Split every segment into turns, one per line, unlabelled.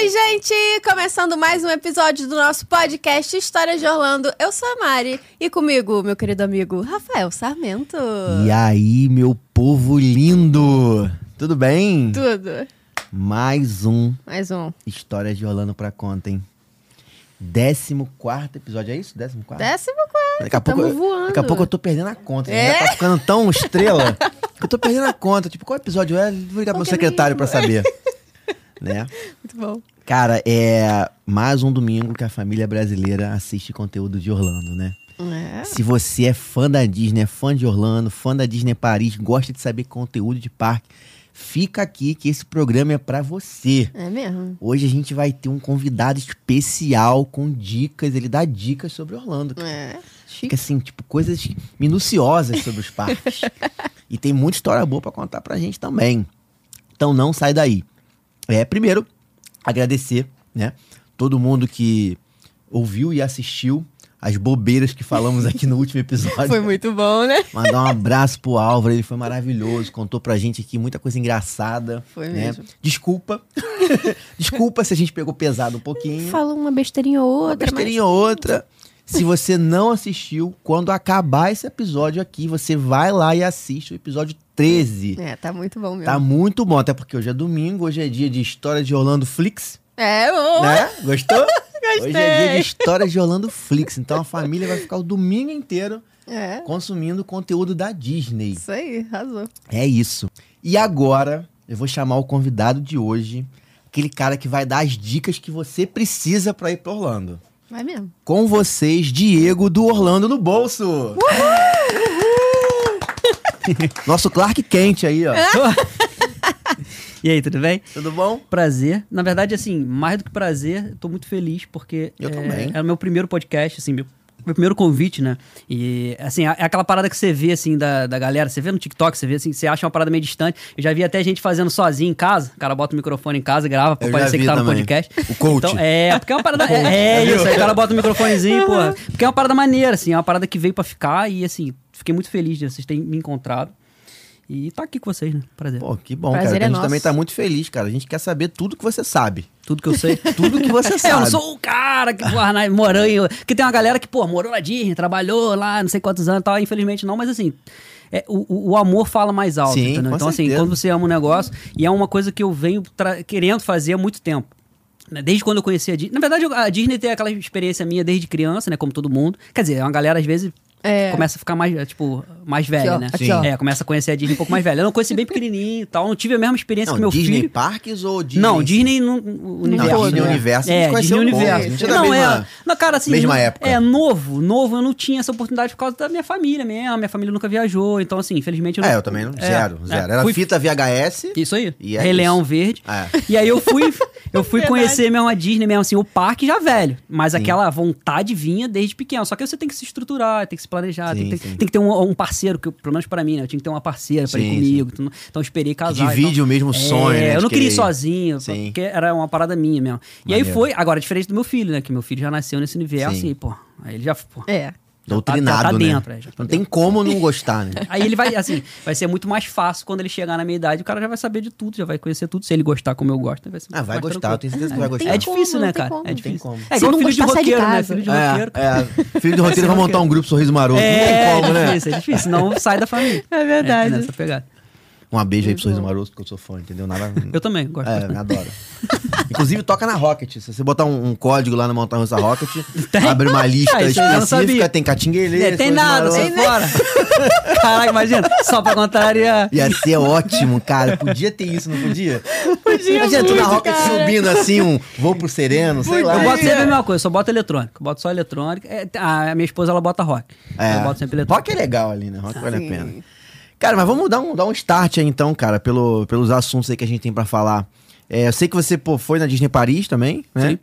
gente! Começando mais um episódio do nosso podcast História de Orlando. Eu sou a Mari e comigo, meu querido amigo Rafael Sarmento.
E aí, meu povo lindo! Tudo bem?
Tudo.
Mais um
Mais um.
Histórias de Orlando pra conta, hein? 14 episódio, é isso? 14?
Décimo quarto.
Daqui a pouco,
tamo voando.
Daqui a pouco eu tô perdendo a conta.
É?
Já tá ficando tão estrela que eu tô perdendo a conta. Tipo, qual episódio é? Vou ligar pro meu
Qual que é
secretário pra
mesmo?
saber. né?
Muito bom.
Cara, é mais um domingo que a família brasileira assiste conteúdo de Orlando, né?
É.
Se você é fã da Disney, é fã de Orlando, fã da Disney Paris, gosta de saber conteúdo de parque, fica aqui que esse programa é pra você.
É mesmo.
Hoje a gente vai ter um convidado especial com dicas, ele dá dicas sobre Orlando. cara.
É. Chique.
Fica assim, tipo, coisas minuciosas sobre os parques. e tem muita história boa pra contar pra gente também. Então não sai daí. É, primeiro, agradecer, né? Todo mundo que ouviu e assistiu as bobeiras que falamos aqui no último episódio.
Foi muito bom, né?
Mandar um abraço pro Álvaro, ele foi maravilhoso, contou pra gente aqui muita coisa engraçada.
Foi
né?
É mesmo.
Desculpa. Desculpa se a gente pegou pesado um pouquinho.
Falou uma besteirinha ou
Uma
outra, mas...
besteirinha ou outra. Se você não assistiu, quando acabar esse episódio aqui, você vai lá e assiste o episódio 13.
É, tá muito bom mesmo.
Tá muito bom, até porque hoje é domingo, hoje é dia de História de Orlando Flix,
É, bom.
né? Gostou?
Gostei.
Hoje é dia de História de Orlando Flix, então a família vai ficar o domingo inteiro
É.
consumindo conteúdo da Disney.
Isso aí, arrasou.
É isso. E agora eu vou chamar o convidado de hoje, aquele cara que vai dar as dicas que você precisa pra ir pra Orlando.
Vai mesmo.
Com vocês, Diego do Orlando no Bolso. Nosso Clark quente aí, ó.
E aí, tudo bem?
Tudo bom?
Prazer. Na verdade, assim, mais do que prazer, eu tô muito feliz porque
Eu
é,
também.
é o meu primeiro podcast, assim, meu, meu primeiro convite, né? E, assim, é aquela parada que você vê, assim, da, da galera, você vê no TikTok, você vê, assim, você acha uma parada meio distante. Eu já vi até gente fazendo sozinho em casa, o cara bota o microfone em casa, grava pra
Eu já
parecer que
vi
tá no
também.
podcast.
O coach.
Então, é, porque é uma parada. é, é isso, aí o cara bota o microfonezinho, porra. Porque é uma parada maneira, assim, é uma parada que veio pra ficar e, assim, fiquei muito feliz de vocês terem me encontrado. E tô aqui com vocês, né? Prazer.
Pô, que bom,
Prazer
cara. que
é
a gente
nosso.
também tá muito feliz, cara. A gente quer saber tudo que você sabe.
Tudo que eu sei.
Tudo que você
É, eu não
sabe.
sou o cara que porra, na- morou em. Que tem uma galera que, pô, morou na Disney, trabalhou lá, não sei quantos anos e tal. Infelizmente não, mas assim. é, o- o, o amor fala mais alto,
Sim,
entendeu?
com
Então, assim,
certeza.
quando você ama um negócio, e é uma coisa que eu venho tra- querendo fazer há muito tempo. né? Desde quando eu conheci a Disney. Na verdade, eu- a Disney tem aquela experiência minha desde criança, né? Como todo mundo. Quer dizer, é uma galera, às vezes,
É.
começa a ficar mais, é, tipo, mais velha,
ó,
né?
aqui, ó.
É, começa a conhecer a Disney um pouco mais velha. Eu não conheci bem pequenininho e tal. Não tive a mesma experiência
Não,
que meu
Disney
filho.
Parques ou Disney?
Não, Disney no o universo.
Disney
né?
Universo, a gente
É,
conheceu
Disney
um pouco, a
Universo.
gente é da
não,
mesma-
é. Não, cara, assim.
mesma
no-
época.
É, novo, novo, eu não tinha essa oportunidade por causa da minha família mesmo. Minha família nunca viajou. Então, assim, infelizmente eu não.
É, eu também não.
É,
zero,
é,
zero. Era
fui- tá,
fita VHS.
Isso aí.
E é
Rei
isso.
Leão Verde.
É.
E aí eu fui, eu fui
Verdade.
conhecer mesmo a Disney, mesmo assim, o parque já velho. Mas aquela vontade vinha desde pequeno. Só que você tem que se estruturar, tem que se planejar,
Sim,
tem, tem-
sim.
tem que ter um, um parceiro, que, eu- pelo menos pra mim, né? Eu tinha que ter uma parceira pra
Sim,
ir comigo. Então, então eu esperei
Que
casar. e tal.
divide o mesmo sonho,
É,
né?
eu
de
não queria ir
querer-
sozinho,
Sim.
porque era uma parada minha mesmo. E aí
Maneiro.
foi, agora, diferente do meu filho, né? Que meu filho já nasceu nesse universo
Sim.
e, pô, aí ele já, pô,
É.
Doutrinado,
Já tá- já tá
né?
dentro, é, já tá
não tem como não gostar, né?
Aí ele vai, assim, vai ser muito mais fácil quando ele chegar na minha idade, o cara já vai saber de tudo, já vai conhecer tudo. Se ele gostar como eu gosto, vai ser
Ah, vai
mais
gostar, eu
tranquilo.
tenho certeza que vai gostar.
É
como,
difícil,
não
né,
tem
cara?
como.
É
Não
tem
difícil.
como.
É
Se
igual
não
filho de
gostar, sai de
roqueiro, né?
casa.
Filho de roqueiro. cara.
É, é, filho de roteiro vai montar um grupo Sorriso Maroto.
É,
não tem como, né?
é difícil, é difícil. Não sai da família.
É verdade.
É, nessa pegada.
Um beijo aí pro Sorriso Maroto, porque eu sou fã, entendeu? Nada.
Eu também gosto
É,
bastante.
adoro. Inclusive, toca na Rocket. Se você botar um, um código lá na Montanha Russa Rocket, abre uma lista
Ah, isso eu não
específica,
sabia.
tem catinguele.
É, tem nada, sai fora. Caraca, imagina. Só pra contrariar.
Ia ser ótimo, cara. Podia ter isso, não podia?
Podia
Imagina tu na
muito,
Rocket
cara.
subindo assim, um voo pro sereno, sei lá.
Eu boto sempre a mesma coisa, eu só boto eletrônica. Eu boto só eletrônica. É, A minha esposa, ela bota rock.
É.
Eu boto sempre eletrônica.
Rock é legal ali, né? Rock vale a
Sim.
pena. Cara, mas vamos dar um, dar um start aí então, cara, pelo, pelos assuntos aí que a gente tem pra falar. É, eu sei que você pô, foi na Disney Paris também, né?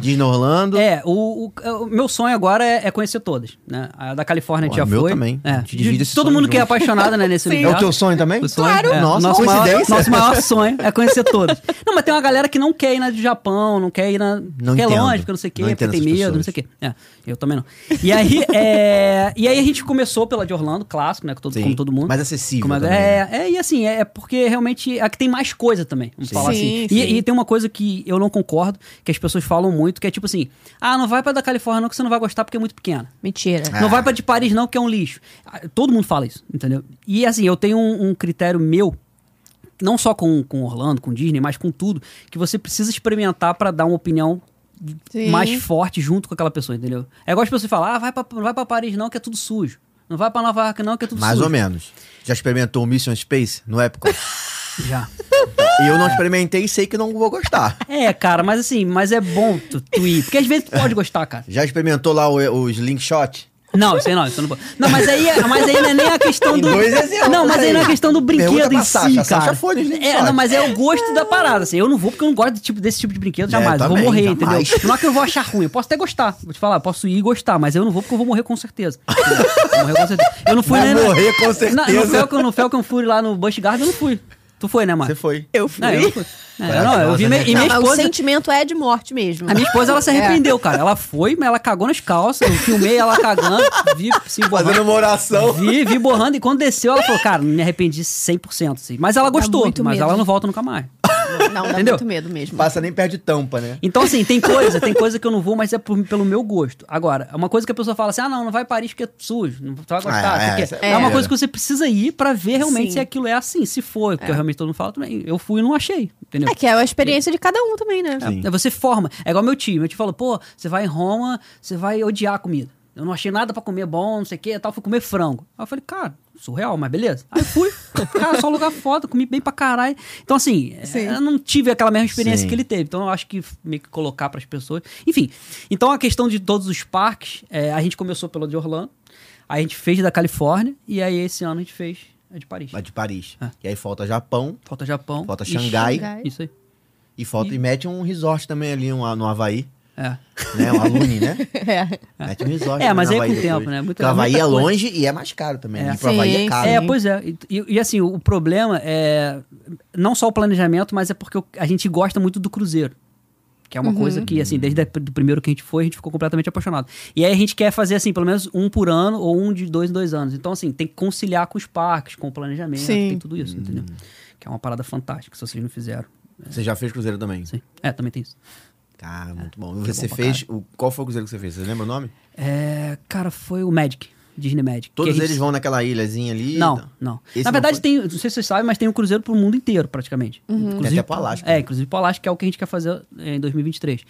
Disney Orlando.
É, o, o- o meu sonho agora é, é conhecer todas, né? A da Califórnia a gente
Pô,
já
meu
foi.
também.
É.
A gente divide esse
Todo
sonho
mundo que é
junto.
apaixonado, né, nesse
É
universo.
o teu sonho também?
O sonho, é.
Nossa,
nosso maior,
coincidência.
nosso maior sonho é conhecer todas. Não, mas tem uma galera que não quer ir na do Japão, não quer ir na.
Não
quer
entendo.
longe, porque não sei o quê,
Não
porque
entendo
tem medo,
essas
não
pessoas.
sei o quê. É, eu também não. E aí, é, e aí a gente começou pela de Orlando, clássico, né? com todo-
Sim,
como todo mundo.
mais acessível
Como é-
também, né?
é, é, e assim, é porque realmente a que tem mais coisa também. Vamos falar
Sim, sim.
assim. E, e tem uma coisa que eu não concordo, que as pessoas falam muito, que é tipo assim: ah, não vai pra da Califórnia não, que você não vai gostar porque é muito pequena.
Mentira.
Ah.
Não vai pra de Paris não, que é um lixo. Ah, Todo mundo fala isso, entendeu? E assim, eu tenho um, um critério meu, não só com, com Orlando, com Disney, mas com tudo, que você precisa experimentar pra dar uma opinião
Sim.
mais forte junto com aquela pessoa, entendeu? É igual as pessoas falam, ah, vai pra, não vai pra Paris não, que é tudo sujo. Não vai pra Nova York não, que é tudo
Mais
sujo.
ou menos. Já experimentou o Mission Space no Epcot?
menos. Já.
E eu não experimentei e sei que não vou gostar.
É, cara, mas assim, mas é bom tu, tu ir. Porque às vezes tu pode gostar, cara.
Já experimentou lá o, o Slingshot?
Não, isso aí não, isso eu não pode. Não, mas aí, mas aí não é nem a questão do.
Tem dois exemplos
não, mas aí não é a
aí.
questão do
Pergunta
brinquedo
pra
em si,
Sasha.
cara.
Sasha Fones, gente,
é,
sabe.
não, mas é o gosto da parada, assim. Eu não vou porque eu não gosto desse tipo, desse tipo de brinquedo
É,
jamais. eu vou
também,
morrer,
jamais.
entendeu? Não é que eu vou achar ruim, eu posso até gostar. Vou te falar, posso ir e gostar, mas eu não vou porque eu vou morrer com certeza. entendeu? Vou morrer com certeza. Eu não fui
Vou
nem na-
morrer com
na-
certeza.
No Falcon, no Falcon Fury lá no Busch Garden, eu não fui. Tu foi, né, Mário?
Você foi.
Eu fui.
Não, eu não fui. É, não, eu vi
Corajosa,
minha,
né,
e
Não,
minha
mas o
esposa.
sentimento é de morte mesmo.
A minha esposa, ela
É.
se arrependeu, cara. Ela foi, mas ela cagou nas calças. Eu filmei ela cagando, vi se borrando.
Fazendo um uma oração.
Vi, vi borrando. E quando desceu, ela falou, cara, me arrependi 100%. Assim. Mas ela gostou, mas
muito medo.
ela não volta nunca mais.
Não, dá
Entendeu?
muito medo mesmo.
Passa nem perto de tampa, né?
Então, assim, tem coisa, tem coisa que eu não vou, mas é por- pelo meu gosto. Agora, é uma coisa que a pessoa fala assim, ah, não, não vai a Paris porque é sujo, não tu vai gostar.
Ah, é,
porque
essa
é,
é
uma
maneira.
coisa que você precisa ir pra ver realmente
Sim.
se aquilo é assim. Se for, porque realmente todo mundo fala também. Eu fui e não achei, entendeu?
É que é a experiência de cada um também, né?
Sim.
É, Você forma. É igual meu tio. Meu tio falou, pô, você vai em Roma, você vai odiar a comida. Eu não achei nada pra comer bom, não sei o que tal. Fui comer frango. Aí eu falei, cara, surreal, mas beleza. Aí fui. cara, só lugar foda, comi bem pra caralho. Então, assim, é,
Sim.
eu não tive aquela mesma experiência
Sim.
que ele teve. Então, eu acho que meio que colocar pras pessoas. Enfim, então a questão de todos os parques, é, a gente começou pelo de Orlando, aí a gente fez da Califórnia, e aí esse ano a gente fez a de Paris.
Mas de Paris.
Ah.
E aí falta Japão,
Falta Japão.
Falta
e
Xangai.
Xangai.
Isso aí.
e falta. E mete um resort também ali um, no Havaí.
É.
Né? Um alune, né?
É.
Mete um resort.
É,
ali
mas
no Havaí
aí com
depois.
o tempo, né? Muita-
Porque o Havaí
muita
é
coisa.
longe e é mais caro também.
É.
E pro Havaí
Sim,
é caro.
É,
Sim.
pois é. E, e, assim, o, o problema é não só o planejamento, mas é porque o- a gente gosta muito do cruzeiro. Que é uma coisa que, assim, desde o primeiro que a gente foi, a gente ficou completamente apaixonado. E aí a gente quer fazer, assim, pelo menos um por ano ou um de dois em dois anos. Então, assim, tem que conciliar com os parques, com o planejamento,
Sim.
tem tudo isso, entendeu?
Uhum.
Que é uma parada fantástica, se vocês não fizeram.
Você já fez cruzeiro também?
Sim. É, também tem isso.
Cara, muito bom.
que é
Você
bom pra
fez. O, qual foi o cruzeiro que você fez? Você lembra o nome?
É, cara, foi o Magic, Disney Magic. que a
Todos
gente-
eles vão naquela ilhazinha ali? então.
Não, não.
Esse
Na
não
verdade,
foi?
tem, não sei se vocês sabem, mas tem um cruzeiro pro mundo inteiro, praticamente.
Tem até pro Alasca.
É, inclusive pro Alasca, que é o que a gente quer fazer em 2023.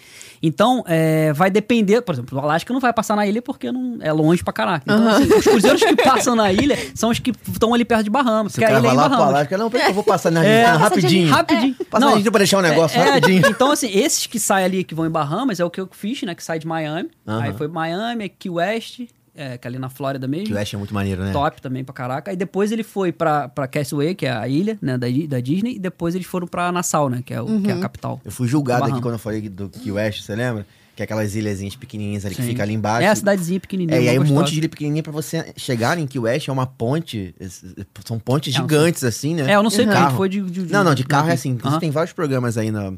Então, é, vai depender, por exemplo, o Alasca não vai passar na ilha porque não, é longe pra caraca. Então, assim, os cruzeiros que passam na ilha são os que estão ali perto de Bahamas,
Se
porque
o
a
cara
ilha é
vai
em
lá pro
Bahamas.
Alasca, não, peraí que eu vou passar na Argentina
É. Passa de
rapidinho.
Rapidinho.
Passa na
Não.
Argentina pra deixar um negócio
É,
rapidinho.
Então, assim, esses que saem ali, que vão em Bahamas, é o que eu fiz, né? Que sai de Miami.
Aham.
Aí foi Miami, Key West, é, que é ali na Flórida mesmo.
Que o Ash é muito maneiro, né?
Top também pra caraca. Aí depois ele foi pra, pra Castaway, que é a ilha né, da, Di- da Disney, e depois eles foram pra Nassau, né? Que é, o, que
Uhum.
é a capital.
Eu fui julgado
Bahama.
aqui quando eu falei do Key West, você lembra? Que é aquelas ilhazinhas pequenininhas ali
Sim.
que fica ali embaixo.
É a cidadezinha pequenininha.
É, e
mó
aí um
gostosa.
monte de ilha pequenininha pra você chegar em Key West, é uma ponte, es- são pontes
É, eu
gigantes assim, né?
É, eu não sei,
De
porque a gente
carro.
foi de, de- de-
Não, não, de carro é assim. Inclusive
Aham.
tem vários programas aí na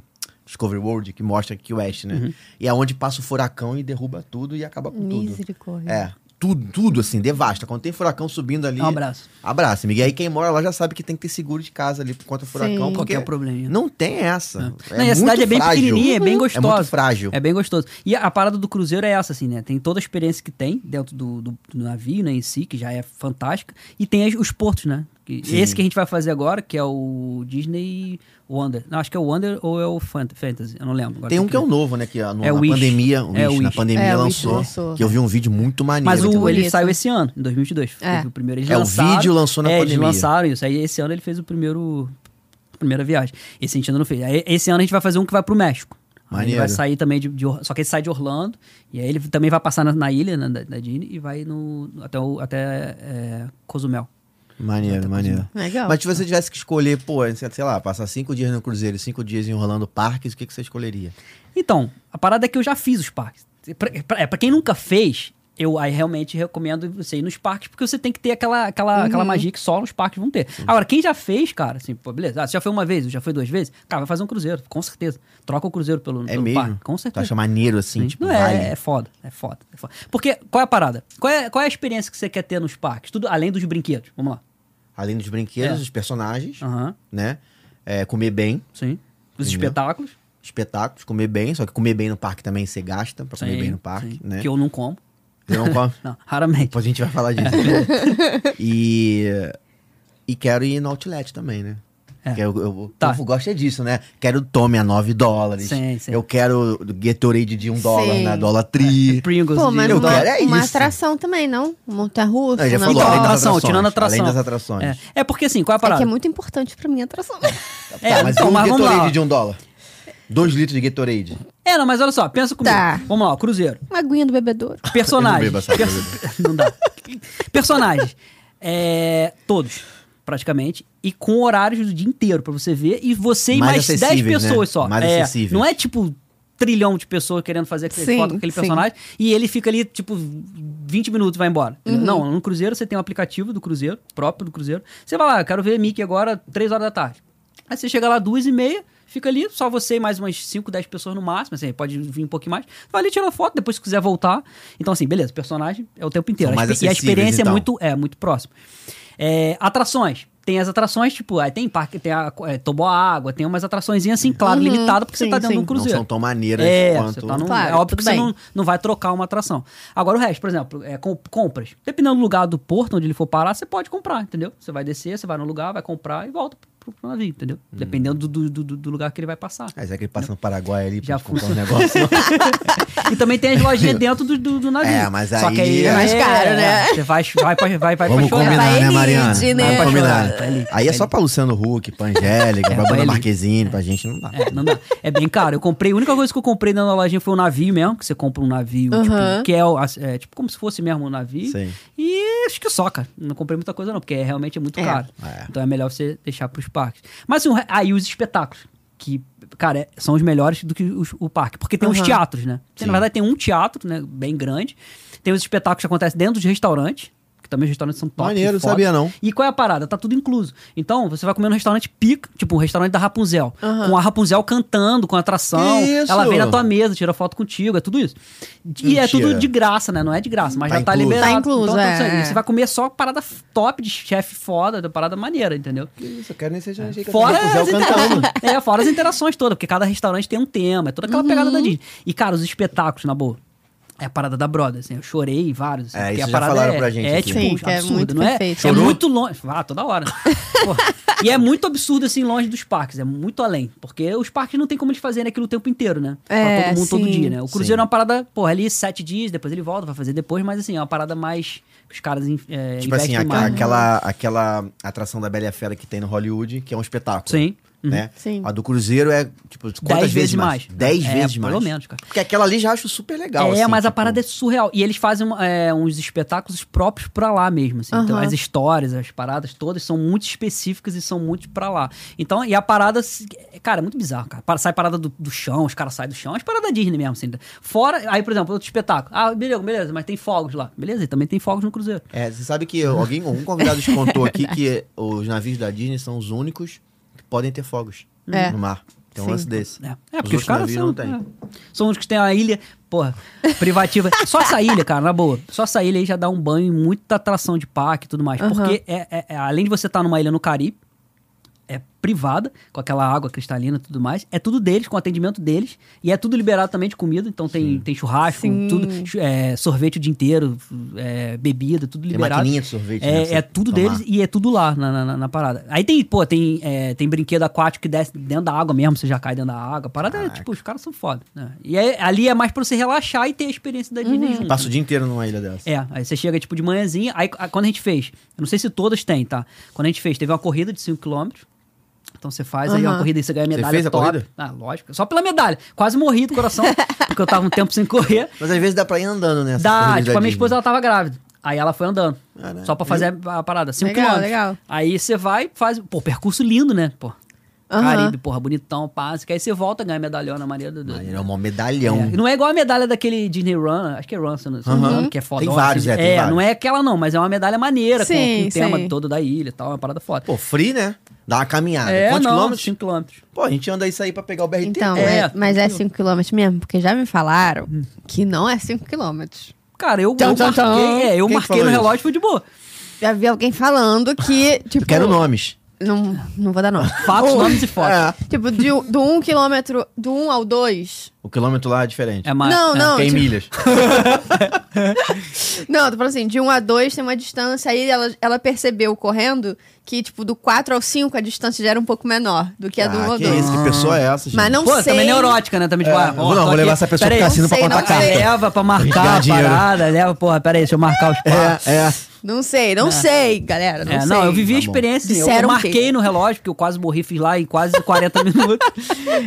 Discovery World que mostra Key West, né?
Uhum.
E é onde passa o furacão e derruba tudo e acaba com tudo.
Misericórdia.
É, tudo, tudo assim, devasta. Quando tem furacão subindo ali.
Um abraço.
Abraço, amigo. E aí quem mora lá já sabe que tem que ter seguro de casa ali por conta do furacão.
Sim.
Porque
Qualquer probleminha.
Não tem essa. É.
Não, e a cidade
muito
é bem
frágil.
pequenininha, é bem gostosa.
É muito frágil.
É bem gostoso. E a parada do cruzeiro é essa, assim, né? Tem toda a experiência que tem dentro do, do- do navio, né, em si, que já é fantástica. E tem as- os portos, né? Que-
Sim.
esse que a gente vai fazer agora, que é o Disney Wonder. Não, acho que é o Wonder ou é o Fant- Fantasy, eu não lembro. Agora
Tem um que é o
ver.
novo, né? Que a- no-
É
na
Wish.
pandemia, o
É
Wish, na
Wish.
pandemia
É, o Wish
lançou,
lançou.
Que eu vi um vídeo muito maneiro.
Mas
que eu-
o, ele
bonito.
saiu esse ano, em 2022.
É.
Teve O primeiro, eles
É, o
lançaram-
vídeo lançou na
é,
pandemia.
Eles lançaram isso. Aí esse ano ele fez o primeiro. a Primeira viagem. Esse a gente ainda não fez. Aí, esse ano a gente vai fazer um que vai pro México. Aí Ele
Maneiro.
vai sair também de, de Or- Só que ele sai de Orlando. E aí ele também vai passar na, na ilha, na, da, da Disney, e vai no, até, o, até é, Cozumel.
Maneiro, maneiro.
Legal.
Mas se você tivesse que escolher, pô, sei lá, passar cinco dias no Cruzeiro e cinco dias em Orlando Parques, o que, que você escolheria?
Então, a parada é que eu já fiz os parques. Pra, pra- é, pra quem nunca fez, eu aí realmente recomendo você ir nos parques, porque você tem que ter aquela, aquela,
Uhum.
aquela magia que só nos parques vão ter. Agora, quem já fez, cara, assim, pô, beleza, ah, você já foi uma vez, já foi duas vezes, cara, vai fazer um cruzeiro, com certeza. Troca o cruzeiro pelo,
É
pelo
mesmo?
parque, com
Tu
certeza.
acha maneiro assim?
Sim.
Tipo,
Não, é,
vai.
é foda, é foda, é foda. Porque qual é a parada? Qual é, qual é a experiência que você quer ter nos parques? Tudo além dos brinquedos. Vamos lá.
Além dos brinquedos,
É.
os personagens,
Aham,
né? É, comer bem,
sim. dos
Entendeu?
espetáculos.
Espetáculos, comer bem, só que comer bem no parque também você gasta pra comer
Sim,
bem no parque,
sim.
né? Então,
Que eu não como.
Você não come.
Não, raramente.
Depois a gente vai falar disso. e, e quero ir no Outlet também, né?
É.
Que Eu, eu, o
Tá.
povo gosta disso, né? Quero Tome a 9 dólares.
Sim, sim.
Eu quero Gatorade de 1 dólar
Sim.
na Dólar Tri.
Pringles.
Pô,
e-
mas
Eu
uma,
quero é
uma
isso.
atração também, não? Montanha russa.
Não, já
uma
falou,
bola.
tá além
Então,
das
atração,
atrações,
tirando a atração.
Além das atrações.
É, é porque assim, qual é a
É que
parada?
é muito importante pra mim a atração.
É,
Tá, mas
então,
um
mas vamos lá,
Gatorade
ó.
de 1 dólar. 2 litros de Gatorade.
É, não, mas olha só, pensa comigo.
Tá.
Vamos lá, ó, Cruzeiro.
Uma aguinha do bebedouro.
Personagens.
Eu não bebo essa
Perso- não dá. Personagens. É, todos, praticamente. E com horários do dia inteiro pra você ver. E você e
Mais
mais 10
acessíveis, né?
pessoas só.
Mais
é,
acessíveis.
Não é tipo trilhão de pessoas querendo fazer aquele
Sim,
foto com aquele
sim.
personagem. E ele fica ali, tipo, 20 minutos e vai embora.
Uhum.
Não, no Cruzeiro você tem um aplicativo do Cruzeiro, próprio do Cruzeiro. Você vai lá, eu quero ver Mickey agora, 3 horas da tarde. Aí você chega lá, duas e meia, fica ali, só você e mais umas 5, 10 pessoas no máximo, assim, pode vir um pouquinho mais. Vai ali, tira foto, depois se quiser voltar. Então, assim, beleza, personagem é o tempo inteiro.
São
A
mais
expe- e a
acessíveis,
experiência é
então.
muito é muito próximo. É, atrações. Tem as atrações, tipo, aí tem parque, tem a é, água, tem umas atraçõezinhas assim, claro,
Uhum,
limitada, porque
sim,
você tá dentro
sim.
de um cruzeiro.
Não são tão maneiras
É,
quanto...
você tá num-
Claro,
é óbvio
tudo
que você
bem.
não, não vai trocar uma atração. Agora o resto, por exemplo, é com- compras. Dependendo do lugar do porto onde ele for parar, você pode comprar, entendeu? Você vai descer, você vai no lugar, vai comprar e volta pro, pro navio, entendeu?
Hum.
Dependendo do, do, do- do lugar que ele vai passar.
Ah, será que ele passa no Paraguai ali
Já
pra comprar um
funciona.
negócio?
E também tem as lojinhas dentro do, do, do navio.
É, mas
Só que
aí-
aí
É
mais caro, né?
Você vai, vai, pra- vai, vai
Vamos
pra chorar.
Pra
combinar, né,
Elite, né?
Mariana? Vamos combinar.
Pra Elite, pra
Aí é só
Elite.
pra Luciano Huck, pra Angélica, pra
pra
Bruna
Elite.
Marquezine, pra gente não dá.
É, não dá. É bem caro. Eu comprei, a única coisa que eu comprei na lojinha foi um navio mesmo, que você compra um navio,
Uhum.
tipo, que é, o- é, tipo como se fosse mesmo um navio.
Sim.
E acho que só, cara. Não comprei muita coisa não, porque é, realmente é muito
É.
caro.
É.
Então é melhor você deixar pros parques. Mas assim, o re- aí os espetáculos, que, cara, é- são os melhores do que os- o parque. Porque tem os
Uhum.
teatros, né?
Sim.
Tem, na verdade tem um teatro, né, bem grande. Tem os espetáculos que acontecem dentro dos restaurantes, que também os restaurantes são top.
Maneiro,
foda.
sabia não.
E qual é a parada? Tá tudo incluso. Então, você vai comer num restaurante pica, tipo um restaurante da Rapunzel. Com a Rapunzel cantando, com atração.
Que isso?
Ela vem na tua mesa, tira foto contigo, é tudo isso. E
Mentira.
é tudo de graça, né? Não é de graça, mas
Tá
já tá
incluso.
liberado.
Tá incluso,
então,
é,
tudo isso aí.
é.
Você vai comer só parada f- top de chefe foda, da parada maneira, entendeu?
Que isso, eu quero nem seja é.
Fora as,
cantando.
intera- é, fora as interações todas, porque cada restaurante tem um tema, é toda aquela pegada
Uhum.
da Disney. E, cara, os espetáculos, na boa. É a parada da Broda, assim, eu chorei em vários. Assim,
É,
porque
isso
a
já
parada
falaram
é,
pra gente
É,
aqui.
tipo,
Sim, que é
absurdo,
muito
não é?
perfeito.
É
Chorou?
muito longe. Ah, toda hora. Porra. E é muito absurdo, assim, longe dos parques, é muito além. Porque os parques não tem como eles fazerem aquilo o tempo inteiro, né?
É,
pra todo mundo todo
sim.
dia, né? O Cruzeiro
Sim.
é uma parada, porra, ali sete dias, depois ele volta, vai fazer depois, mas assim, é uma parada mais. Os caras é,
Tipo assim,
investem
aqua-
mais.
aquela, aquela atração da Bela e a Fera que tem no Hollywood, que é um espetáculo.
Sim. Uhum.
Né?
Sim.
A do Cruzeiro é, tipo, quantas
Dez
vezes
vezes
mais?
mais.
Dez
É,
vezes
pelo
mais.
menos, cara.
Porque aquela ali já acho super legal.
É,
assim,
mas a
tipo,
parada é surreal. E eles fazem é, uns espetáculos próprios pra lá mesmo. assim. Então,
Aham.
as histórias, as paradas todas são muito específicas e são muito pra lá. Então, e a parada. se- Cara, é muito bizarro, cara. Pa- Sai parada do, do chão, os caras saem do chão. As paradas Disney mesmo, assim. Fora. Aí, por exemplo, outro espetáculo. Ah, beleza, beleza, mas tem fogos lá. Beleza, e também tem fogos no Cruzeiro.
É, você sabe que alguém, algum convidado te contou aqui que os navios da Disney são os únicos que podem ter fogos
É.
no mar. Tem um
Sim.
lance desse.
É, é porque os,
outros
caras
navios
são,
não têm.
é, são os que tem a ilha, porra, privativa. só essa ilha, cara, na boa. Só essa ilha aí já dá um banho em muita atração de parque e tudo mais.
Aham.
Porque é, é- é- além de você estar numa ilha no Caribe, é privada, com aquela água cristalina e tudo mais, é tudo deles, com atendimento deles. E é tudo liberado também de comida. Então tem, tem churrasco,
Sim.
tudo, chu- é, sorvete o dia inteiro, é, bebida, tudo
Tem
liberado.
maquininha de sorvete, né, pra
É,
você
é tudo
tomar.
deles e é tudo lá na, na- na- na parada. Aí tem, pô, tem, é, tem brinquedo aquático que desce dentro da água mesmo, você já cai dentro da água. A parada é, tipo, os caras são foda. né? E aí, ali é mais pra você relaxar e ter a experiência da Disney junto.
Passa o dia inteiro numa ilha dessa.
É, aí você chega tipo de manhãzinha. Aí a- quando a gente fez, eu não sei se todas têm, tá? Quando a gente fez, teve uma corrida de 5km. Então você faz aí
Aham.
uma corrida e você ganha medalha
fez a
top.
corrida?
Ah, lógico. Só pela medalha. Quase morri do coração, porque eu tava um tempo sem correr.
Mas às vezes dá pra ir andando, né?
Dá, tipo, a minha esposa ela tava grávida. Aí ela foi andando.
Caralho.
Só pra fazer a, a parada. 5
Legal,
quilômetros.
legal.
Aí você vai, faz. Pô, percurso lindo, né? Pô.
Aham.
Caribe, porra, bonitão, passe. Que aí você volta, ganha medalhona, Maria do do-
Ele é um maior
É,
medalhão.
e Não é igual a medalha daquele Disney Run, acho que é Run, se eu não se eu não me engano, que é foda.
Tem vários, é, tem vários.
não é aquela não, mas é uma medalha maneira, com,
Sim,
com o tema
sim.
todo da ilha e tal, é uma parada foda.
Pô, free, né? Dá uma caminhada.
é,
Quantos
não,
quilômetros?
5 quilômetros.
Pô, a gente anda isso aí pra pegar o BRT.
Então,
É,
é, mas é
tranquilo.
5 km mesmo? Porque já me falaram
Hum.
que não é 5 km.
Cara, eu,
Tchau,
eu
tchau, tchau.
marquei, é, eu
Quem
marquei
falou
no
isso?
relógio, foi de boa.
Já vi alguém falando que, tipo...
Eu quero nomes.
Não, não vou dar nome.
Fatos,
Um-
nomes e fotos.
É.
Tipo, de, do 1 um quilômetro, do 1 um ao 2.
O quilômetro lá é diferente.
É mais.
Não,
é.
não.
Que é em
tipo-
milhas.
Não, tô falando assim, de 1 um a 2 tem uma distância, aí ela, ela percebeu correndo que, tipo, do 4 ao 5 a distância já era um pouco menor do que a do 1 um
ah,
ao
que isso,
2.
que pessoa é essa, gente?
Mas não
Pô,
sei.
também neurótica, né? Também, tipo,
É,
ah,
eu
ó,
vou- não,
tô
vou levar
aqui.
essa pessoa
Pera
pro
aí,
cassino
pra
não sei,
contar
não sei.
carta.
Leva pra
Ganhar
marcar a
dinheiro. né?
parada, leva, porra, pera aí, deixa eu marcar os passos.
É, é.
Não sei, não sei, galera. Não
É,
sei.
não, eu vivi a
Tá bom.
experiência. assim, eu
Disseram
marquei
que-
no relógio, porque eu quase morri, fiz lá em quase 40 minutos.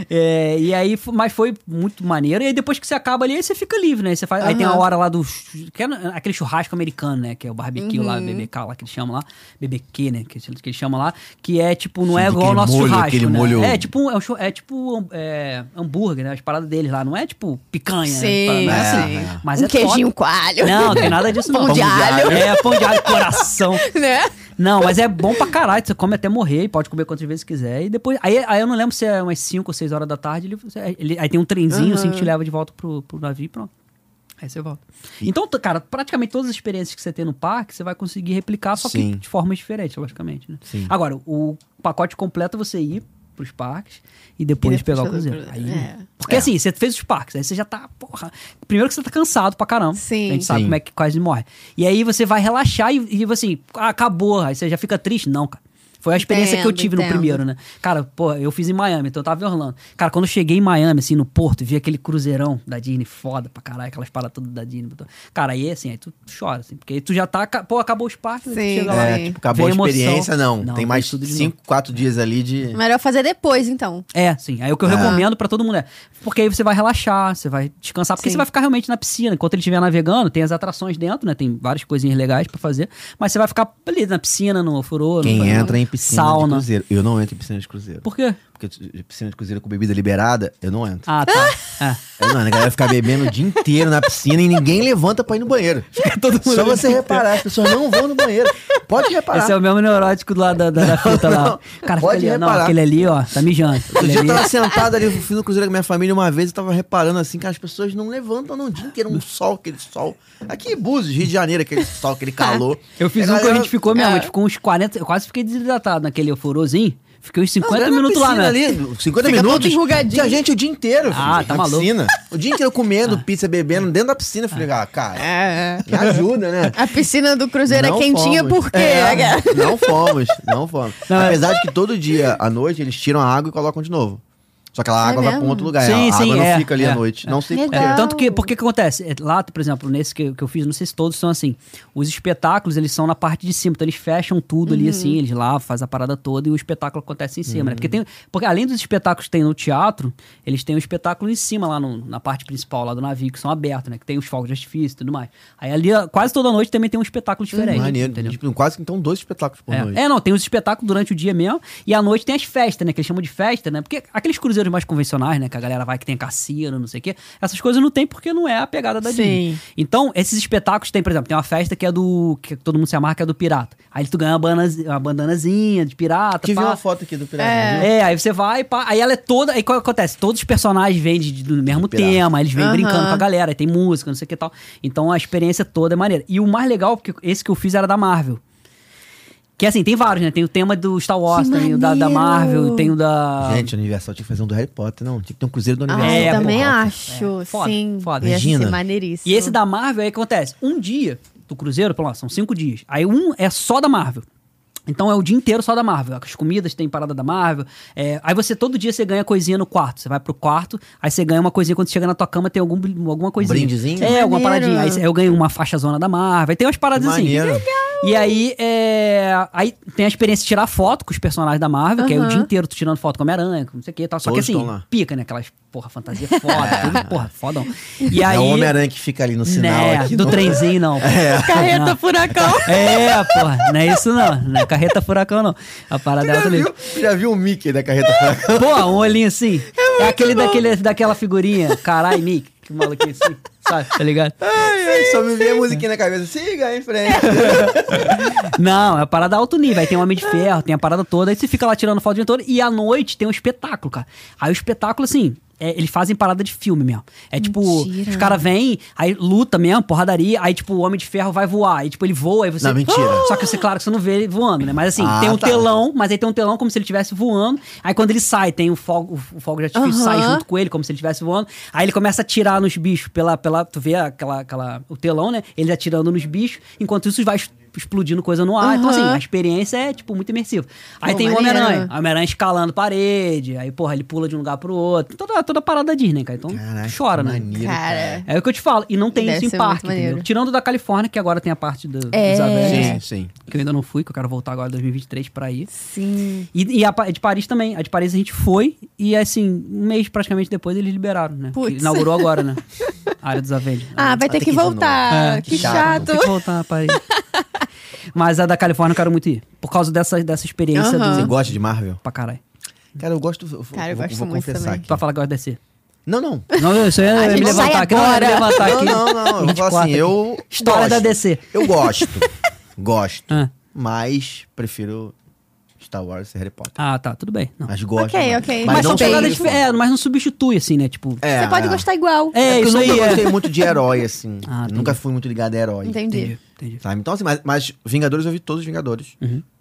É, e aí, fo- mas foi muito maneiro. E aí, depois que você acaba ali, aí você fica livre, né? Você faz, Aí tem a
Aham.
hora lá do. chu- que é na- aquele churrasco americano, né? Que é o barbecue lá,
Uhum.
BBK lá que eles chamam lá. BBQ, né? Que, eles- que eles chamam lá. Que é tipo, não é
Sim,
igual ao
aquele
nosso
molho,
churrasco.
aquele
né?
molho-
É tipo, um- é, um chu- é tipo é, hambúrguer, né? As paradas deles lá. Não é tipo picanha. né?
Sim,
Não é assim.
sim.
Mas
um
é top.
queijinho coalho.
Não, tem nada disso não.
Pão de alho.
É, pão de alho, coração.
Né?
Não, mas é bom pra caralho. Você come até morrer, e pode comer quantas vezes quiser. E depois. Aí, aí eu não lembro se é umas 5 ou 6 horas da tarde. Ele, ele- aí tem um trenzinho assim que te leva de volta pro, pro navio e pronto. Aí você volta. Então, t- cara, praticamente todas as experiências que você tem no parque, você vai conseguir replicar, só que
Sim.
de formas diferentes, logicamente. Né?
Sim.
Agora, o pacote completo é você ir pros parques e depois,
E depois
pegar o
fazer o
cruzeiro. Aí,
cruzeiro. É.
Porque assim, você fez os parques, aí você já tá, porra. Primeiro que você tá cansado pra caramba.
Sim.
A gente sabe
Sim.
como é que quase morre. E aí você vai relaxar e, e assim, ah, acabou. Aí você já fica triste? Não, cara. Foi a experiência que eu
Entendo,
tive no
entendo.
primeiro, né? Cara, pô, eu fiz em Miami, então eu tava em Orlando. Cara, quando eu cheguei em Miami, assim, no porto, vi aquele cruzeirão da Disney, foda pra caralho, aquelas paradas todas da Disney. Cara, aí assim, aí tu chora, assim, porque aí tu já tá, ca- pô, acabou os parques, aí
Sim.
tu chega lá.
É,
É, tipo, acabou
vem
a
emoção.
experiência, não. Tem
vem
mais
tudo de
5, 4 dias ali de.
Melhor fazer depois, então.
é, sim. Aí o que eu
É.
recomendo pra todo mundo é. Porque aí você vai relaxar, você vai descansar, porque
Sim.
você vai ficar realmente na piscina. Enquanto ele estiver navegando, tem as atrações dentro, né? Tem várias coisinhas legais pra fazer. Mas você vai ficar ali na piscina, no furô, no-
Quem
no-
entra em piscina de
sauna.
cruzeiro. Eu não entro em piscina de cruzeiro.
Por quê?
Porque t- piscina de cruzeiro com bebida liberada, eu não entro.
Ah, tá. é.
Eu não, entro. a galera fica bebendo o dia inteiro na piscina e ninguém levanta pra ir no banheiro. Só você reparar, as pessoas não vão no banheiro. Pode reparar.
Esse é o mesmo neurótico do lado da, da, da fita lá. ó. Cara,
Pode
aquele, não,
reparar.
aquele ali, ó, tá mijando.
Outro
Aquele
dia eu
ali-
tava sentado ali, fui no cruzeiro com minha família uma vez, eu tava reparando assim que as pessoas não levantam não, o dia inteiro, um sol, aquele sol. Aqui em Búzios, Rio de Janeiro, aquele sol, aquele calor.
Eu fiz
E a
um que a
galera-
gente ficou mesmo,
É.
a gente ficou uns 40. Eu quase fiquei desidratado naquele furôzinho. Fiquei uns 50
Não,
minutos
na
lá, né?
piscina Ali, 50
Fica todo
minutos.
enrugadinho.
Tinha gente o dia inteiro.
Ah,
filho,
tá
na
maluco. Ah.
Piscina. O dia inteiro comendo pizza, bebendo dentro da piscina. Eu falei, ah, cara,
É.
me ajuda, né?
A piscina do Cruzeiro é
Não
quentinha
fomos.
por quê?
É,
né, cara?
não fomos, não fomos.
Não, é-
Apesar de que todo dia à noite eles tiram a água e colocam de novo. Só que aquela
É
água vai
mesmo?
pra um outro lugar.
Sim,
a
sim,
água não
é,
fica ali
é.
à noite. Não sei
Legal.
porquê.
É, tanto que, porque que acontece? É, Lá, por exemplo, nesse que, que eu fiz, não sei se todos são assim. Os espetáculos, eles são na parte de cima. Então, eles fecham tudo ali, assim. Eles lá fazem a parada toda e o espetáculo acontece em cima, né? Porque, tem, porque além dos espetáculos que tem no teatro, eles têm um espetáculo em cima, lá no- na parte principal, lá do navio, que são abertos, né? Que tem os fogos de artifício e tudo mais. Aí, ali, ó, quase toda noite também tem um espetáculo diferente.
Maneiro.
entendeu?
Tipo, quase que então dois espetáculos por noite.
É. É, não, tem os espetáculos durante o dia mesmo. E à noite tem as festas, né? Que eles chamam de festa, né? Porque aqueles cruzeiros mais convencionais, né? Que a galera vai que tem cassino, não sei o quê. Essas coisas não tem porque não é a pegada da
Sim.
Disney. Então, esses espetáculos tem, por exemplo, tem uma festa que é do. que todo mundo se amarra, que é do pirata. Aí tu ganha uma, banaz- uma bandanazinha de pirata.
Tive
pá.
uma foto aqui do Pirata. viu?
É, aí você vai, pá, aí ela é toda. Aí qual acontece? Todos os personagens vêm de- de- do mesmo
Pirata.
tema, eles vêm
Aham.
brincando com a galera, aí tem música, não sei o que e tal. Então a experiência toda é maneira. E o mais legal, porque esse que eu fiz era da Marvel. Que assim, tem vários, né? Tem o tema do Star Wars,
Que
tem o da, da
maneiro!
Marvel, tem o da.
Gente, o Universal tinha que fazer um do Harry Potter, não. Tinha que ter um Cruzeiro do
Ah,
Universal.
É,
eu também
porra,
acho.
é. Foda,
sim.
foda.
Ia ser
Imagina.
maneiríssimo.
E esse da Marvel aí acontece. Um dia do Cruzeiro, pô, lá, são cinco dias. Aí um é só da Marvel. Então é o dia inteiro só da Marvel. As comidas tem parada da Marvel. É, aí você, todo dia, você ganha coisinha no quarto. Você vai pro quarto, aí você ganha uma coisinha. Quando você chega na tua cama, tem algum, brin- alguma coisinha.
brindezinho?
É, alguma
Maneiro.
paradinha. Aí você- eu ganho uma faixa zona da Marvel. Aí tem umas paradas assim.
Maneiro.
E aí, é, aí tem a experiência de tirar foto com os personagens da Marvel, que é o
Aham.
dia inteiro tu tirando foto com Homem-Aranha, com não sei o que e tal. Só
Todos
que assim,
estão lá.
pica, né? Aquelas, porra, fantasia foda, tudo, porra, fodão. E aí,
É o Homem-Aranha que fica ali no sinal.
né,
aqui,
do
não.
trenzinho, não. É.
Carreta furacão.
É, porra, não é isso não. Não é carreta furacão, não. A parada é
Já
outra ali.
viu, já viu o Mickey da carreta furacão?
Pô, um olhinho assim. É, aquele, daquele, daquela figurinha. Carai, Mick, que maluquinho assim. Sabe, tá ligado?
Ai, ai, Só me veio a musiquinha na cabeça. Siga em frente.
Não, é uma parada alto nível. Aí tem o Homem de um Ferro, tem a parada toda. Aí você fica lá tirando foto o dia todo. E à noite tem um espetáculo, cara. Aí o espetáculo, assim, é, eles fazem parada de filme mesmo. É tipo,
Mentira.
os caras vêm, aí luta mesmo, porradaria, aí tipo, o Homem de Ferro vai voar, aí tipo, ele voa, aí você...
Não, mentira.
Só que você, claro, que você não vê ele voando, né? Mas assim,
Ah,
tem um
tá.
telão, mas aí tem um telão como se ele estivesse voando, aí quando ele sai, tem o fogo, o fogo de artifício
Aham.
sai junto com ele, como se ele estivesse voando, aí ele começa a atirar nos bichos pela, pela, tu vê aquela, aquela, o telão, né? Ele atirando nos bichos, enquanto isso vai es- explodindo coisa no ar, então assim,
Aham.
a experiência é, tipo, muito imersiva. Aí
Pô,
tem o
maneiro.
Homem-Aranha, o Homem-Aranha escalando parede, aí, porra, ele pula de um lugar pro outro. Toda, toda a parada da Disney, cara. Então
Caraca,
chora,
que
né?
maneiro,
Cara.
É o que eu te falo. E não tem
Deve
isso
ser
em
muito
parque, entendeu?
maneiro.
Tirando da Califórnia, que agora tem a parte do,
É.
dos Avengers,
Sim, sim.
que eu ainda não fui, que eu quero voltar agora em 2023 pra ir.
Sim.
E, e a pa- de Paris também. A de Paris a gente foi e, assim, um mês praticamente depois eles liberaram, né?
Putz.
Que Inaugurou agora, né? A área dos Avengers.
Ah, vai ter
ter
que
que ir de
voltar.
novo. É,
que
que
chato.
chato.
Tem que voltar a Paris. Mas a da Califórnia eu quero muito ir. Por causa dessa, dessa experiência
Aham.
Você
do...
gosta de Marvel?
Pra caralho.
Cara, eu gosto. Eu, vou-
Cara, eu
vou,
gosto
vou
muito
confessar
também.
aqui.
Tu vai falar que gosta de descer.
Não, não.
Não, isso aí
A
é
gente
me
sai
levantar aqui. Não, é me
agora.
levantar
Não,
aqui.
não, não. Eu vou falar
24
assim,
aqui.
eu.
História
gosto.
da DC.
Eu gosto. gosto.
Ah.
Mas prefiro Star Wars e Harry Potter.
Ah, tá, tudo bem. Não.
Mas gosto.
Ok,
mas-
ok.
Mas,
Mas,
não
são
não
tem
paradas
isso.
dif- é, mas não substitui, assim, né? Tipo.
É,
Você pode
é.
gostar igual.
É,
É, porque eu
isso
nunca
aí.
gostei
É.
muito de herói, assim.
Ah, entendi.
nunca fui muito ligado a herói.
Entendi.
Entendi, entendi.
Sabe? Então, assim, mas, mas Vingadores eu vi todos os Vingadores.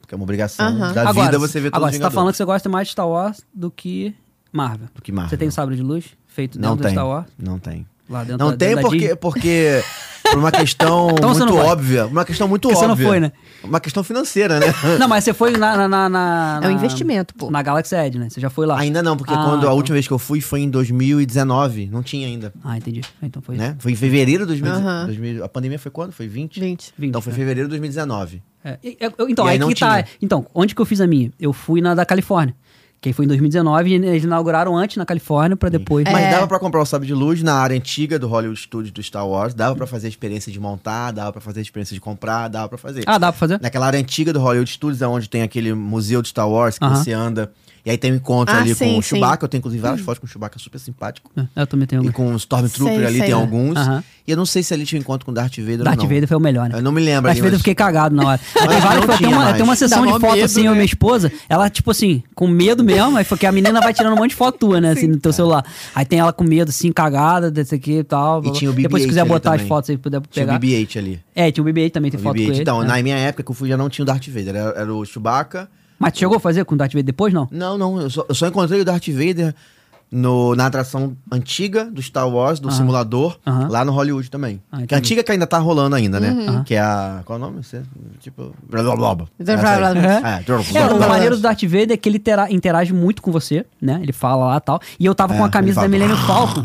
Porque é uma obrigação
Aham.
da vida você ver todos
Uhum. agora
os
você tá
Vingadores.
falando que você gosta mais de Star Wars do que Marvel.
Do que Marvel.
Você tem o sabre de luz feito
Não
dentro do
tem.
Star Wars?
Não tem.
Lá dentro
Não
da,
tem
da
porque,
Disney?
porque por uma questão
Então você
muito
não vai.
óbvia. Uma questão muito
Porque você não
óbvia.
foi, né?
Uma questão financeira, né?
Não, mas você foi na. na, na, na-
É um
na-
investimento, pô.
Na Galaxy Edge, né? Você já foi lá.
Ainda não, porque
Ah,
quando a
então-
última vez que eu fui foi em 2019, não tinha ainda,
Ah, entendi. Então foi.
né? Foi em fevereiro de 2000,
Aham.
2000 A pandemia foi quando? Foi 20?
20.
20,
então foi
né?
fevereiro de 2019.
É, e- eu- então,
E aí
aí,
não
que tá.
tinha.
Então, onde que eu fiz a minha? Eu fui na da Califórnia. Que aí foi em 2019 e eles inauguraram antes na Califórnia pra
É.
depois.
Mas dava pra comprar o sabre de luz na área antiga do Hollywood Studios do Star Wars, dava pra fazer a experiência de montar, dava pra fazer a experiência de comprar, dava pra fazer.
Ah, dá pra fazer?
Naquela área antiga do Hollywood Studios, é onde tem aquele museu de Star Wars que
Aham.
você anda. E aí tem um encontro
Ah,
ali
sim,
com
sim.
o Chewbacca. Eu tenho, inclusive,
Hum.
várias fotos com o Chewbacca, super simpático.
É, Eu também tenho
Né? E
algum.
com o Stormtrooper
Sei,
ali
sei.
tem alguns.
né? Aham.
E eu não sei se ali tinha um encontro com o Darth Vader
Darth
ou não.
Vader foi o melhor, né?
Eu não me lembro.
Darth
ali,
Vader eu
mas-
fiquei cagado na hora. Aí tem
Mas
várias
não
fotos- tem,
tinha
uma, tem uma
mais.
sessão
Dá
de
mó
foto
medo, né?
assim, eu e minha esposa, ela, tipo assim, com medo mesmo, aí foi que a menina vai tirando um monte de foto tua, né, assim, no teu celular. Aí tem ela com medo, assim, cagada, desse aqui e tal. blá, blá.
tinha o
Depois, se
BB-8
quiser
ali
botar as
também.
fotos aí, puder
Tinha o
pegar.
BB-8 ali.
É, tinha o BB-8 também, tem
O
foto
BB-8.
com ele.
Então,
né.
na minha época que eu fui, já não tinha o Darth Vader. Era, era o Chewbacca.
Mas tu chegou a fazer com o Darth Vader depois, não?
Não, não. Eu só, eu só encontrei o Darth Vader no, na atração antiga do Star Wars, do simulador,
Aham.
lá no Hollywood também.
Ah,
que é
entendi. Uhum.
antiga que ainda tá rolando ainda, né?
Aham.
Que é a... Qual é o nome? Você, tipo... Blá, blá, blá, blá.
Blá,
Essa
blá,
aí.
blá, blá.
É, blá, blá,
É,
blá,
o
blá.
maneiro do Darth Vader é que ele tera- interage muito com você, né? Ele fala lá e tal. E eu tava
É,
com a
ele
camisa da
fala.
Millennium Falcon.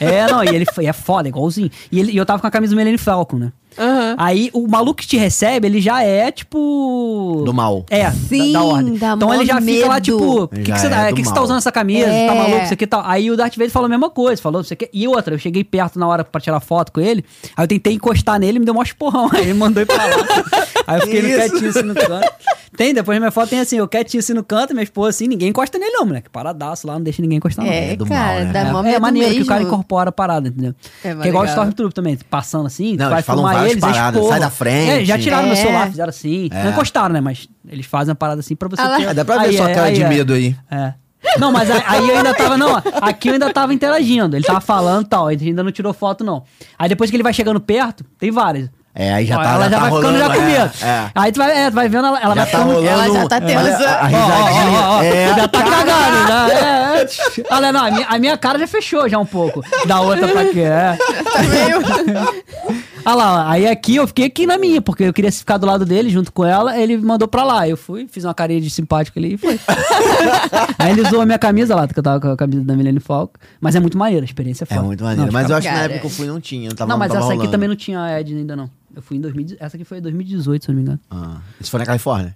é, não, e ele f- e é foda, igualzinho. E, ele- e eu tava com a camisa do Millennium Falcon, né?
Aham.
Aí o maluco que te recebe, ele já é tipo.
Do mal.
É,
Sim,
da, da ordem.
dá
então
mó
ele já fica lá,
medo.
tipo, o que,
Ele
que
já
você
é
tá,
do
que que você tá
mal.
usando essa camisa?
É.
Tá maluco, isso aqui e tal. Aí o Darth Vader falou a mesma coisa, falou isso aqui. E outra, eu cheguei perto na hora pra tirar foto com ele, aí eu tentei encostar nele, me deu um esporrão. Aí ele mandou ir pra lá. aí eu fiquei no
Isso.
quietinho assim no canto. Tem, depois na minha foto tem assim, eu quietinho assim no canto, minha esposa assim, ninguém encosta nele não, moleque. Paradaço lá, não deixa ninguém encostar não.
É,
é do mal,
cara,
né?
dá
É,
mó
é
medo
maneiro que o
mesmo.
cara incorpora a parada, entendeu? Que
É,
é igual o
legal.
Stormtrooper também, passando assim,
Não,
vai
eles falam
filmar
várias
eles,
paradas,
eles
sai da frente.
É, já tiraram meu
É.
celular, fizeram assim.
É.
Não encostaram, né? Mas eles fazem a parada assim pra você
Ah lá.
ter...
É, dá pra ver
Aí
sua
é,
cara
aí
de
é.
medo aí.
É. Não, mas a- aí eu ainda tava, não, aqui eu ainda tava interagindo, ele tava falando e tal, ele ainda não tirou foto não. Aí depois que ele vai chegando perto, tem várias.
É, aí já
Ó,
tá,
ela já,
tá
vai
rolando.
ficando já com medo.
É, é.
Aí tu vai, é, tu vai vendo, ela, ela
Já
vai
tá
ficando-
rolando.
Ela já tá
Olha
tensa.
A, a
Ó,
risadinha.
ó, ó, ó.
É.
Já tá cagando, já. É, é. Olha, não, a minha, a minha cara já fechou já um pouco. Da outra pra quê? É.
Tá meio...
Olha lá, aí aqui eu fiquei aqui na minha, porque eu queria ficar do lado dele, junto com ela, ele me mandou pra lá. Eu fui, fiz uma carinha de simpático ali e foi. aí ele zoou a minha camisa lá, que eu tava com a camisa da Milene Falco. Mas é muito maneiro, a experiência é
É
foda.
muito maneiro.
Não, é.
mas eu acho que na
Cara.
época que eu fui não tinha. Não, tava,
Não, mas
tava
essa aqui
rolando.
também não tinha Ed ainda não. Eu fui em 2018, essa aqui foi em 2018, se eu não me engano.
Ah, isso foi na Califórnia?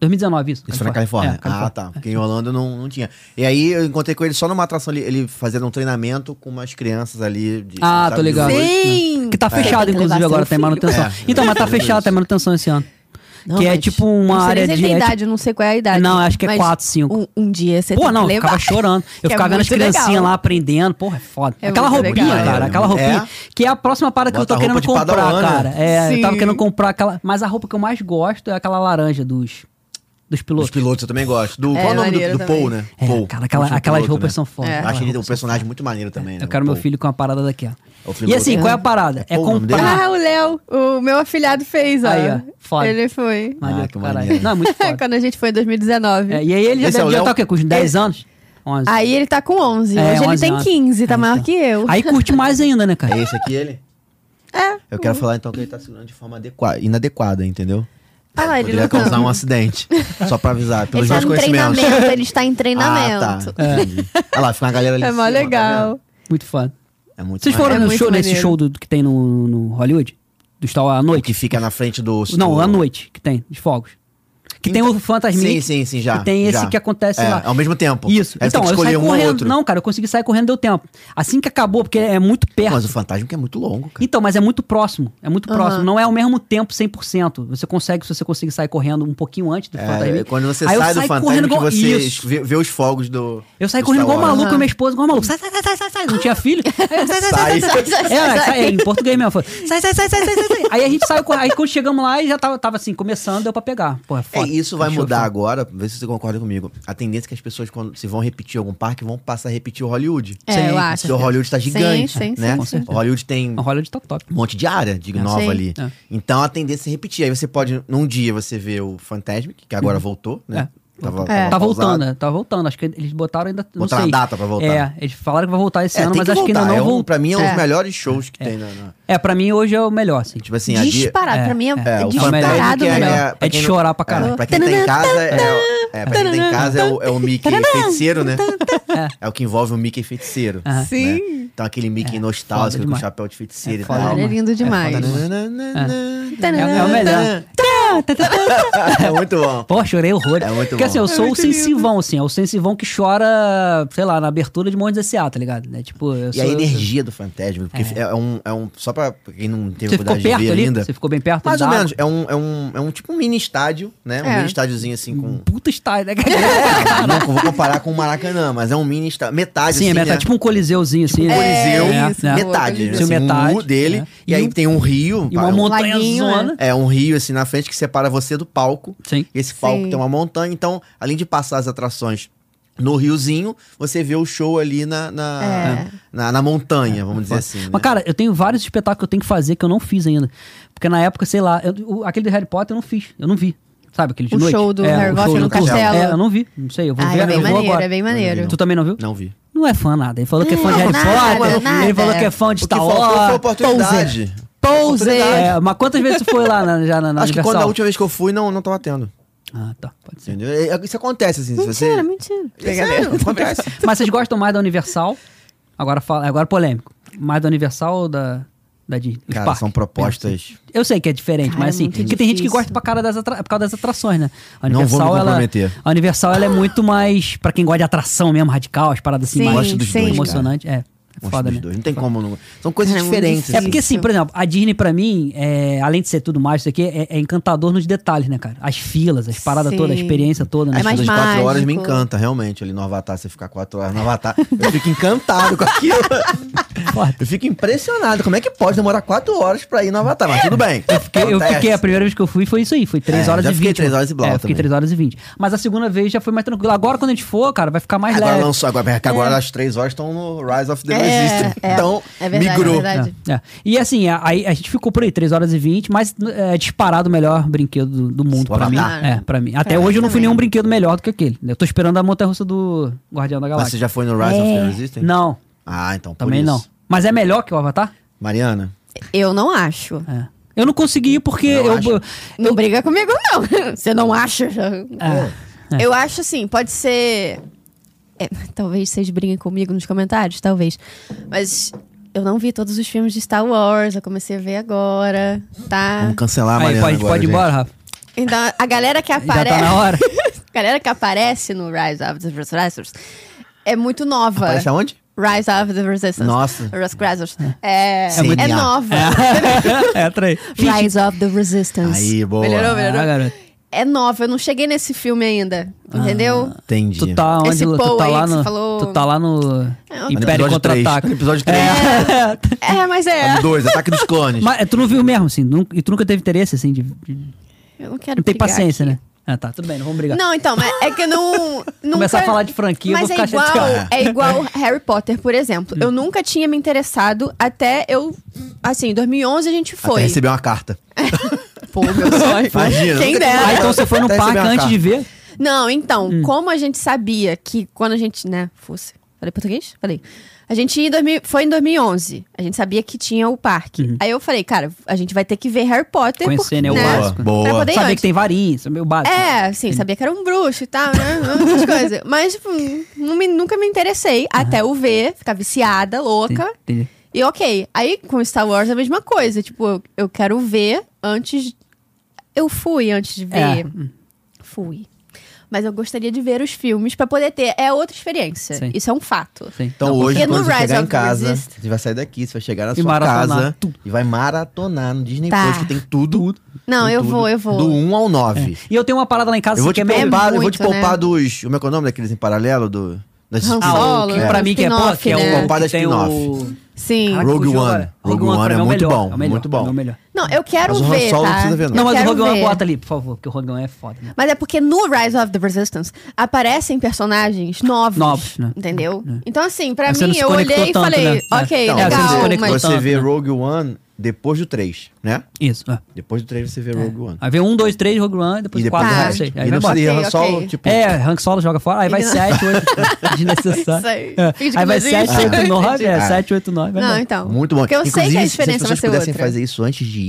2019, isso.
Isso foi na Califórnia.
É,
Ah, tá. Porque em Orlando não, não tinha. E aí eu encontrei com ele só numa atração ali. Ele fazendo um treinamento com umas crianças ali. De,
Ah,
sabe,
tô ligado.
de luz.
Sim!
Que tá fechado,
Tem que levar
inclusive, agora,
seu
tá em manutenção.
É.
Então, mas tá fechado, tá em manutenção esse ano. que é
mas
tipo uma
não sei
área
nem se
de.
ele tem
é tipo-
idade, eu não sei qual é a idade.
Não, acho que é
Mas
quatro, cinco.
Um, um dia você
Pô,
tem
não,
que
eu
levar.
ficava chorando. Eu
Que é
ficava vendo as
muito
criancinhas
legal.
lá aprendendo. Porra, é foda.
É
Aquela
muito
roupinha,
legal.
cara. Aquela roupinha. Que é a próxima parada que
Bota
eu tô
a roupa
querendo
de
comprar,
padawan, né?
cara. É, eu tava
Sim.
querendo comprar aquela. Mas a roupa que eu mais gosto é aquela laranja dos. dos pilotos.
Dos pilotos eu também gosto. Do,
É,
qual é o nome do,
maneiro
do Paul,
também.
né?
É,
Paul.
cara, aquela-
Último
aquelas
piloto,
roupas
né?
são fodas.
É.
Eu acho
Aquelas
ele um
roupas são
personagem muito maneiro também, né?
Eu
o
quero meu
Paul.
filho com uma parada daquela.
É o filho
E assim,
do-
qual é a parada? É
Qual o nome dele?
comprar.
Ah, o Léo, o meu afilhado fez, ó.
Aí, ó, foda.
Ele foi.
Maneiro,
Ah, que
caralho.
maneiro.
Não, é muito foda.
Quando a gente foi em 2019.
É, e aí ele já
Esse
deve
é o
já
Léo?
tá o quê? Com uns 10 anos? 11.
Aí ele tá com 11.
É,
Hoje
11
ele tem
anos.
15, tá
Aí
maior
tá.
que eu.
Aí curte mais ainda, né, cara?
É esse aqui ele?
É.
Eu quero falar então que ele tá segurando de forma adequa- inadequada, entendeu?
Ah, lá, ele
Poderia
não
causar um acidente. Só pra avisar, pelos
Ele tá
meus
no
conhecimentos.
treinamento, ele está em
Ah,
treinamento.
tá. Entendi. Olha lá, fica uma galera ali.
É
em
mó
cima, tá
legal.
vendo?
Muito foda.
é muito
Vocês foram
É
maneiro.
no
muito
show, nesse
maneiro.
show do, que tem no, no Hollywood? Do Star à
O que
noite?
fica na frente do.
Não,
do...
à noite que tem, de fogos. Que tem
Então-
o Fantasmic.
Sim, sim, sim, já.
E tem esse
já.
que acontece
É,
lá.
Ao mesmo tempo.
Isso.
Aí você
então,
tem que
eu
escolher
saí
um
correndo.
ou outro.
Não, cara, eu consegui sair correndo, deu tempo. Assim que acabou, porque é muito perto.
Mas o fantasma que é muito longo, cara.
Então, mas é muito próximo. É muito
Aham.
próximo. Não é ao mesmo tempo 100%. Você consegue, se você conseguir sair correndo um pouquinho antes do
É,
Fantasmic.
quando você
Aí eu
sai do
saí
fantasma
correndo
que
igual-
você
Isso.
vê, vê os fogos do.
Eu saí
do
correndo
Star
igual
Wars.
maluco,
Aham.
minha esposa igual maluco. Sai, sai, sai, sai, sai, sai. Não tinha filho. Aí eu, sai, sai, sai,
Sai.
sai, sai.
Sai, sai,
É,
sai.
sai, é, em português mesmo. foi, Sai, sai, sai, sai, sai, sai, sai. Aí a gente saiu, correndo. aí quando chegamos lá, e já tava, tava assim, começando, deu pra pegar. Pô, é
É,
foda.
isso vai
Cachorro,
mudar
foda.
agora, vê se você concorda comigo. A tendência é que as pessoas, quando se vão repetir algum parque, vão passar a repetir o Hollywood.
É,
Sim,
eu
com
acho.
Porque o Hollywood tá
Sim,
gigante,
sim, sim,
né?
sim.
Com certeza.
O Hollywood tem
A Hollywood tá top.
um monte de área de
É,
nova
sim.
ali.
É.
Então a tendência é repetir. Aí você pode, num dia você vê o Fantasmic, que agora voltou, né?
Uhum. É.
Tava,
É.
tava
Tá voltando,
pausado.
né? Tá voltando. Acho que eles botaram ainda. Não
Botaram
sei.
a data pra voltar.
É, eles falaram que vai voltar esse
É,
ano,
tem
mas
que
acho que
voltar.
ainda não
é um,
voltou.
pra mim é um
É.
dos melhores shows que tem na, na-
É, pra mim hoje é o melhor, assim.
Tipo assim, a dia-
Disparado,
É,
pra mim é,
É,
é
o
disparado
Fantasmic é,
melhor.
é, pra
É de
quem não-
chorar pra caralho.
É, pra quem tá em casa, é, é, pra quem tá em casa é o, é o Mickey feiticeiro, né? É o que envolve o Mickey feiticeiro.
Aham. É,
Sim.
né? Então aquele Mickey
foda
nostálgico com
demais.
chapéu de feiticeiro
É
e
foda
tal.
Ele é lindo demais.
foda,
Uhum.
né?
É,
É, é o melhor.
É muito bom.
Pô, chorei horror.
É muito bom.
Porque assim, eu sou o sensivão, assim. É o sensivão que chora, sei lá, na abertura de Montes S.A., tá ligado? É tipo, eu
E
sou...
a
eu-
energia do Fantasma, porque é, um, é um. Só pra pra quem não teve
Você ficou
oportunidade de
perto
ver
ali?
ainda.
Você ficou bem perto?
Mais
da
ou
água?
menos. É um, é, um, é um tipo um mini estádio, né? Um
É. Uhum.
mini estádiozinho assim com.
Puta estádio, né?
É, não vou comparar com o Maracanã, mas é um mini estádio. Metade
Sim, é
assim.
metade,
né?
tipo um coliseuzinho, assim.
um coliseu,
É, isso,
né?
metade.
Coliseu.
Né? Assim,
Metade,
um muro dele.
é.
E, aí tem um rio.
E uma
um-
montanhazona.
né?
É, um rio assim na frente que separa você do palco.
Sim.
Esse palco
Sim.
tem uma montanha. Então, além de passar as atrações no riozinho, você vê o show ali na, na,
É.
na, na montanha, vamos dizer assim. né?
Mas, cara, eu tenho vários espetáculos que eu tenho que fazer que eu não fiz ainda. Porque na época, sei lá, eu- o- aquele do Harry Potter eu não fiz. Eu não vi. Sabe, aquele de
O
noite? É,
show do Harry
o
Potter
show
no
do Potter.
castelo.
É, eu não vi. Não sei, eu vou
Ah,
ver.
é bem
eu vou
maneiro,
agora.
é bem maneiro.
Tu também não viu?
né? Não vi.
Não é fã nada. Ele falou que é fã de
Não,
Harry
nada,
Potter.
nada.
Ele falou que é fã de
o que
Star
faltou foi a
Wars.
oportunidade.
Poser.
É, mas quantas vezes tu foi lá na, já na, na
Acho que
Universal?
quando a última vez que eu fui, não, não tava tendo.
Ah, tá. Pode ser.
Entendeu? É- Isso acontece, assim. se
Mentira,
você...
mentira.
Sério, acontece.
Mas vocês gostam mais da Universal? Agora, fala, agora polêmico. Mais da Universal ou da, da Disney? Os
Cara,
parques?
são propostas.
Eu sei que é diferente,
Cara,
mas
é
assim,
muito
porque tem gente que
difícil.
gosta pra cara das atra- por causa das atrações, né? A
Não vou me
Universal,
comprometer.
ela, a Universal ela é muito mais pra quem gosta de atração mesmo, radical, as paradas assim,
Sim,
mais
Gosto dos sim. dois,
mais
cara.
emocionante, é. É
Monstro
foda,
dos
né?
dois. Não tem como não. São coisas
Cara, é muito
diferentes.
difícil.
É porque assim, por exemplo, a Disney pra mim, é, além de ser tudo mais isso aqui, é, é encantador nos detalhes, né, cara? As filas, as paradas
Sim.
todas, a experiência toda, né?
É
As
mais
coisas de quatro horas me
mágico.
encanta, realmente. Ali no Avatar, você ficar quatro horas no Avatar. Eu fico encantado com aquilo.
Foda.
Eu fico impressionado. Como é que pode demorar quatro horas pra ir no Avatar? Mas tudo bem. Eu
Porque eu fiquei, a primeira vez que eu fui foi isso aí, foi 3
É,
horas
já
e 20.
fiquei três horas e blau
É, eu fiquei
também.
3 horas e 20. Mas a segunda vez já foi mais tranquilo. Agora quando a gente for, cara, vai ficar mais
Agora
leve.
lançou, agora, porque agora
É.
as três horas estão no Rise of the Resistance.
é,
então,
é verdade, é
migrou.
verdade.
É, é. E assim, a- aí a, gente ficou por aí, 3 horas e 20, mas é disparado o melhor brinquedo do, do mundo
O
pra mim.
Avatar.
É, pra mim. Até
Pra mim
hoje eu não fui
também.
nenhum brinquedo melhor do que aquele. Eu tô esperando a montanha russa do Guardião da
Mas você
Galáxia.
já foi no Rise of the Resistance?
É. Não,
Ah, então, por
também
isso.
não. Mas é melhor que o Avatar?
Mariana,
Eu não acho.
É. Eu não consegui ir porque
Não
eu.
acho.
eu-
Não briga comigo, não. Você não acha?
Ah, é.
Eu acho assim, pode ser. é, talvez vocês briguem comigo nos comentários, talvez. Mas eu não vi todos os filmes de Star Wars, eu comecei a ver agora, tá?
vamos cancelar a
Ah. Aí,
Mariana
pode,
agora,
pode ir
gente.
embora, Rafa.
Então, a galera que
Já
aparece.
tá na hora.
a galera que aparece no Rise of the Resistance é muito nova.
Aparece aonde?
Rise of the Resistance.
Nossa.
Resistance. É, é,
É muito-
nova.
é, entra aí.
Rise of the Resistance.
Aí, boa.
Melhorou, melhorou.
Ah, garoto.
É nova, eu não cheguei nesse filme ainda. Entendeu?
Entendi.
Tu tá onde?
Esse
tu,
Poe
tá
aí
lá
que você
no,
falou-
tu tá lá no Império
episódio
Contra-Ataque.
três. Episódio três.
É.
É, mas é.
Tá no Dois, Ataque dos Clones.
Mas tu não viu mesmo, assim? nu- E tu nunca teve interesse, assim, de- de
Eu não quero
Não tem
brigar
paciência,
aqui.
né? Ah, tá, tudo bem, não vamos brigar.
Não, então, mas é que eu não. nunca-
Começar a falar de franquia, eu
mas
vou
é
ficar
igual,
chateado. Hum.
É igual Harry Potter, por exemplo. Eu nunca tinha me interessado até eu. Assim, em 2011 a gente
Até
foi.
receber uma carta.
Pô, meu sonho.
Imagina.
Quem dera.
Ah, então você foi no
Até
parque
receber uma
antes de ver?
Não, então, como a gente sabia que quando a gente, né, fosse. Falei português? Falei. A gente ia em 2000, foi em 2011. A gente sabia que tinha o parque. Aí eu falei, cara, a gente vai ter que ver Harry Potter.
Conhecer,
porque,
né, o
Boa,
básico.
Pra
boa.
poder- Tem
Saber
antes.
que tem varinha, isso é meio básico.
É, sim, sabia que era um bruxo e tal, né? Essas coisas. Mas, tipo, não me- nunca me interessei até eu ver, ficar viciada, louca.
Entendi.
E ok. Aí com Star Wars é a mesma coisa. Tipo, eu, eu quero ver antes. Eu fui antes de ver.
É.
Fui. Mas eu gostaria de ver os filmes pra poder ter. É outra experiência.
Sim.
Isso é um fato.
Sim.
Então hoje,
porque
quando
no
você
Rise
chegar
of
em casa,
Resist-
você vai sair daqui, você vai chegar na
E
sua
maratonar.
casa
Tu.
e vai maratonar no Disney
Tá.
Plus, que tem tudo.
Não,
tem
eu
tudo,
vou, eu vou.
um.
Do 1 ao 9.
E eu tenho uma parada lá em casa
Eu vou
É. que
te
é meio.
poupar, eu vou
muito,
te poupar
né?
dos. Como é que é o nome daqueles em paralelo? Do, das
Han
spin-off?
Solo,
Ah, o que
né?
pra mim que é pô,
Spin-off,
que é
né?
o.
Poupada
que tem o-
spin-off.
Sim.
Caraca,
Rogue
o jogo
One.
agora-
Rogue One
pra
é
mim, o
muito
melhor,
bom,
é o melhor,
muito bom.
é o melhor.
Não, eu quero
Mas o Han
ver.
Solo
tá?
precisa ver, não.
Eu
Não, mas o é
quero
Rogue One
ver.
bota ali, por favor, porque o Rogue One é foda. né?
Mas é porque no Rise of the Resistance aparecem personagens novos.
Novos, né?
Entendeu? Então, assim, pra
Mas você não
mim,
se
eu
conectou
olhei e
tanto,
falei,
né?
ok,
Então,
você
legal,
se
mas.
conectou.
Você
tanto,
vê
né?
Rogue One depois do 3, né?
Isso, é.
Depois do 3 você vê Rogue One.
Aí vem um, dois, três, Rogue One,
E
depois
depois
quatro,
Tá.
não sei.
do
Aí
E
vai
não
embora.
seria
Ok,
Han Solo,
ok.
tipo.
É, Rank Solo joga fora, aí vai
Ele-
7, 8, desnecessário.
Isso aí.
É.
Finge que
Aí vai
não
7,
existe.
8, 9, é,
Ah.
7, 8, 9. vai
Não,
embora.
então.
Muito bom.
Porque eu
Inclusive,
sei que a
se as
diferença vai
pessoas
ser
pudessem
outra.
fazer isso antes de ir,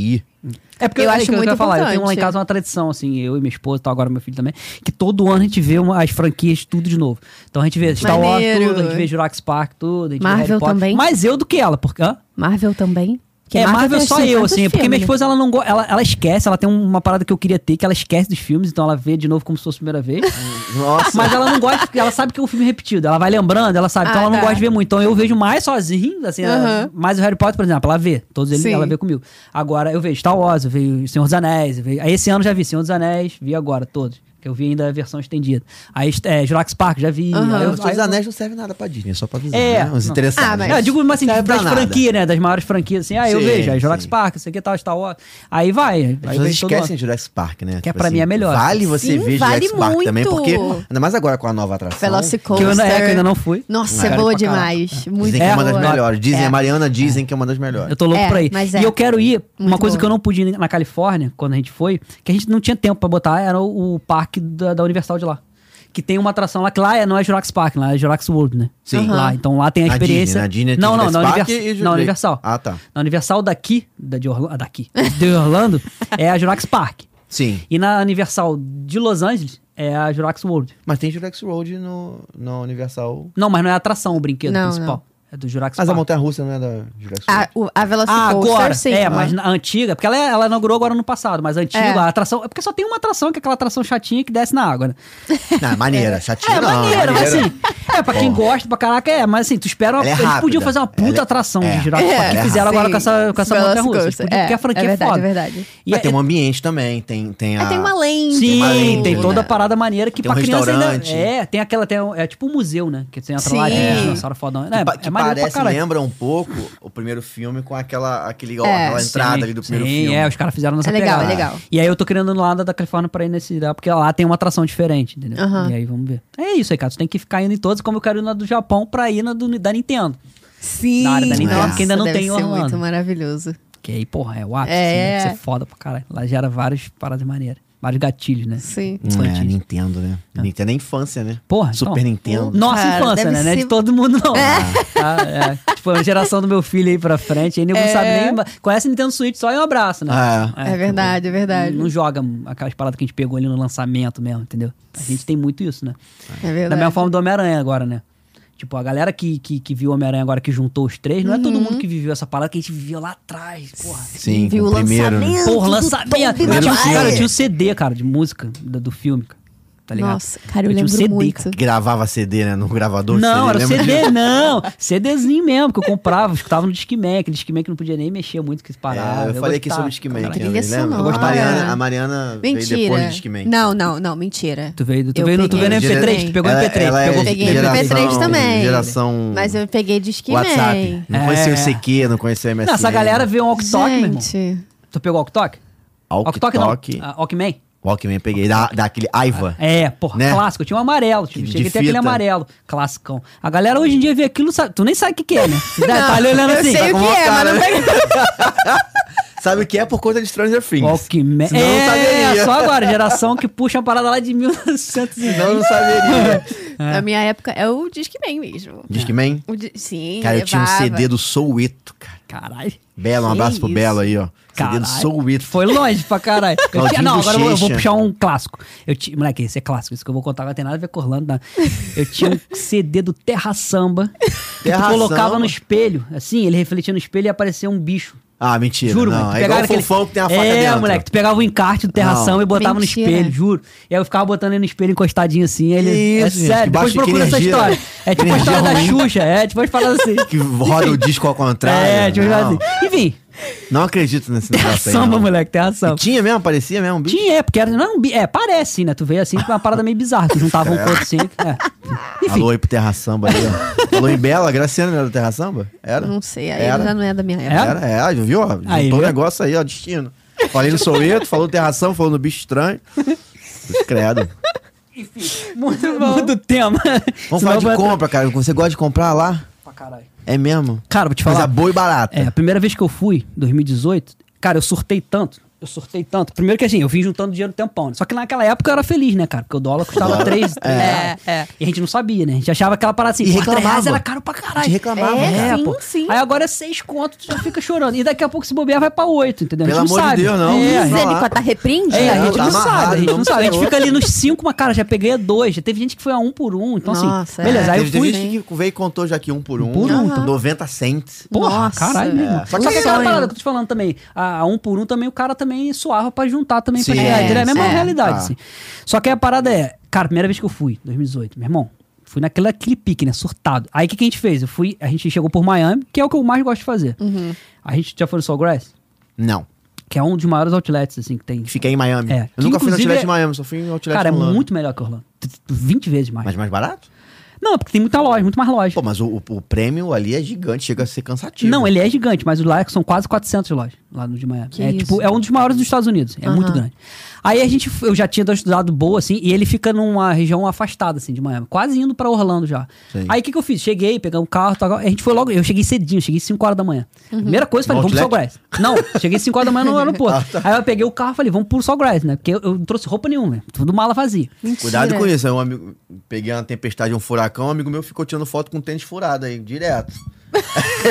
É porque
Eu
é
acho
aquilo que
muito
ia falar, Eu tenho lá em
importante.
casa uma tradição, assim, eu e minha esposa, e tal, agora meu filho também, que todo ano a gente vê uma- as franquias tudo de novo. Então a gente vê Star Wars
Maneiro.
tudo, a gente vê Jurassic Park tudo, a gente vê
Marvel
Harry Potter.
também?
Mais eu do que ela, porque... Hã?
Marvel também?
é, Marvel, só eu, assim, porque
né?
minha esposa, ela não go- ela, ela esquece, ela tem uma parada que eu queria ter, que ela esquece dos filmes, então ela vê de novo como se fosse a primeira vez.
nossa,
Mas ela não gosta, porque ela sabe que é um filme repetido. Ela vai lembrando, ela sabe. então
Ah,
ela não
tá.
gosta de ver muito. Então eu vejo mais sozinho, assim, ela-
Aham.
mais o Harry Potter, por exemplo, ela vê. Todos eles
Sim.
ela vê comigo. Agora eu vejo Star Wars, eu vejo Senhor dos Anéis. Eu vejo, aí esse ano eu já vi Senhor dos Anéis, vi agora todos. Que eu vi ainda a versão estendida. Aí é, Jurax Park, já vi.
Aham.
aí eu-
os
aí
Senhor dos
eu-
Anéis não serve nada pra Disney, é só pra avisar.
É,
né? Os
não.
interessados.
Ah, mas-
É, eu digo, mas assim,
Serve pra
das
nada.
franquias, né? Das maiores franquias, assim, ah, eu
Sim,
vejo, aí Jurax
sim.
Park, isso aqui tal, Star Wars. Aí vai.
As
Aí eu
pessoas
vejo todo ano.
esquecem de Jurassic Park, né?
Que é pra mim é melhor.
Vale você
Sim,
ver
vale
Jurassic Park também,
muito.
porque. Ainda mais agora com a nova atração.
Que eu, ainda- é, que eu ainda não fui.
Nossa,
Cara,
é boa
pra caraca.
demais. Muito
Dizem que é uma das
boa.
melhores. Dizem,
É.
a Mariana dizem que é uma das melhores.
Eu tô louco
É,
pra ir.
mas
E
é.
eu quero ir. uma
Muito
coisa
boa.
que eu não pude ir na Califórnia, quando a gente foi, que a gente não tinha tempo pra botar, era o, o parque da, da Universal de lá. Que tem uma atração lá, que lá é, não é Jurax Park, lá é Jurax World, né?
Sim.
Lá,
Aham.
então lá tem a
Na
experiência.
Disney, na Disney tem
não, não, na,
Jurassic Park
Univers-
e Jurassic-
na Universal.
Ah, tá.
Na Universal daqui, da de Orla- daqui, de Orlando, é a Jurax Park.
Sim.
E na Universal de Los Angeles é a Jurax World.
Mas tem Jurassic Road no, no Universal.
Não, mas não é a atração, o brinquedo
Não,
principal. É do Jurax
Mas a
Park.
montanha russa não é da Jurassic Road.
A, o- a
Ah,
Velocicoaster,
agora.
sim.
é, mas na antiga, porque ela, é, ela inaugurou agora no passado, mas a antiga,
né? É.
a atração. É porque só tem uma atração, que é aquela atração chatinha que desce na água, né?
Não, maneira, chatinha
é,
não.
maneiro, mas assim. É, pra quem
Porra.
gosta, pra caraca, é, mas assim, tu espera. Uma,
Ela é
eles
rápida.
podiam fazer uma
Ela
puta
é-
atração
é.
de Jurassic
É,
Park que fizeram
sim.
agora com essa, com essa montanha russa. Eles
Velocicoaster,
podiam,
é.
porque a franquia é,
É verdade,
foda.
é verdade.
E
Mas
é-
tem um ambiente também, tem, tem a...
Ah, tem uma lente.
Sim,
uma lente,
tem
né?
toda a parada maneira que
Tem um
pra criança ainda.
restaurante.
É, tem aquela. Tem, um- é tipo um museu, né? Que você entra lá e
Sim.
tem um
É.
dinossauro fodão.
Que,
É,
pa-
é
que
maneiro pra
parece,
caralho.
lembra um pouco o primeiro filme com aquela, aquele, ó,
É.
aquela entrada
Sim,
ali do primeiro
sim,
filme.
é, os caras fizeram nessa
É legal,
pegada.
é legal.
E aí eu tô querendo ir lá da da Califórnia pra ir nesse lugar, porque lá tem uma atração diferente, entendeu?
Aham.
E aí vamos ver. É isso aí, cara. Tu tem que ficar indo em todos, como eu quero ir na do Japão pra ir na do, da Nintendo.
Sim.
Na área da Nintendo,
Nossa,
que ainda não
deve
tem um em
ser
Orlando.
muito maravilhoso.
Que aí, porra, é o ápice.
É,
assim,
é.
deve ser foda pra caralho. Lá gera várias paradas maneiras. Vários gatilhos, né?
Sim.
É,
Infantis.
Nintendo, né? Nintendo é infância, né?
Porra,
Super
então,
Nintendo.
Nossa
Cara,
infância,
deve
né? Não é de
ser-
todo mundo, não. Ah, é. Tipo, a geração do meu filho aí pra frente, aí nego não
É.
sabe nem. Conhece Nintendo Switch só e um abraço, né?
Ah,
É verdade, é verdade.
Não joga aquelas paradas que a gente pegou ali no lançamento mesmo, entendeu? A gente tem muito isso, né?
É verdade.
Da mesma forma do Homem-Aranha agora, né? Tipo, a galera que, que, que viu o Homem-Aranha agora, que juntou os três, não é
Uhum.
todo mundo que viveu essa parada que a gente viveu lá atrás, porra.
sim,
Viu
com
o
o primeiro. né?
lançamento?
Porra,
do
lançamento.
Tobey
Eu tinha,
Maguire.
cara, eu tinha um CD, cara, de música do, do filme, cara. Tá ligado?
Nossa, cara, eu,
tinha um
lembro
CD,
muito.
cara.
Que Gravava CD, né? No gravador.
Não, era
CD, lembra
CD,
disso?
não. CDzinho mesmo, que eu comprava, escutava no Discman, que Discman que não podia nem mexer muito com esse parada.
É, eu falei aqui
gostava,
sobre o Discman,
caralho.
aqui,
Trilha
lembra?
sonora.
A
é.
Mariana, a Mariana veio depois do
Mentira.
Discman.
Não, não, não, mentira.
Tu veio, tu
Eu
veio, no, tu
peguei
veio no
o
MP3, tu um
Discman.
pegou no
Ela-
MP3.
ela é
pegou...
Peguei no
geração-
MP3 também.
Geração
Mas é eu peguei disque
WhatsApp. Não
É.
conhecia o CQ, não conhecia o MSN.
Não, essa galera vê um walk-talk, meu irmão.
Gente.
Tu pegou o walk-talk?
Walk
Walk-talk
Talk.
não, ah, Walkman.
Walkman eu peguei, da, daquele Aiva.
É, porra,
Né?
clássico. Tinha um amarelo. Tipo,
De
cheguei a ter aquele
fita.
amarelo. Classicão. A galera hoje em dia vê aquilo, sabe- tu nem sabe o que, que é, né? Tá- tá ali olhando
eu
assim.
sei o
com
que é, mas
vontade,
não
né?
peguei.
Sabe o que é por conta de Stranger Things?
Walkman.
Senão eu
É,
saberia.
só agora, geração que puxa uma parada lá de 1900 e...
Senão eu não saberia.
Na minha época é o Discman mesmo.
Discman?
O di- Sim,
Cara, eu tinha um
levava.
CD do Soueto, cara.
Caralho.
Belo, um
Que
abraço pro
isso?
Belo aí, ó. CD
Caralho.
do Soueto.
Foi longe pra caralho. Eu
Claudinho
tinha- não, agora eu vou, eu vou
Bochecha.
puxar um clássico. Eu ti- moleque, esse é clássico. Isso que eu vou contar não tem nada a ver com Orlando. Não. Eu tinha um CD do Terra Samba. Que tu
Terra
colocava
Samba?
no espelho, assim, ele refletia no espelho e aparecia um bicho.
Ah, mentira.
Juro,
não.
moleque.
É igual
pegava
o
aquele-
fofão que tem a faca
é,
dentro.
moleque, tu pegava o encarte do Terra
Não.
Samba e botava
Mentira.
no espelho, juro. E aí eu ficava botando ele no espelho encostadinho assim. Aí ele,
Que
é
isso, gente, que
sério,
baixo-
depois
que
procura essa
energia-
história. É tipo a
energia
história da
ruim.
Xuxa, é tipo as paradas assim.
Que roda o disco ao contrário.
É, tipo
não,
assim. Enfim,
não acredito nesse
Terra
negócio aí.
Samba,
não.
moleque, Terra
E
Samba.
tinha mesmo? Parecia mesmo? um bicho?
Tinha, é, porque era, não era um bi- É, parece, né? Tu veio assim com uma parada meio bizarra. Tu juntava um com o outro assim. É. Enfim.
Alô aí pro Terra Samba aí, ó. Alô em Bela, Graciana não era do Terra Samba? Era?
Não sei, aí
Era.
já não é da minha época.
É?
Era, é, viu? ó? Juntou
Aí,
o
viu?
negócio aí, ó, destino. Falei no Soueto, falou do Terra Samba, falou no bicho estranho. Putz, Credo.
Muito bom. Muda o tema.
Vamos
Senão
falar de
vai-
compra, cara. Você gosta de comprar lá?
Pra caralho.
É mesmo?
Cara, vou te
Coisa
falar.
boa e barata.
É, a primeira vez que eu fui, 2018, cara, eu surtei tanto. Eu surtei tanto. Primeiro que assim, eu vim juntando dinheiro um tempão. Né? Só que naquela época eu era feliz, né, cara? Porque o dólar custava 3.
É, é.
E a gente não sabia, né? A gente achava aquela parada
E
assim, "Pô, três reais
reclamava.
era caro pra
A
caralho.
gente reclamava,
É,
né?
sim,
pô.
sim.
Aí agora é seis conto, tu já fica chorando. E daqui a pouco se bobear vai pra oito, entendeu?
Pelo
a gente não
amor de
sabe.
Deus, não.
É, a gente-
Misericórdia, tá repreende?
Não,
É, a gente
tá
não
amarrado,
sabe, a gente
não
não sabe. A gente
tem
fica ali nos cinco, mas, cara, já peguei dois. Já teve gente que foi a um por um. Então,
Nossa,
assim, beleza,
é.
aí eu
Teve
fui.
gente que veio e contou já aqui um por um.
Por um.
Aham. 90 cents.
Porra,
Nossa,
caralho, meu
é.
irmão.
Só
Só
que
que,
sonho.
aquela parada que eu tô te falando também, a, a um por um também, o cara também suava pra juntar também pra
Sim,
chegar. Ele é a mesma
sim.
realidade,
Tá.
assim. Só que a parada é, cara, primeira vez que eu fui, 2018, meu irmão, fui naquele aquele pique, né? Surtado. Aí o que, que a gente fez? Eu fui, a gente chegou por Miami, que é o que eu mais gosto de fazer.
Uhum.
A gente já foi no Sawgrass,
Não.
que é um dos maiores outlets, assim, que tem.
Fiquei em Miami.
É,
Eu
que
nunca fui no
inclusive
Outlet
é-
de Miami, só fui no Outlet
Cara, é
de Orlando.
muito melhor que Orlando. T- t- 20 vezes mais.
Mas mais barato?
Não, é porque tem muita loja, muito mais loja.
Pô, mas o, o, o prêmio ali é gigante, chega a ser cansativo.
Não, ele é gigante, mas lá são quase 400 lojas, lá no de Miami.
Que
É,
isso.
tipo, é um dos maiores dos Estados Unidos, é muito grande. Aí a gente, f- eu já tinha estudado boa, assim, e ele fica numa região afastada, assim, de Miami, quase indo pra Orlando já.
Sei.
Aí o que, que eu fiz? Cheguei, peguei um carro, tal, a gente foi logo, eu cheguei cedinho, cheguei 5 horas da manhã.
Uhum.
Primeira coisa, falei,
No
vamos pro
outlet? Ah, tá.
Sawgrass. Não, cheguei 5 horas da manhã no aeroporto. Aí eu peguei o carro, falei, vamos pro Sawgrass, né, porque eu, eu não trouxe roupa nenhuma, né? tudo mala vazia.
Mentira.
Cuidado com isso. aí Um amigo, peguei uma tempestade, um furacão, um amigo meu ficou tirando foto com tênis furado aí, direto.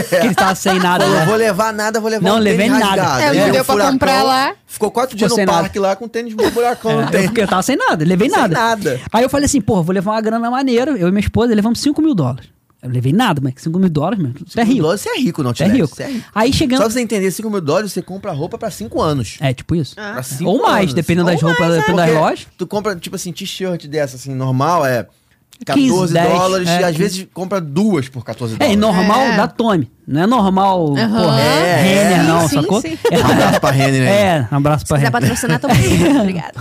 Porque ele tava sem nada,
Falou,
né?
não vou levar nada, vou levar
Não,
um tênis
levei nada.
rasgado.
É,
Aí
não
veio
deu
um
pra comprar lá.
Ficou quatro
Ficou
dias no
sem
parque lá com um tênis no buracão. no
Eu,
tênis.
fiquei- eu É, tava sem nada, levei
Sem
nada.
nada.
Aí eu falei assim, porra, vou levar uma grana maneira. Eu e minha esposa levamos 5 mil dólares. Eu não levei nada, mas 5 mil dólares, mano. Você é
Cinco mil
rico.
dólares, Você é rico, não
Você é rico. Aí
Só pra
chegando.
você entender, 5 mil dólares você compra roupa pra 5 anos.
É, tipo isso.
Ah.
Pra cinco
Ou mais,
anos.
dependendo
Ou é,
das roupas, dependendo das
Porque
lojas.
Tu compra, tipo assim, t-shirt dessa, assim, normal, é 14
15, dez,
dólares.
é,
e às
15.
vezes compra duas por 14
É,
dólares.
e normal
É.
da Tommy. Não é normal, porra,
É,
Renner,
é.
não,
Sim,
sacou?
sim.
Um abraço pra né? Renner aí.
É, um abraço
Se
pra
quiser
Renner.
patrocinar, toma aí. Obrigada.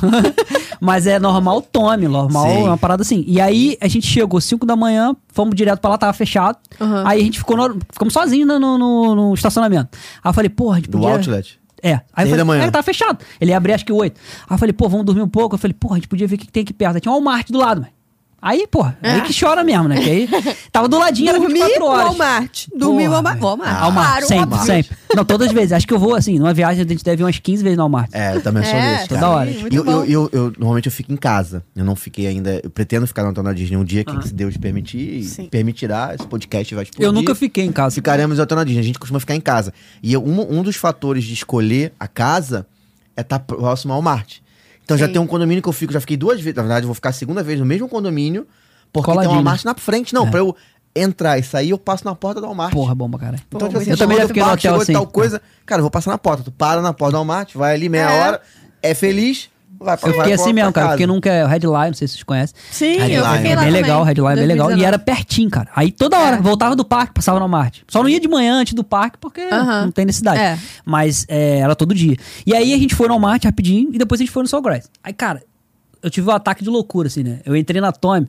Mas é normal tome, normal
Sim.
é uma parada assim. E aí a gente chegou 5 da manhã, fomos direto pra lá, tava fechado.
Uhum.
Aí a gente ficou no- ficamos sozinhos no, no- no- no estacionamento. Aí eu falei, porra, a gente
Do
podia...
outlet.
É. Aí
Seis
eu falei,
da manhã.
É, tava fechado. Ele ia abrir acho que 8. Aí eu falei, pô, vamos dormir um pouco. Eu falei, porra, a gente podia ver o que que tem aqui perto. Aí tinha um Walmart do lado, mano. Aí, porra,
É.
aí que chora mesmo, né? Que aí tava do ladinho, era
Dormi
24 horas.
Walmart. Dormi
Porra,
Walmart.
velho.
Walmart.
Ah, Walmart,
Claro,
sempre,
Walmart.
sempre. Não, todas as vezes. Acho que eu vou, assim, numa viagem a gente deve ir umas 15 vezes no Walmart.
É, eu também sou
É,
desse.
toda
cara.
hora.
Eu,
Muito
eu,
bom.
eu- eu- normalmente eu fico em casa. Eu não fiquei ainda. Eu pretendo ficar na Antônia Disney um dia que, se Deus permitir,
Ah. Sim.
permitirá. Esse podcast vai explodir.
Eu nunca fiquei em casa.
Ficaremos em Antônia Disney. A gente costuma ficar em casa. E eu- um, um dos fatores de escolher a casa é estar próximo ao Marte. Então já
Sim.
tem um condomínio que eu fico, já fiquei duas vezes. Na verdade, eu vou ficar a segunda vez no mesmo condomínio, porque tem
Coladinho,
uma
né?
Marte na frente. Não, pra eu entrar e sair, eu passo na porta do Walmart.
Porra, bomba, cara.
Então, tipo assim,
eu também já
chegou
fiquei
do
no
parque,
hotel
chegou
assim.
tal coisa. Cara, eu vou passar na porta. Tu para na porta do Walmart, vai ali meia
É.
hora, é feliz, vai pra
Eu
vai pra-
fiquei
pra
assim mesmo, cara,
casa.
porque nunca é o Headline, não sei se vocês conhecem.
Sim,
Headline.
eu
É
fiquei
bem
É
lá
bem
também,
legal, Headline é bem legal. E
2019.
era pertinho, cara. Aí toda hora,
É.
voltava do parque, passava no Marte. Só não ia de manhã antes do parque, porque
Aham.
não tem necessidade.
É.
Mas é, era todo dia. E aí a gente foi no Marte rapidinho e depois a gente foi no Sawgrass. Aí, cara, eu tive um ataque de loucura, assim, né? Eu entrei na Tommy,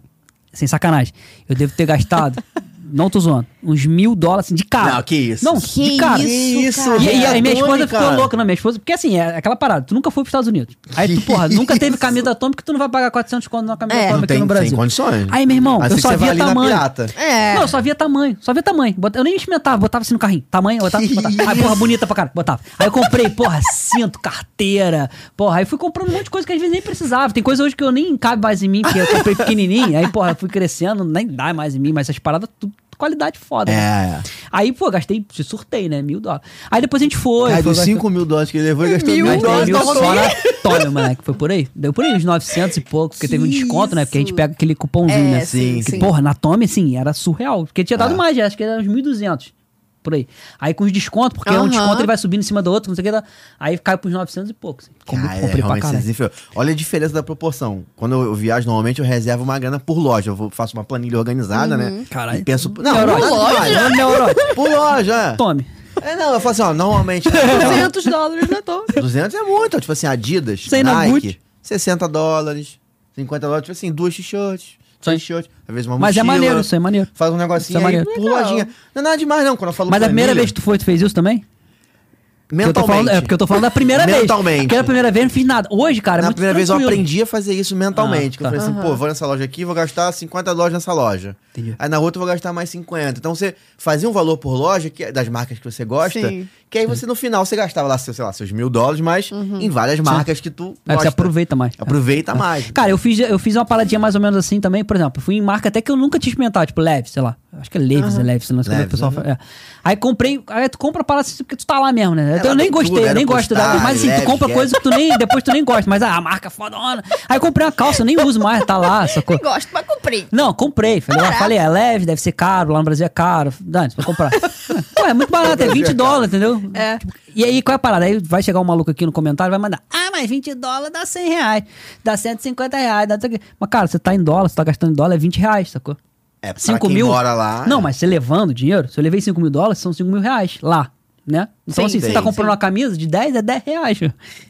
sem sacanagem. Eu devo ter gastado não tô zoando, uns mil dólares assim, de cara.
Não, que isso.
Não,
Que
de cara.
isso,
isso,
cara.
E, e aí minha
Tony,
esposa ficou
cara.
louca, não, minha esposa, porque assim, é aquela parada, tu nunca foi pros Estados Unidos. Aí tu,
Que
porra, nunca teve
isso.
camisa atômica, tu não vai pagar 400 conto numa camisa
É.
atômica
Não
aqui
tem,
no
sem
Brasil.
condições.
Aí, meu irmão,
Assim
eu
que
só
você vai
via
ali na
tamanho.
pirata.
É.
Não, eu só via tamanho, só via tamanho. Bota- Eu nem experimentava, botava assim no carrinho. Tamanho, botava,
Que
botava. Aí, porra, bonita pra caralho, botava. Aí eu comprei, porra, cinto, carteira, porra. Aí fui comprando um monte de coisa que às vezes nem precisava. Tem coisa hoje que eu nem cabe mais em mim, porque eu comprei pequenininho. Aí, porra, fui crescendo, nem dá mais em mim, mas essas paradas, tudo qualidade foda. né?
É.
Aí, pô, gastei, surtei, né? Mil dólares. Aí depois a gente foi.
Aí
foi
dos 5 mil dólares que ele levou, ele gastou
Mil
mil,
Gastei
dólares.
mil
Mil É,
só na Tome, moleque. Foi por aí? Deu por aí uns 900 e pouco, porque teve um desconto, né? Porque a gente
isso.
pega aquele cupomzinho,
É,
né?
sim, É.
que,
sim.
Porra, na Tome, assim, era surreal. Porque tinha dado mais, já, acho que era uns 1.200. Por aí. Aí com os descontos, porque um
Aham.
desconto ele vai subindo em cima do outro, não sei o que. dá- Aí cai pros 900 e pouco. Assim. Comprei-
Cara, é,
comprei pra
realmente,
caralho.
vocês enfiam. Olha a diferença da proporção. Quando eu eu viajo, normalmente eu reservo uma grana por loja. Eu vou- faço uma planilha organizada, né?
Caralho.
E penso. Não,
Neurótico.
por loja.
Olha o neurótico.
Por loja.
Tome.
É, não, eu falo assim, ó, normalmente.
200 dólares na torre.
200 é muito. Tipo assim, Adidas,
Sem na Gucci.
Nike, 60 dólares, 50 dólares. Tipo assim, duas t-shirts, três t-shirts, às vezes uma
Mas é
mochila.
maneiro, isso é maneiro.
Faz um
Isso
negocinho
é
aí,
maneiro.
por lojinha. Não é nada demais, não. Quando eu falo
Mas a primeira vez
planilha,
que tu foi, tu fez isso também? Que eu tô
Mentalmente.
falando- é, porque eu tô falando da primeira vez.
Mentalmente.
Porque a primeira vez eu não fiz nada. Hoje, cara, é
Na
muito
primeira vez eu
tranquilo.
aprendi a fazer isso mentalmente.
Ah,
que eu
tá.
falei assim, pô, vou nessa loja aqui, vou gastar 50 dólares nessa loja.
Entendi.
Aí na outra eu vou gastar mais 50. Então você fazia um valor por loja, que é das marcas que você gosta,
Sim.
que aí você no final você gastava lá, seu- sei lá, seus mil dólares, mas em várias marcas que tu
Aí
gosta.
Uhum. você aproveita mais.
Aproveita mais.
Né? Cara, eu fiz, eu fiz uma paradinha mais ou menos assim também, por exemplo. Fui em marca até que eu nunca tinha experimentado, tipo Leves, sei lá. Acho que é Leves, é Leves, não sei como é que o
Levi's,
pessoal fala. é. Aí comprei, aí tu compra a parada assim, porque tu tá lá mesmo, né? Então eu
lá
nem
tem
gostei,
tudo,
eu nem
era
gosto da.
postar,
Mas assim, tu
Levi's,
compra
é.
coisa que tu nem, depois tu nem gosta, mas ah, a marca é fodona. Aí eu comprei uma calça, eu nem uso mais, tá lá, sacou?
Gosto, mas comprei.
Não, comprei. Falei, ah,
Barato.
falei, é leve, deve ser caro, lá no Brasil é caro. Dane, vou comprar. Pô, é muito barato, é 20 dólares, entendeu?
É.
Tipo, E aí, qual é a parada? Aí vai chegar um maluco aqui no comentário e vai mandar, ah, mas 20 dólares dá 100 reais, dá 150 reais, dá... não sei o quê." Mas, cara, você tá em dólar, você tá gastando em dólar, é 20 reais, sacou?
É, pra
5
quem
mil?
mora lá.
Não, mas você levando dinheiro, se eu levei 5 mil dólares, são 5 mil reais lá, né? Então,
Sim,
assim, você
sim,
tá comprando
sim.
uma camisa de 10 é 10 reais,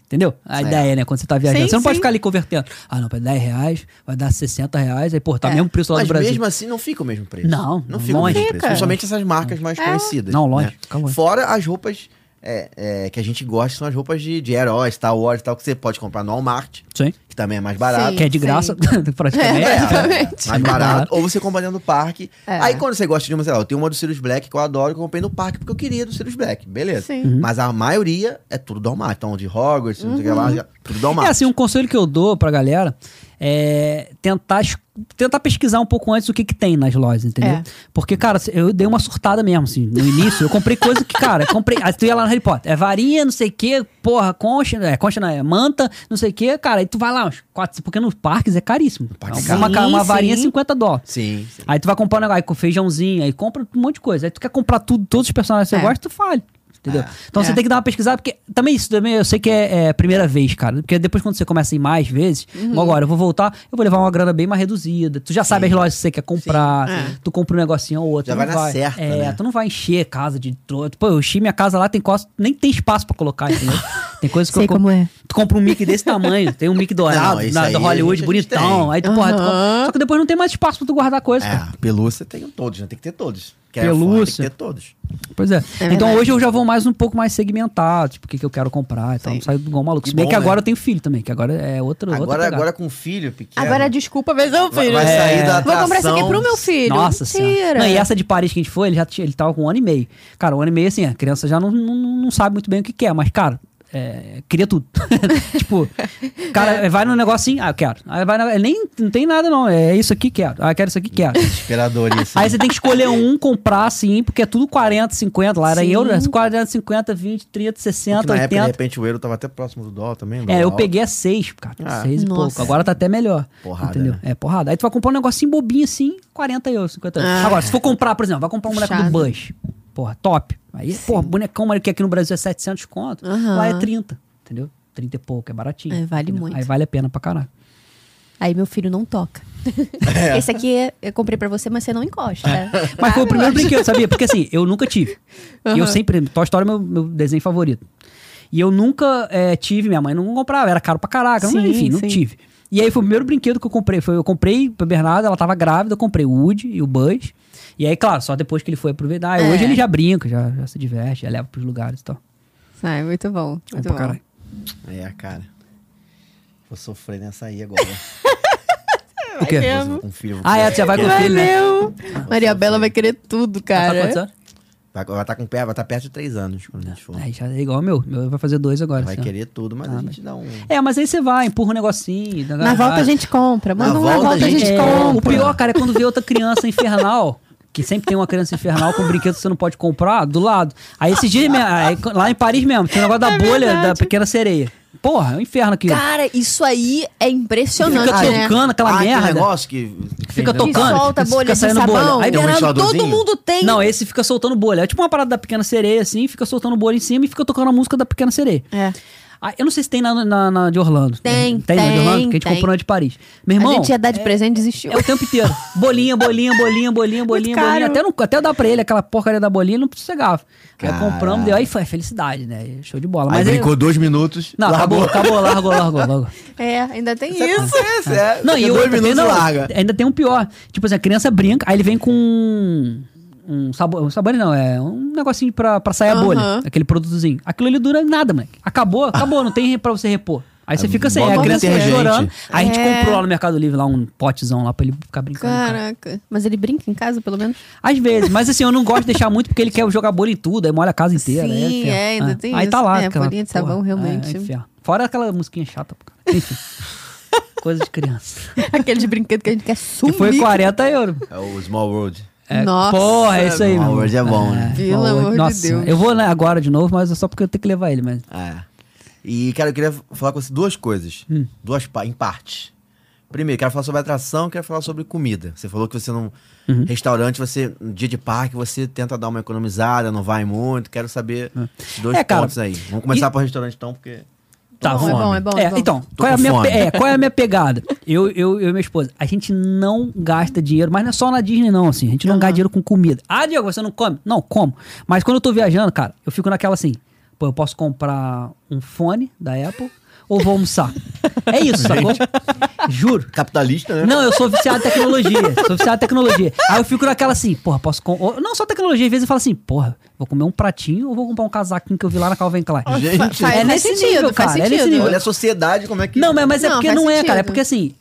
entendeu? A ideia, né? Quando você tá viajando.
Sim,
você não pode
sim.
ficar ali convertendo. Ah, não, pra 10 reais, vai dar 60 reais, aí, pô, tá
É,
mesmo preço lá
mas
do Brasil.
mesmo assim não fica o mesmo preço.
Não,
não fica o mesmo
longe.
preço.
Fica.
Principalmente essas marcas mais conhecidas.
Não, longe, fica
Né?
longe.
Fora as roupas é, é, que a gente gosta, são as roupas de, de heróis, Star Wars e tal, que você pode comprar no Walmart,
Sim.
que também é mais barato.
Que é de
Sim.
graça,
É,
praticamente.
exatamente.
Mais
É mais
barato.
barato.
Ou você compra dentro do parque.
É.
Aí quando você gosta de uma, sei lá, eu tenho uma do Sirius Black que eu adoro, que eu comprei no parque porque eu queria do Sirius Black. Beleza.
Sim. Uhum.
Mas a maioria é tudo do Walmart. Então, de Hogwarts, não sei o que lá, tudo do Walmart.
É assim, um conselho que eu dou pra galera é tentar, es- tentar pesquisar um pouco antes o que, que tem nas lojas, entendeu?
É.
Porque, cara, se- eu dei uma surtada mesmo, assim, no início. Eu comprei coisa que, cara, eu comprei. Aí tu ia lá no Harry Potter, é varinha, não sei o quê, porra, concha, é, concha não, é manta, não sei o quê, cara. Aí tu vai lá, uns quatro, porque nos parques é caríssimo.
parque é
Uma,
caro.
ca- uma
Sim,
varinha é
sim.
50 dólares.
Sim, sim.
Aí tu vai comprar um negócio, aí com feijãozinho, aí compra um monte de coisa. Aí tu quer comprar tudo, todos os personagens que você
É.
gosta, tu fale. Entendeu? Então você
É.
tem que dar uma pesquisada, porque também isso também eu sei que é, é primeira vez, cara. Porque depois quando você começa a ir mais vezes,
Uhum.
igual agora eu vou voltar, eu vou levar uma grana bem mais reduzida. Tu já sabe as lojas que você quer comprar, tu compra um negocinho ou outro.
É. Já
tu
vai
não
na certa,
É,
né?
tu não vai encher a casa de. tro- Pô, eu enchi minha casa lá, tem quase, nem tem espaço pra colocar, entendeu? Tem coisas que
Sei
eu
como é.
Tu compra um mic desse tamanho, tem um mic dourado,
Não, isso
na,
aí
da
a
Hollywood,
gente- a gente
bonitão.
tem.
Aí tu, porra, tu
Aham.
compra- Só que depois não tem mais espaço pra tu guardar coisa, cara.
É, pelúcia tem todos, né? Tem que ter todos. Quer
Pelúcia.
fora, Tem que ter todos.
Pois é. então
verdade.
hoje eu já vou mais um pouco mais segmentado, tipo, o que, que eu quero comprar e tal.
Sim.
Não saio do igual maluco. Se
Que
bem
bom,
que agora
né?
eu tenho filho também, que agora é outro.
Agora, agora com um filho pequeno.
Agora a desculpa, mas não,
vai,
filho.
vai sair
É.
da
Vou comprar isso aqui
atração.
pro meu filho.
Nossa senhora.
Mentira.
Não, e essa de Paris que a gente foi, ele já tinha, ele tava com um ano e meio. Cara, um ano e meio, assim, a criança já não, não, não sabe muito bem o que quer, mas, cara. É, queria tudo. tipo,
É.
cara, vai no negócio assim, ah, eu quero. Aí vai na- nem, não tem nada, não. É isso aqui, quero. Ah, eu quero isso aqui, quero.
Desesperador isso. né?
Aí você tem que escolher um, comprar assim, porque é tudo 40, 50, lá era em
Sim.
euro, né? 40, 50, 20, 30, 60,
Porque na época, é de
80.
repente, o euro tava até próximo do dólar também.
É, eu
dólar.
peguei a 6, cara.
Ah.
6 e
Nossa.
pouco. Agora tá até melhor.
Porrada,
Entendeu?
né?
É, porrada. Aí tu vai comprar um negocinho bobinho assim, 40 euros, 50 euros.
Ah.
Agora, se for comprar, por exemplo, vai comprar um boneco do
Puxado.
Bush. Porra, top. Aí, porra, bonecão, mas que aqui no Brasil é 700 conto,
Aham.
lá é 30. Entendeu? 30 e pouco, é baratinho.
É, vale
entendeu?
muito.
Aí vale a pena pra caralho.
Aí meu filho não toca. Esse aqui é- eu comprei pra você, mas você não encosta.
É. Mas foi o
Ah,
primeiro
eu acho.
brinquedo, sabia? Porque assim, eu nunca tive. E eu sempre. Toy Story é meu, meu desenho favorito. E eu nunca eh, tive, minha mãe não comprava, era caro pra caraca. mas
Sim,
enfim, não
sim.
tive. E aí foi o primeiro brinquedo que eu comprei. Foi, eu comprei pra Bernardo, ela tava grávida, eu comprei o Woody e o Buzz. E aí, claro, só depois que ele foi aproveitar.
É.
Hoje ele já brinca, já, já se diverte, já leva pros lugares e tal.
Ah, é muito bom.
Bom
Muito
pra
bom.
caralho.
É, cara. Vou sofrer nessa aí agora.
O quê?
É, Vai mesmo.
Vou- um filho.
Ah, é, tu já vai com o filho, né?
Valeu! Maria Bela vai querer tudo,
Tá quantos
cara.
anos?
Vai estar tá com pé, vai estar perto de três anos quando a gente for.
Aí já é igual o meu. Meu vai fazer dois agora.
Vai
assim, ó.
querer tudo, mas a gente dá um.
É, mas aí você vai, empurra um negocinho.
Na volta a gente compra. Manda
Na
um na
volta a
volta a
gente
gente
compra.
O
compra.
pior, cara, é quando vê outra criança infernal. Que sempre tem uma criança infernal com um brinquedo que você não pode comprar do lado. Aí esses dias, mesmo, aí, lá em Paris mesmo, tinha um negócio da
É
bolha da
verdade.
pequena sereia. Porra, é um inferno aqui.
Cara, isso aí é impressionante,
Fica
né?
tocando aquela
Ah,
merda.
aquele negócio que.
Fica
Entendeu?
Que
tocando.
solta
fica
bolha de
saindo bolha.
sabão.
Aí
Tem um
Bernardo, todo
ventiladorzinho?
mundo tem.
Não, esse fica soltando bolha. É tipo uma parada da pequena sereia, assim, fica soltando bolha em cima e fica tocando a música da pequena sereia.
É.
Ah, eu não sei se tem na, na- na de Orlando.
Tem,
Tem na de
tem,
Orlando, que a gente
tem.
comprou na de Paris. Meu
a
irmão.
gente ia dar de presente e desistiu.
É o tempo inteiro. Bolinha, bolinha, bolinha, bolinha, bolinha, bolinha.
caro.
Até, não, até eu dar pra ele aquela porcaria da bolinha, ele não sossegava. Aí
Caralho.
compramos, deu. Aí foi felicidade, né? Show de bola.
Aí
Mas ele.
brincou dois minutos.
Não, acabou, acabou, largou, largou, largou.
É, ainda tem isso.
Isso, isso, é.
Não,
Fica
e
dois
outra, tem,
minutos
não,
larga.
ainda tem um pior. Tipo assim, a criança brinca, aí ele vem com um, um sabor, um sabor não, é um negocinho pra, pra sair a
Aham.
bolha, aquele produtozinho. Aquilo ali dura nada, moleque. Acabou, acabou, não tem pra você repor. Aí você
É,
fica sem,
bota
aí a
um
criança fica
detergente.
chorando. Aí a gente
É.
comprou lá no Mercado Livre lá um potezão lá pra ele ficar brincando. em casa.
Caraca. Mas ele brinca em casa, pelo menos?
Às vezes, mas assim, eu não gosto de deixar muito porque ele quer jogar bolha em tudo, aí molha a casa inteira.
Sim,
aí ferro.
é, ainda tem
Aí tá
isso.
lá,
É,
aquela
bolinha de sabão, realmente.
é, ferro. Fora aquela musiquinha chata, pô, cara. Enfim. Coisa de criança.
Aquele de brinquedo que a gente quer
Que
sumir.
foi 40 euros.
É o Small World.
É,
Nossa.
Porra, é isso aí,
Small
meu.
World é bom, né?
Pelo
Small World,
amor de
Nossa,
Deus.
Eu vou né, agora de novo, mas é só porque eu tenho que levar ele, mas.
É. E, cara, eu queria falar com você duas coisas.
Hum.
Duas pa- em partes. Primeiro, quero falar sobre atração, quero falar sobre comida. Você falou que você não.
Uhum.
Restaurante, você. No dia de parque, você tenta dar uma economizada, não vai muito. Quero saber esses dois
É, cara,
pontos aí. Vamos começar pelo restaurante então, porque.
Tá,
tô com
é
vamos
bom, é
fome.
bom.
É,
é bom.
então,
Tô
qual é, a
com
minha,
fome.
pe- é, qual é a minha pegada? Eu, eu, eu e minha esposa, a gente não gasta dinheiro, mas não é só na Disney, não, assim. A gente não gasta dinheiro com comida. Ah, Diego, você não come? Não, como. Mas quando eu tô viajando, cara, eu fico naquela assim, pô, eu posso comprar um fone da Apple ou vou almoçar? É isso, sacou? Juro.
Capitalista, né?
Não, eu sou viciado em tecnologia. sou viciado em tecnologia. Aí eu fico naquela assim, porra, posso. Com... ou- Não só tecnologia, às vezes eu falo assim, porra, vou comer um pratinho ou vou comprar um casaquinho que eu vi lá na Calvin Klein.
Gente,
Faz,
É
faz
nesse
sentido,
nível,
faz
cara, é nesse
sentido.
nível.
olha a sociedade, como é que.
Não, mas, mas é
Não,
porque
faz
não é,
sentido.
cara. É porque assim,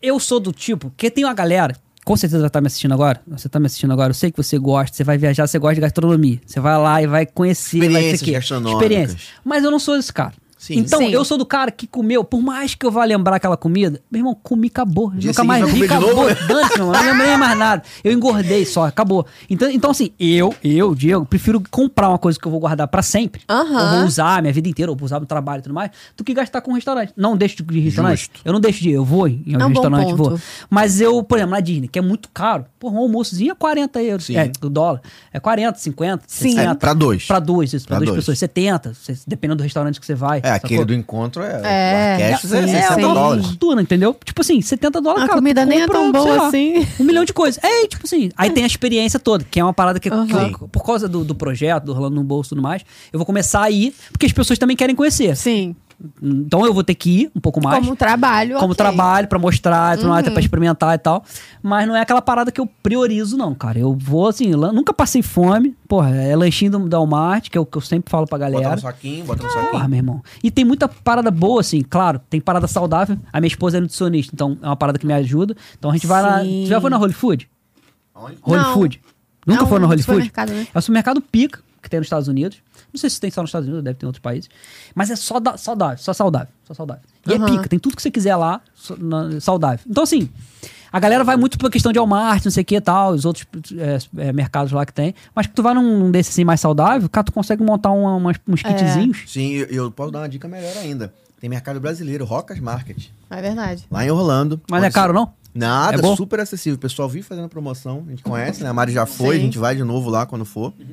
eu sou do tipo que tem uma galera. Com certeza tá me assistindo agora. Você tá me assistindo agora. Eu sei que você gosta. Você vai viajar, você gosta de gastronomia. Você vai lá e vai conhecer. vai
Experiências
isso aqui.
gastronômicas.
Mas eu não sou esse cara.
Sim.
Então,
Sim.
eu sou do cara que comeu, por mais que eu vá lembrar aquela comida, meu irmão, comi, acabou.
Dia
Nunca
seguinte
mais
vai comer
vi,
de
acabou.
novo, né?
Dante, meu irmão, não lembrei mais nada. Eu engordei só, acabou. Então, então assim, eu, eu, Diego, prefiro comprar uma coisa que eu vou guardar pra sempre.
Aham.
Eu vou usar minha vida inteira, eu vou usar no trabalho e tudo mais, do que gastar com um restaurante. Não deixo de ir em restaurante.
Justo.
Eu não deixo de ir, eu vou em algum
É um bom
restaurante,
ponto.
vou. Mas eu, por exemplo, na Disney, que é muito caro, porra, um almoçozinho é 40 euros.
Sim.
É, o dólar. É 40, 50,
Sim.
60.
É, pra dois.
Pra dois, isso, pra,
Pra
duas
dois.
pessoas. 70, se- dependendo do restaurante que você vai.
É, aquele
sacou?
do encontro é.
É.
O Arquestra é
Sim,
60
sim.
dólares.
fortuna, entendeu? Tipo assim, 70 dólares,
A
cara. tu
comida nem é
compra,
tão boa
sei lá,
assim.
Um milhão de coisas. É, e tipo assim, aí tem a experiência toda, que é uma parada que, que-
Aham.
por causa do, do projeto, do Rolando no Bolso e tudo mais, eu vou começar a ir, porque as pessoas também querem conhecer.
Sim.
Então eu vou ter que ir um pouco mais.
Como trabalho, ok.
Como
Uhum.
trabalho, pra mostrar, tudo mais, até pra experimentar e tal. Mas não é aquela parada que eu priorizo, não, cara. Eu vou assim, lan- nunca passei fome. Porra, é lanchinho do Dalmart, que é o que eu sempre falo pra
Bota
galera.
no saquinho, bota no
Porra,
saquinho.
meu irmão. E tem muita parada boa, assim, claro. Tem parada saudável. A minha esposa é nutricionista, então é uma parada que me ajuda. Então a gente vai lá.
Sim.
Tu já foi na Holy Food?
Aonde?
Holy
Não.
Food? Nunca
É
foi na
um
Holy Food?
supermercado, né?
É o supermercado Pica, que tem nos Estados Unidos. Não sei se tem só nos Estados Unidos, deve ter em outros países. Mas é só da- saudável, só saudável, só saudável. E é
Aham.
pica, tem tudo que você quiser lá, só- na- saudável. Então, assim, a galera vai muito pra questão de Walmart, não sei o que e tal, os outros é, é, mercados lá que tem. Mas que tu vai num, num desses assim mais saudável, cara, tu consegue montar uma- umas- uns
É.
kitzinhos.
Sim, eu, eu posso dar uma dica melhor ainda. Tem mercado brasileiro, Rocas Market,
É verdade.
lá em Orlando.
Mas
Onde
é caro, não?
Nada,
É bom?
super acessível. O pessoal vive fazendo promoção, a gente conhece, né? A Mari já foi, a
Sim.
gente vai de novo lá quando for.
Uhum.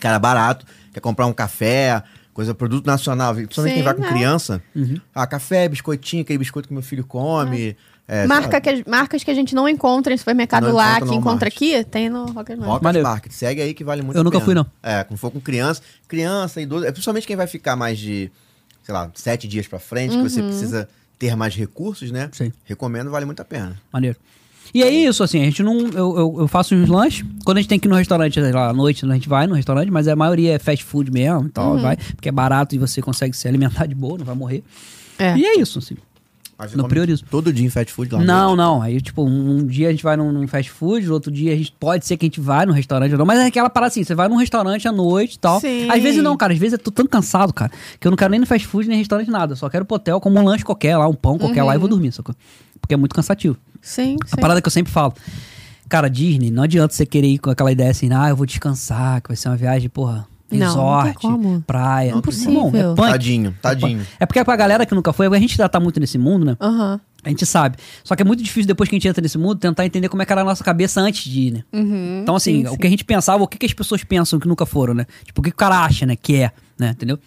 Cara, barato. Quer comprar um café, coisa, produto nacional, principalmente
Sim,
quem vai com
né?
criança.
Uhum.
Ah, café, biscoitinho, aquele biscoito que meu filho come.
Ah.
É,
Marca
sabe?
que, a- marcas que a gente não encontra em supermercado
Não
lá,
encontra
que
no
encontra
Walmart.
aqui, tem no Rocket Mart.
Rocas
Maneiro.
Market, segue aí que vale muito
Eu
a
nunca
pena.
fui, não.
É, quando for com criança,
Uhum.
criança, idoso, é principalmente quem vai ficar mais de, sei lá, sete dias pra frente, que você precisa ter mais recursos, né?
Sim.
Recomendo, vale muito a pena.
Maneiro. E é isso, assim, a gente não. Eu, eu, eu faço uns lanches. Quando a gente tem que ir no restaurante, sei lá, à noite, a gente vai no restaurante, mas a maioria é fast food mesmo e tal,
Uhum.
vai. Porque é barato e você consegue se alimentar de boa, não vai morrer.
É.
E é isso, assim.
Mas eu
Não
como
priorizo.
Todo dia em fast food lá.
Não, não. Aí, tipo, um um dia a gente vai num, num fast food, outro dia a gente pode ser que a gente vai num restaurante ou não. Mas é aquela parada assim, você vai num restaurante à noite e tal.
Sim.
Às vezes não, cara. Às vezes eu tô tão cansado, cara, que eu não quero nem no fast food, nem restaurante, nada. Eu só quero pro hotel, como um lanche qualquer lá, um pão qualquer lá e
Uhum.
vou dormir, sacou? Porque é muito cansativo.
Sim,
A parada que eu sempre falo. Cara, Disney, não adianta você querer ir com aquela ideia assim, ah, eu vou descansar, que vai ser uma viagem, porra,
Não, não tem
resort,
como.
praia.
Impossível.
Não, é punk.
Tadinho, tadinho.
É porque é pra galera que nunca foi, a gente já tá muito nesse mundo, né?
Aham.
A gente sabe. Só que é muito difícil depois que a gente entra nesse mundo tentar entender como é que era a nossa cabeça antes de ir, né? então, assim,
sim,
o que a gente pensava, o que, que as pessoas pensam que nunca foram, né? Tipo, o que, que o cara acha, né? Que é, né? Entendeu?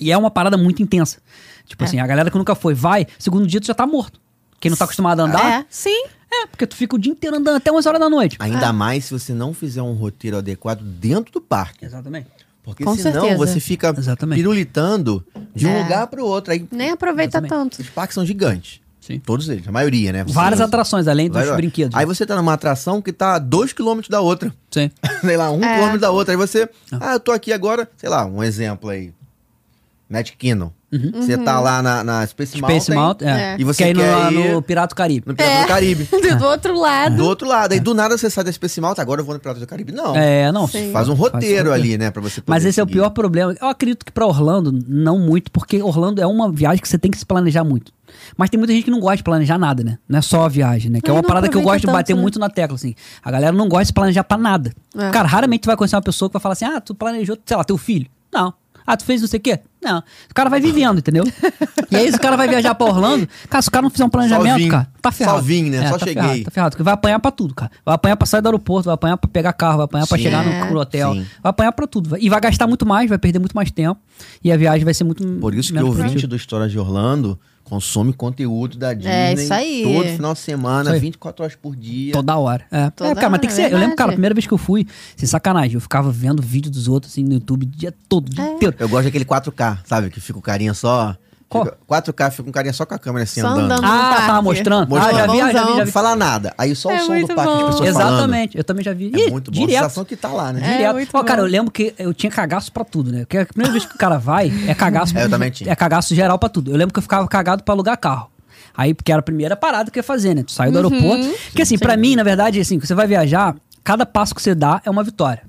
E é uma parada muito intensa.
É.
Tipo assim, a galera que nunca foi, vai, segundo dia tu já tá morto. Quem não tá acostumado a andar,
É, sim.
é, porque tu fica o dia inteiro andando até 11 horas da noite.
Ainda
Ah.
mais se você não fizer um roteiro adequado dentro do parque.
Exatamente.
Porque
Com
senão
certeza.
você fica
Exatamente.
pirulitando de um
É.
lugar pro outro. Aí
Nem aproveita
Exatamente.
tanto.
os parques são gigantes.
Sim.
Todos eles, a maioria, né? Você-
Várias atrações, além dos
Várias-
brinquedos.
Aí você tá numa atração que tá a 2km da outra.
Sim.
sei lá, um
É.
quilômetro da outra. Aí você, ah, eu tô aqui agora, sei lá, um exemplo aí. Magic Kingdom. Você tá
Uhum.
lá na, na Space,
Uhum. Space Mountain, é.
É.
E você
que aí no,
quer
no
ir-
Pirata do Caribe.
no Pirata do Caribe.
Do outro lado.
Do outro lado. Aí do nada você sai da Space Mountain, agora eu vou no Pirata do Caribe. Não.
É, não.
Sim.
Faz um roteiro ali, né, pra você poder
Mas esse é o
seguir.
pior problema. Eu acredito que pra Orlando, não muito, porque Orlando é uma viagem que você tem que se planejar muito. Mas tem muita gente que não gosta de planejar nada, né? Não é só a viagem, né? Que é
Não,
uma
não
parada que eu
aproveita
gosto de bater
tanto, né?
muito na tecla, assim. A galera não gosta de se planejar pra nada.
É.
Cara, raramente tu vai conhecer uma pessoa que vai falar assim, ah, tu planejou, sei lá, teu filho. Não. Ah, tu fez não sei o quê? Não. O cara vai vivendo, entendeu? e aí, se o cara vai viajar pra Orlando, cara, se o cara não fizer um planejamento,
vim.
cara, tá ferrado.
Só vim, né? Só
tá
cheguei.
ferrado, tá ferrado, porque vai apanhar pra tudo, cara. Vai apanhar pra sair do aeroporto, vai apanhar pra pegar carro, vai apanhar pra
Sim.
chegar
É.
no, no hotel,
Sim.
Vai apanhar pra tudo. vai- E vai gastar muito mais, vai perder muito mais tempo. E a viagem vai ser muito.
Por isso que o
menos
ouvinte
produtiva.
do História de Orlando consome conteúdo da Disney.
É, isso aí.
Todo final de semana,
Isso aí.
24 horas por dia.
Toda hora. É, É,
Toda
cara, mas tem
hora,
que ser. Eu lembro,
verdade.
cara, a primeira vez que eu fui, sem sacanagem, eu ficava vendo vídeo dos outros assim no YouTube o dia todo, o dia
É.
inteiro.
Eu gosto daquele 4K, sabe? Que fica o carinha só...
Qual?
Fica- 4K fica um carinha só com a câmera assim
Só
andando.
andando.
Ah,
parque.
tava mostrando?
Mostrando.
Ah, já vi, já vi, já vi.
Não fala nada. Aí só
É
o som do
muito
parque, as
bom.
pessoas falando.
Exatamente, eu também já vi.
É
Ih,
muito bom. A
direto.
sensação que tá lá, né?
É,
Direto.
muito
Ó, cara,
bom.
eu lembro que eu tinha cagaço pra tudo, né? Porque a primeira vez que o cara vai, é cagaço.
É, eu também tinha.
É cagaço geral pra tudo. Eu lembro que eu ficava cagado pra alugar carro. Aí, porque era a primeira parada que eu ia fazer, né? Tu saiu do
Uhum.
aeroporto. Porque assim, pra mim, na verdade, assim, que você vai viajar, cada passo que você dá é uma vitória.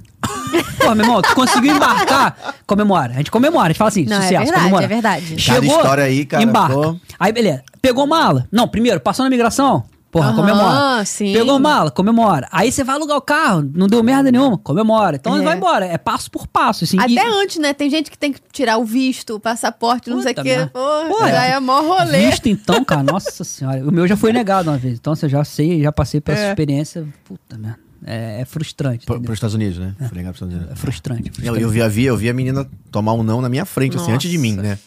Pô, meu irmão, tu conseguiu embarcar, comemora. A gente comemora, a gente fala assim,
Não, é
sucesso,
verdade,
comemora.
é verdade.
Cada história aí, cara,
embarca.
pô.
Aí, beleza. Pegou mala. Não, primeiro, passou na migração. Porra,
Aham,
comemora.
sim.
Pegou mala, comemora. Aí você vai alugar o carro, não deu merda nenhuma, comemora. Então
É.
vai embora. É passo por passo, assim.
Até
E-
antes, né? Tem gente que tem que tirar o visto, o passaporte, não sei o
Puta
quê.
merda.
Porra,
Pô,
já é mó rolê.
Visto então, cara, nossa senhora. O meu já foi negado uma vez. Então, você já sei, já passei
É.
pela essa experiência. Puta merda. É, é frustrante,
Pro,
entendeu?
pros Estados Unidos, né? Fui negar pros Estados
É
Unidos.
frustrante. é
Eu,
frustrante.
eu, vi, a- vi- eu vi a menina tomar um não na minha frente, assim,
Nossa.
antes de mim, né?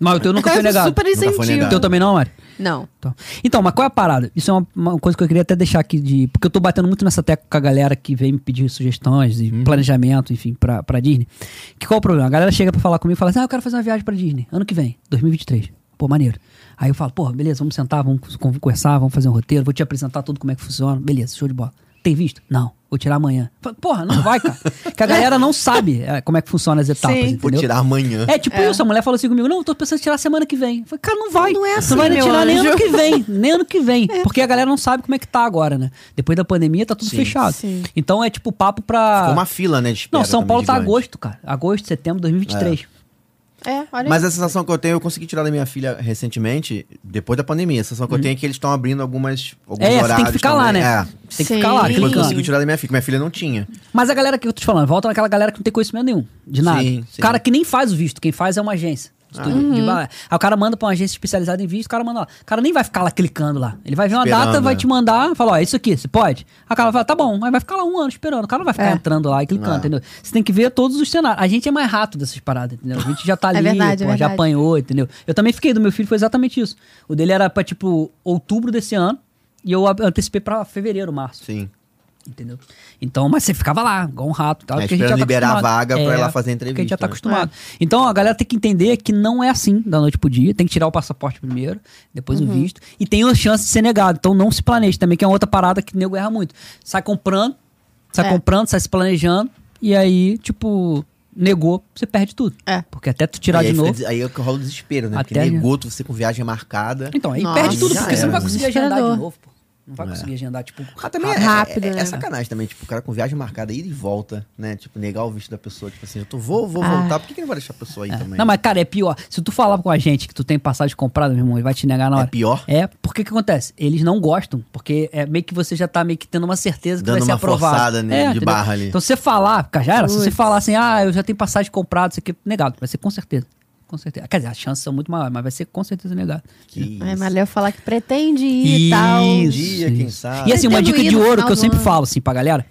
Mas o teu nunca foi negado.
é Super
Nunca foi
incentivo.
negado.
O teu também não, Mari?
Não.
Então, então, mas qual é a parada? Isso é uma, uma coisa que eu queria até deixar aqui de. Porque eu tô batendo muito nessa tecla com a galera que vem me pedir sugestões
Uhum.
e planejamento, enfim, pra, pra Disney. Que qual é o problema? A galera chega pra falar comigo e fala assim: ah, eu quero fazer uma viagem pra Disney, ano que vem, 2023. Pô, maneiro. Aí eu falo, pô, beleza, vamos sentar, vamos con- conversar, vamos fazer um roteiro, vou te apresentar tudo como é que funciona. Beleza, show de bola. Tem visto? Não. Vou tirar amanhã. Fala, Porra, não vai, cara. Porque a galera não sabe é, como é que funciona as etapas,
Sim.
entendeu?
Vou tirar amanhã.
É tipo isso, a mulher falou assim comigo, não, eu tô pensando em tirar semana que vem. Eu falei, cara, não vai.
Não é
Você
assim,
não vai
meu
tirar nem
anjo.
ano que vem, nem ano que vem. Porque a galera não sabe como é que tá agora, né? Depois da pandemia tá tudo
Sim.
fechado.
Sim.
Então é tipo papo pra...
Ficou uma fila, né? de espera
Não, São
também
Paulo tá
gigante.
agosto, cara. Agosto, setembro de 2023.
É,
né?
olha
Mas
aí.
a sensação que eu tenho, eu consegui tirar da minha filha recentemente, depois da pandemia. A sensação que eu tenho é que eles estão abrindo algumas, alguns
Hum. É, você
horários
tem que ficar lá,
também.
né?
É.
Tem que
Sim.
ficar lá. aquele
Depois eu
Brincando.
canto.
consegui tirar da minha filha, que minha filha não tinha.
Mas a galera que eu tô te falando, volta naquela galera que não tem conhecimento nenhum, de nada.
Sim,
O
sim. Ah.
cara que nem faz o visto, quem faz é uma agência. de tudo,
Uhum.
de balé. Aí o cara manda pra uma agência especializada em visto, o cara manda lá. O cara nem vai ficar lá clicando lá. Ele vai ver uma
Esperando,
data, vai
né?
te mandar, fala, ó, é isso aqui, você pode? Aí o cara fala, tá bom, mas vai ficar lá um ano esperando. O cara não vai ficar
É.
entrando lá e clicando,
É.
entendeu? Você tem que ver todos os cenários. A gente é mais rato dessas paradas, entendeu? A gente já tá ali,
verdade, é
pô, já
verdade.
apanhou, entendeu? Eu também fiquei do meu filho, foi exatamente isso. O dele era pra, tipo, outubro desse ano, e eu antecipei pra fevereiro, março.
Sim.
Entendeu? Então, mas você ficava lá, igual um rato. Tá?
É,
Porque a gente
esperando
já tá
liberar a
acostumado.
vaga pra ir lá fazer a
Porque a gente já tá
entrevista, né? É.
acostumado. Então, a galera tem que entender que não é assim da noite pro dia. Tem que tirar o passaporte primeiro, depois
Uhum.
o visto. E tem a chance de ser negado. Então, não se planeje também, que é outra parada que o nego erra muito. Sai comprando, sai
É.
comprando, sai se planejando. E aí, tipo, negou, você perde tudo.
É.
Porque até tu tirar
aí
de
fica
novo.
des- Aí é que rola o desespero, né? Porque
Até-
negou tu, você com viagem marcada.
Então, aí
Nossa,
perde tudo,
já
porque você não
era. É.
vai conseguir agendar de
Desesperador.
novo, pô. Não vai conseguir agendar, tipo,
Ah, também é,
Rápido,
é, é,
né?
sacanagem também, tipo, o cara com viagem marcada, ida e volta, né? Tipo, negar o visto da pessoa, tipo assim, eu tô, vou, vou
Ah.
voltar, por que, que não vai deixar a pessoa aí também?
Não, mas cara, é pior. Se tu falar com a gente que tu tem passagem comprada, meu irmão, ele vai te negar na
É
hora.
pior?
É, porque que acontece? Eles não gostam, porque é meio que você já tá meio que tendo uma certeza que
Dando
vai ser
uma
aprovado.
forçada, né,
É,
de
entendeu?
barra ali.
Então se você falar, cara, já era, se você
Putz.
falar assim, ah, eu já tenho passagem comprada, isso aqui, negado, vai ser com certeza. Com certeza. Quer dizer, as chances são muito maiores, mas vai ser com certeza negado.
Que
É,
isso.
mas Léo falar que pretende ir e tal.
Um dia, quem sabe.
E assim, uma
Pretendo ir
dica de
no
ouro
final
que eu
do
sempre
ano.
falo assim pra galera: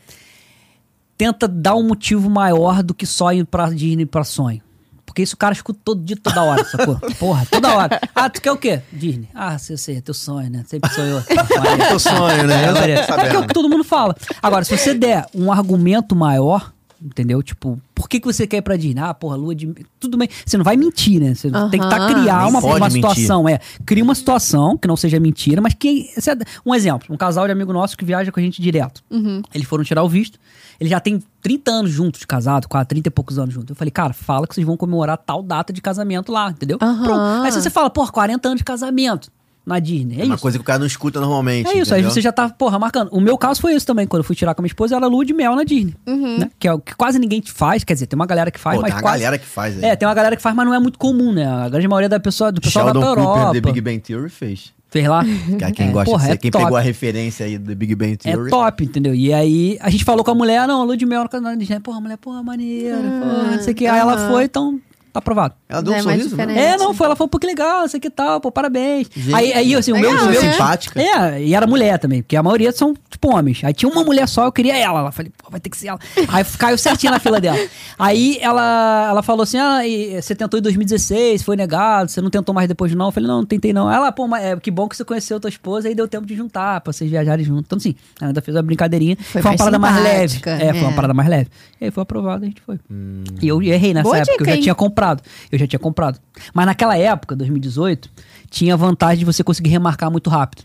tenta dar um motivo maior do que só ir pra Disney pra sonho. Porque isso o cara escuta todo dia, toda hora, sacou? Porra, toda hora. Ah, tu quer o quê? Disney. Ah, sei, sei, é teu sonho, né? Sempre sonhou.
É teu sonho, né? Eu tô
É o
sabendo.
que todo mundo fala. Agora, se você der um argumento maior, entendeu? Tipo, por que, que você quer ir pra Disney? Ah, porra, lua de. Tudo bem. Você não vai mentir, né? Você tem que tá,
Aham.
criar
Nem
uma,
pode
uma
mentir.
situação. É, cria uma situação que não seja mentira, mas que. se é- Um exemplo, um casal de amigo nosso que viaja com a gente direto.
Uhum.
Eles foram tirar o visto. Eles já têm 30 anos juntos, de casado, quase 30 e poucos anos juntos. Eu falei, cara, fala que vocês vão comemorar tal data de casamento lá, entendeu?
Aham.
Pronto. Aí se você fala, porra, 40 anos de casamento na Disney. É,
É uma
isso.
coisa que o cara não escuta normalmente.
É isso, aí
entendeu?
você já tá, porra, marcando. O meu caso foi isso também, quando eu fui tirar com a minha esposa, era lua de mel na Disney.
Uhum.
né? Que é o que quase ninguém faz, quer dizer, tem uma galera que faz,
Pô,
mas
tem uma
quase.
galera que faz aí.
É, tem uma galera que faz, mas não é muito comum, né? A grande maioria da pessoa, do pessoal
Sheldon
lá da
Cooper,
Europa.
The Big Bang Theory, fez.
Fez lá.
Cara, quem
É,
gosta
porra,
de ser,
é
quem
top.
pegou a referência aí do The Big Bang
É
Theory.
top, entendeu? E aí a gente falou com a mulher, ah, não, lua de mel na casa Disney. Porra, a mulher, porra, maneiro, porra, não sei o que. Aí ela
Hum, aham.
foi, então tá aprovado.
Ela deu um
É, mas
sorriso, né?
diferente.
É, não, foi, ela falou, pô, que legal, isso aqui e tal, pô, parabéns.
Gente, é
aí, aí, assim, o meu,
legal,
o meu
né?
Simpática.
É, e era mulher também, porque a maioria são, tipo, homens. Aí tinha uma mulher só, eu queria ela. Ela falei, pô, vai ter que ser ela. Aí caiu certinho na fila dela. Aí ela, ela falou assim: ah, e você tentou em 2016, foi negado, você não tentou mais depois não? Eu falei, não, não tentei não. Ela, pô, mas, é, que bom que você conheceu tua esposa e deu tempo de juntar, pra vocês viajarem juntos. Então, assim, ela ainda fez uma brincadeirinha.
Foi
Foi, uma
mais
parada mais leve.
simpática,
É, foi uma
é.
parada mais leve. E aí foi aprovado, a gente foi.
Hum.
E eu errei nessa
Boa
época,
dica,
eu já
hein?
tinha comprado. Eu já tinha comprado. Mas naquela época, 2018, tinha a vantagem de você conseguir remarcar muito rápido.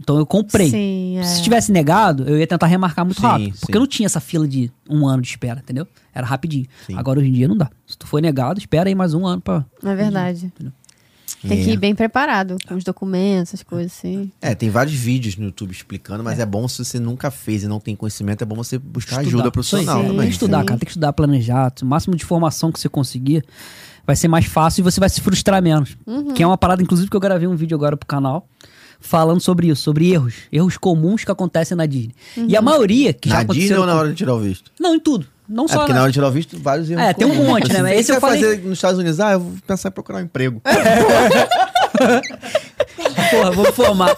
Então eu comprei.
Sim, é.
Se tivesse negado, eu ia tentar remarcar muito
Sim,
rápido.
sim.
Porque eu não tinha essa fila de um ano de espera, entendeu? Era rapidinho. Agora hoje em dia não dá. Se tu for negado, espera aí mais um ano pra.
Na é verdade. Tem
É.
que ir bem preparado, com os documentos, essas coisas assim.
É, tem vários vídeos no YouTube explicando, mas é, bom se você nunca fez e não tem conhecimento, é bom você buscar ajuda profissional
Sim,
também.
Tem que estudar,
sim.
cara. Tem que estudar, planejar. O máximo de informação que você conseguir vai ser mais fácil e você vai se frustrar menos. Que é uma parada, inclusive, que eu gravei um vídeo agora pro canal falando sobre isso, sobre erros. Erros comuns que acontecem na Disney. E a maioria que já
Na
aconteceu.
Disney ou na hora de tirar o visto?
Não, em tudo. Não
É
só
porque na hora de tirar o visto, vários erros.
É, tem um
comuns.
monte, né?
Assim,
Mas
o que
esse
você
eu É.
vai
falei-
fazer nos Estados Unidos? Ah, eu vou pensar em procurar um emprego.
Porra, vou formar.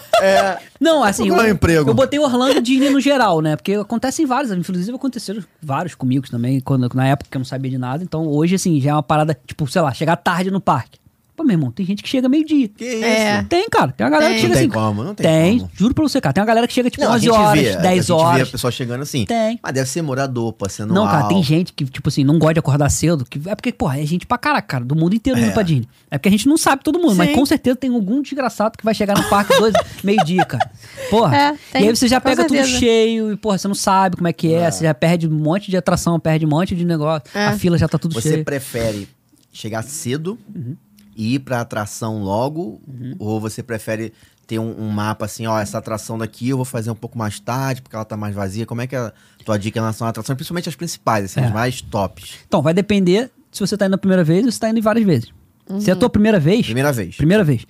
Não, assim.
Procurar
eu,
É. emprego.
eu botei Orlando e Disney no geral, né? Porque acontecem vários. Inclusive, aconteceram vários comigo também, quando, na época que eu não sabia de nada. Então, hoje, assim, já é uma parada, tipo, sei lá, chegar tarde no parque. Pô, meu irmão, tem gente que chega meio-dia.
Que isso?
É.
Tem, cara. Tem uma galera
Tem.
que chega
Não tem
assim.
como, não tem como.
juro pra você, cara. Tem uma galera que chega, tipo,
Não, a
11
gente
horas,
vê, a
10
gente vê a
horas.
pessoa chegando assim.
Tem.
Mas deve ser morador, passando
Não, cara,
mal.
tem gente que, tipo assim, não gosta de acordar cedo. Que, é porque, porra, é gente pra caraca, cara, do mundo inteiro
É.
indo pra Disney. É porque a gente não sabe todo mundo, mas
Sim.
com certeza tem algum desgraçado que vai chegar no parque dois, meio-dia, cara. Porra.
É, tem,
e aí você já
com
pega tudo
certeza.
cheio e, porra, você não sabe como é que é, você já perde um monte de atração, perde um monte de negócio,
É.
a fila já tá tudo
Você
cheia.
prefere chegar cedo e ir pra atração logo? Ou você prefere ter um, um mapa assim, ó, essa atração daqui eu vou fazer um pouco mais tarde, porque ela tá mais vazia? Como é que é a tua dica em relação à atração? Principalmente as principais, assim,
É.
as mais tops.
Então, vai depender se você tá indo a primeira vez ou se tá indo várias vezes. Se
Uhum.
é a tua primeira vez,
Primeira vez.
primeira vez,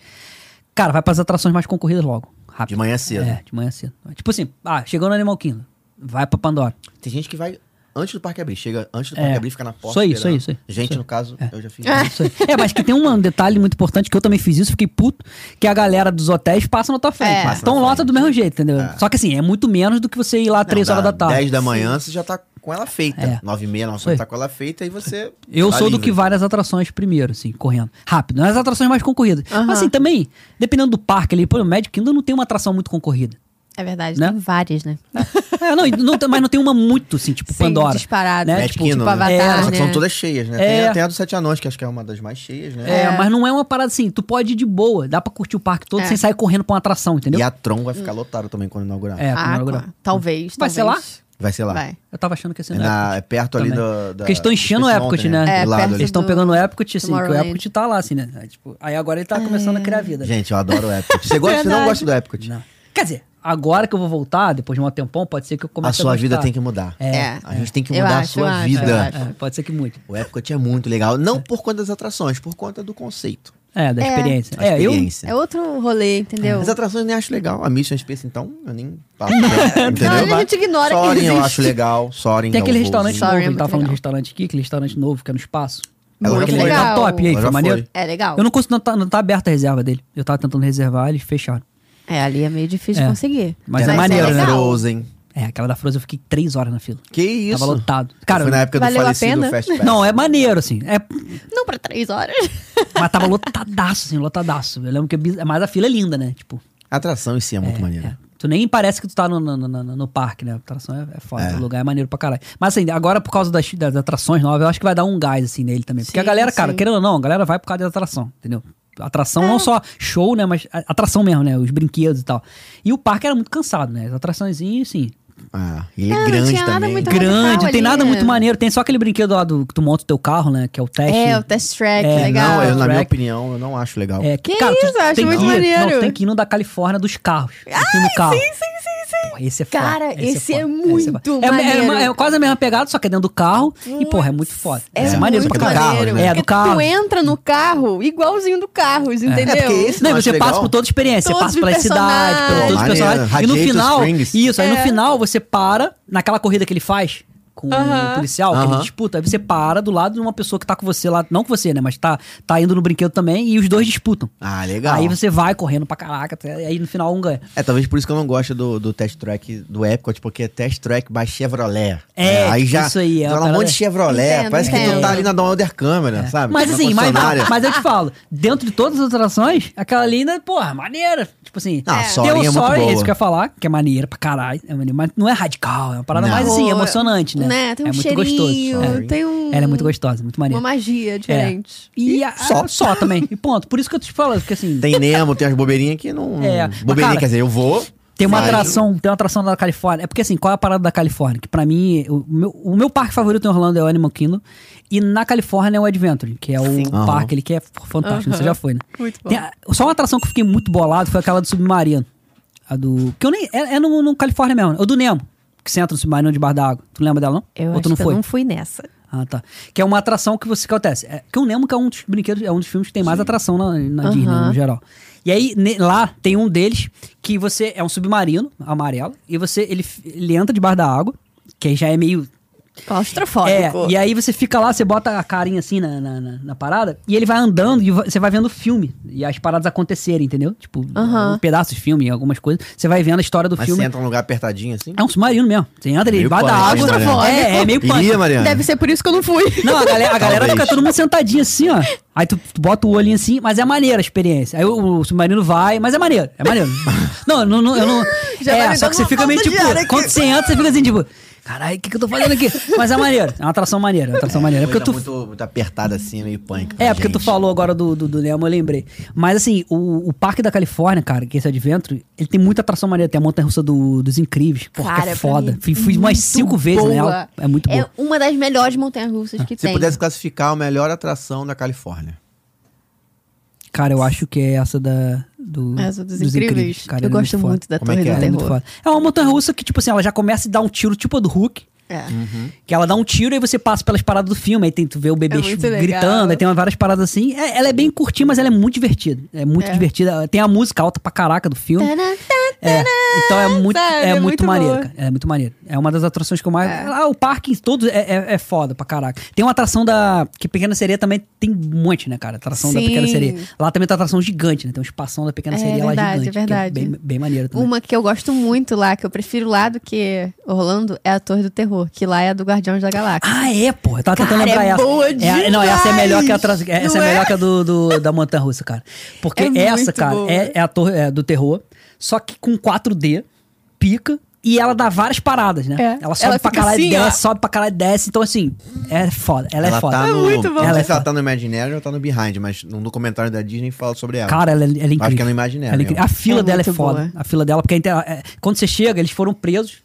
cara, vai pras atrações mais concorridas logo, rápido.
De manhã cedo.
É, de manhã cedo. Tipo assim, ah, chegou no Animal Kingdom, vai pra Pandora.
Tem gente que vai antes do parque abrir. Chega antes do parque
É.
abrir, fica na porta.
Isso aí, isso
esperando.
aí, isso aí.
Gente,
Isso aí.
no caso, eu já fiz.
Isso aí. É, mas que tem um detalhe muito importante que eu também fiz isso, fiquei puto, que a galera dos hotéis passa na tua frente.
É.
Passa
Então
na
lota
frente.
do mesmo jeito, entendeu?
É.
Só que assim, é muito menos do que você ir lá às 3
Não,
horas da tarde.
10 da manhã, você já tá com ela feita.
É.
Nove e meia, nós
Isso aí.
tá com ela feita e você.
Eu
tá
sou do
livre.
que vai nas atrações primeiro, assim, correndo. Rápido. Nas atrações mais concorridas.
Aham.
Mas assim, também, dependendo do parque ali, pô, o Magic Kingdom não tem uma atração muito concorrida.
É verdade,
Né?
tem várias, né?
É, não, e não tem- mas não tem uma muito, assim, tipo
Sim,
Pandora.
disparado.
né?
Tipo,
Magic Kingdom, né?
Avatar,
Só que
né?
são todas cheias, né?
É.
Tem, a- tem a do Sete Anões, que acho que é uma das mais cheias, né?
É, mas não é uma parada assim, tu pode ir de boa, dá pra curtir o parque todo
É.
sem sair correndo pra uma atração, entendeu?
E a Tron vai ficar lotada também quando inaugurar.
É,
Ah,
primeiro lugar.
claro. Talvez,
Vai
talvez.
ser lá?
Vai ser lá.
Vai.
Eu tava achando que ia ser
É,
no
na-
Epcot.
é perto ali
também.
da, da.
Porque eles estão
do
enchendo o
Space
Epcot,
Mountain,
né? É,
Do lado
perto
ali.
Eles estão
do
pegando o Epcot, assim, que o
Tomorrowland.
Epcot tá lá, assim, né? Aí, tipo, aí agora ele tá começando a criar vida.
Gente, eu adoro o Epcot. Você, gosta, você não
Verdade.
gosta do Epcot?
Não. Quer dizer, agora que eu vou voltar, depois de um tempão, pode ser que eu
A
comece a
sua vida
gostar.
tem que mudar.
É.
A gente tem que
Eu
mudar a
acho, eu
sua
acho, eu
vida.
acho.
É, pode ser que muito.
o Epcot é muito legal. Não por conta das atrações, por conta do conceito.
É, da
É.
experiência.
A
É, eu.
experiência.
É outro rolê, entendeu?
É,
As atrações eu nem acho legal. A Mission Space, então, eu nem falo. entendeu?
Não, a gente ignora que
Soaring eu
existe.
acho legal. Soaring
Tem
é um
aquele
voozinho.
restaurante
Sorry,
novo,
é
a gente
muito
tava falando de
legal.
restaurante aqui, aquele restaurante novo que é no espaço.
Ela já
Aquele
foi.
ali tá
Legal.
top, e aí,
Ela
foi
já
maneiro.
foi.
É legal.
Eu não consigo, não tá, não tá aberta a reserva dele. Eu tava tentando reservar, eles fecharam.
É, ali é meio difícil
É.
conseguir.
Mas é
Tem
maneiro,
a
né?
legal.
Frozen.
É, aquela da Frozen eu fiquei três horas na fila.
Que isso?
Tava lotado. Cara,
foi na época do
valeu a
falecido
pena?
Fast Pass.
não, é maneiro, assim. É,
Não pra três horas.
mas tava lotadaço, assim, lotadaço. Eu lembro que é biz- mas a fila é linda, né? Tipo,
A atração em si é muito maneira.
é. Tu nem parece que tu tá no, no, no- no- no parque, né? A atração é, é foda, o lugar é maneiro pra caralho. Mas assim, agora por causa das, das atrações novas, eu acho que vai dar um gás, assim, nele também. Porque a
Sim,
galera, cara,
sim.
querendo ou não, a galera vai por causa da atração, entendeu? Atração
É.
não só show, né? Mas a- atração mesmo, né? Os brinquedos e tal. E o parque era muito cansado, né? As atraçõezinhas, assim,
Ah, e é
não
grande
tinha nada
também.
muito- radical
grande, não tem
ali, né?
nada muito maneiro. Tem só aquele brinquedo lá do que tu monta o teu carro, né? Que é o teste.
É, o test track,
É,
legal.
Não, eu, na minha
Track.
opinião, eu não acho legal.
É,
Que isso, eu acho
tem
muito
que ir-
maneiro.
não, tu tem que ir no da Califórnia dos carros. Ah, no carro. sim, sim, sim, sim. esse é foda.
Cara, esse é
foda,
muito
foda. É- é,
maneiro.
é, quase a mesma pegada, só que é dentro do carro. E, porra, é muito foda.
É,
Esse
maneiro
maneiro
muito
pra caralho.
maneiro.
carro, né?
É, do
Porque
carro.
Tu entra no carro igualzinho do
É.
carro, entendeu?
porque esse-
Não,
Eu
e
acho
você passa
legal.
por toda a experiência,
Todos
você passa
os
pela cidade,
personagens.
por todos os
Maneiro.
personagens. E no
Radiator
final,
Springs.
isso, aí no
É.
final você para, naquela corrida que ele faz com o
Aham.
policial, que ele
Aham.
disputa, aí você para do lado de uma pessoa que tá com você lá, não com você, né, mas tá, tá indo no brinquedo também, e os dois disputam.
Ah, legal.
Aí você vai correndo pra caraca, até- aí no final um ganha.
É, talvez por isso que eu não gosto do, do test track do Epcot, porque é test track by Chevrolet.
É,
aí já
isso aí, é uma
rola um
parada-
monte de Chevrolet.
Entendo,
Parece que tu
entendo.
tá ali na Donalder Câmera, sabe? Tá
Mas
Na
assim, mas,
É, concessionária.
mas eu te falo, dentro de todas as atrações, aquela ali ainda, porra, maneira. Tipo assim,
Ah,
tem
Soaring
o
é muito
Soaring,
boa.
esse que eu ia falar, que é maneira pra caralho, é maneiro, mas não é radical, é uma parada
Não.
mais assim,
Boa.
emocionante, né?
Tem um
é muito
cheirinho,
gostoso. É.
tem um...
Ela é muito gostosa, É. muito
Uma
maneira.
magia diferente.
E a-
só.
só também. E ponto. Por isso que eu te falo, porque assim,
Tem Nemo, tem as bobeirinhas que não.
É, mas,
Bobeirinha,
cara,
quer dizer, eu vou.
Tem uma
mas-
atração, tem uma atração da Califórnia. É porque assim, qual é a parada da Califórnia? Que pra mim, o meu, o meu parque favorito em Orlando é o Animal Kingdom. E na Califórnia é o Adventure, que é o
Aham.
parque ali que é fantástico.
Aham.
Você já foi, né?
Muito bom.
Tem a- só uma atração que eu fiquei muito bolado foi aquela do submarino. A do. Que eu nem. É, é no, no Califórnia mesmo. né? Ou do Nemo, que você entra no submarino debaixo da água. Tu lembra dela, não?
Eu
Ou tu
acho
não
que
foi?
eu não fui nessa.
Ah, tá. Que é uma atração que você que acontece. É, que eu lembro que é um dos brinquedos, é um dos filmes que tem mais atração na, na
Aham.
Disney, no geral. E aí, ne- lá tem um deles que você é um submarino amarelo, e você ele, f- ele entra debaixo da água, que aí já é meio. É,
Claustrofóbico.
e aí você fica lá, você bota a carinha assim na, na, na- na parada, e ele vai andando e va- você vai vendo o filme e as paradas acontecerem, entendeu? Tipo,
Aham.
um pedaço de filme, algumas coisas. Você vai vendo a história do
Mas
filme.
você entra num lugar apertadinho assim.
É um submarino mesmo. Você entra ele
Meio
debaixo da
pânico, né? hein,
água.
Mariana?
É, é meio pânico.
Iria, Mariana.
Deve ser por isso que eu não fui.
Não, é a galera, a galera
Talvez.
fica todo mundo sentadinho assim, ó. Aí tu, tu bota o olhinho assim, mas é maneiro a experiência. Aí o, o submarino vai, mas é maneiro, é maneiro. não, não, não, eu não.
Já vai
é,
me
só
dando
que você
uma
fica meio
falta de
tipo.
ar aqui.
Quando você entra, você fica assim, tipo, caralho, o que, que eu tô fazendo aqui? Mas é maneiro, é uma atração maneira, é uma atração maneira. É porque tu.
Coisa muito, muito apertada assim, meio pânico.
É, porque tu
Gente,
falou agora do, do, do Nemo, eu lembrei. Mas assim, o, o Parque da Califórnia, cara, que é esse Adventure, ele tem muita atração maneira. Tem a montanha russa do- dos incríveis. Porra, que é
pra
foda.
mim,
Fui, fui umas
muito
cinco vezes
boa.
nela. É muito Ah, bom.
É uma das melhores montanhas russas que
Se
tem.
pudesse classificar a melhor atração da Califórnia.
Cara, eu acho que é essa da. Do,
Essa dos É, incríveis.
Cara,
eu
ela é
gosto
foda.
muito da
Como é
Torre
que
do
é?
Ela É, muito
Terror.
foda. é uma montanha russa que, tipo assim, ela já começa a dar um tiro, tipo a do Hulk.
É.
Que ela dá um tiro e você passa pelas paradas do filme. Aí tem, tu vê o bebê
É muito
ch-
legal.
gritando, aí tem várias paradas assim. É- ela é bem curtinha, mas ela é muito divertida. É muito
É.
divertida. Tem a música alta pra caraca do filme.
Tadã,
É, então é muito,
Sabe,
é
é
muito,
muito
maneiro,
boa.
cara. É muito maneiro. É uma das atrações que eu mais.
É.
Ah, o parque todo é, é, é foda pra caraca. Tem uma atração da. Que Pequena Sereia também tem um monte, né, cara? Atração da
Sim.
Pequena Sereia. Lá também tem atração gigante, né? Tem um espação da Pequena
É
Sereia lá
verdade,
gigante.
é verdade.
que bem, bem maneiro também.
Uma que eu gosto muito lá, que eu prefiro lá do que Orlando, é a Torre do Terror, que lá é a do Guardiões da Galáxia.
Ah, é, pô. Eu tava
Cara,
tentando lembrar
é
essa.
boa
É, não, essa é
demais,
melhor que a, tra- essa é
não é?
melhor que a do, do- da Montanha Russa, cara. Porque
É
essa,
muito
cara,
boa.
é, é a torre é do terror, só que com 4D. pica. E ela dá várias paradas, né?
É.
Ela sobe
Ela
pra
fica
caralho e
assim, ó.
desce, sobe pra caralho e desce. Então, assim, é foda. Ela, é foda.
Tá
É
no,
muito bom.
Não
Ela
sei
é
se ela
foda.
tá no Imagineering ou tá no Behind, mas no documentário da Disney fala sobre ela.
Cara, ela, é- ela é incrível.
Acho que ela é imaginária
Ela é incrível. A fila
É
dela é
muito
foda.
boa.
A fila dela, porque a inter- é, quando você chega, eles foram presos.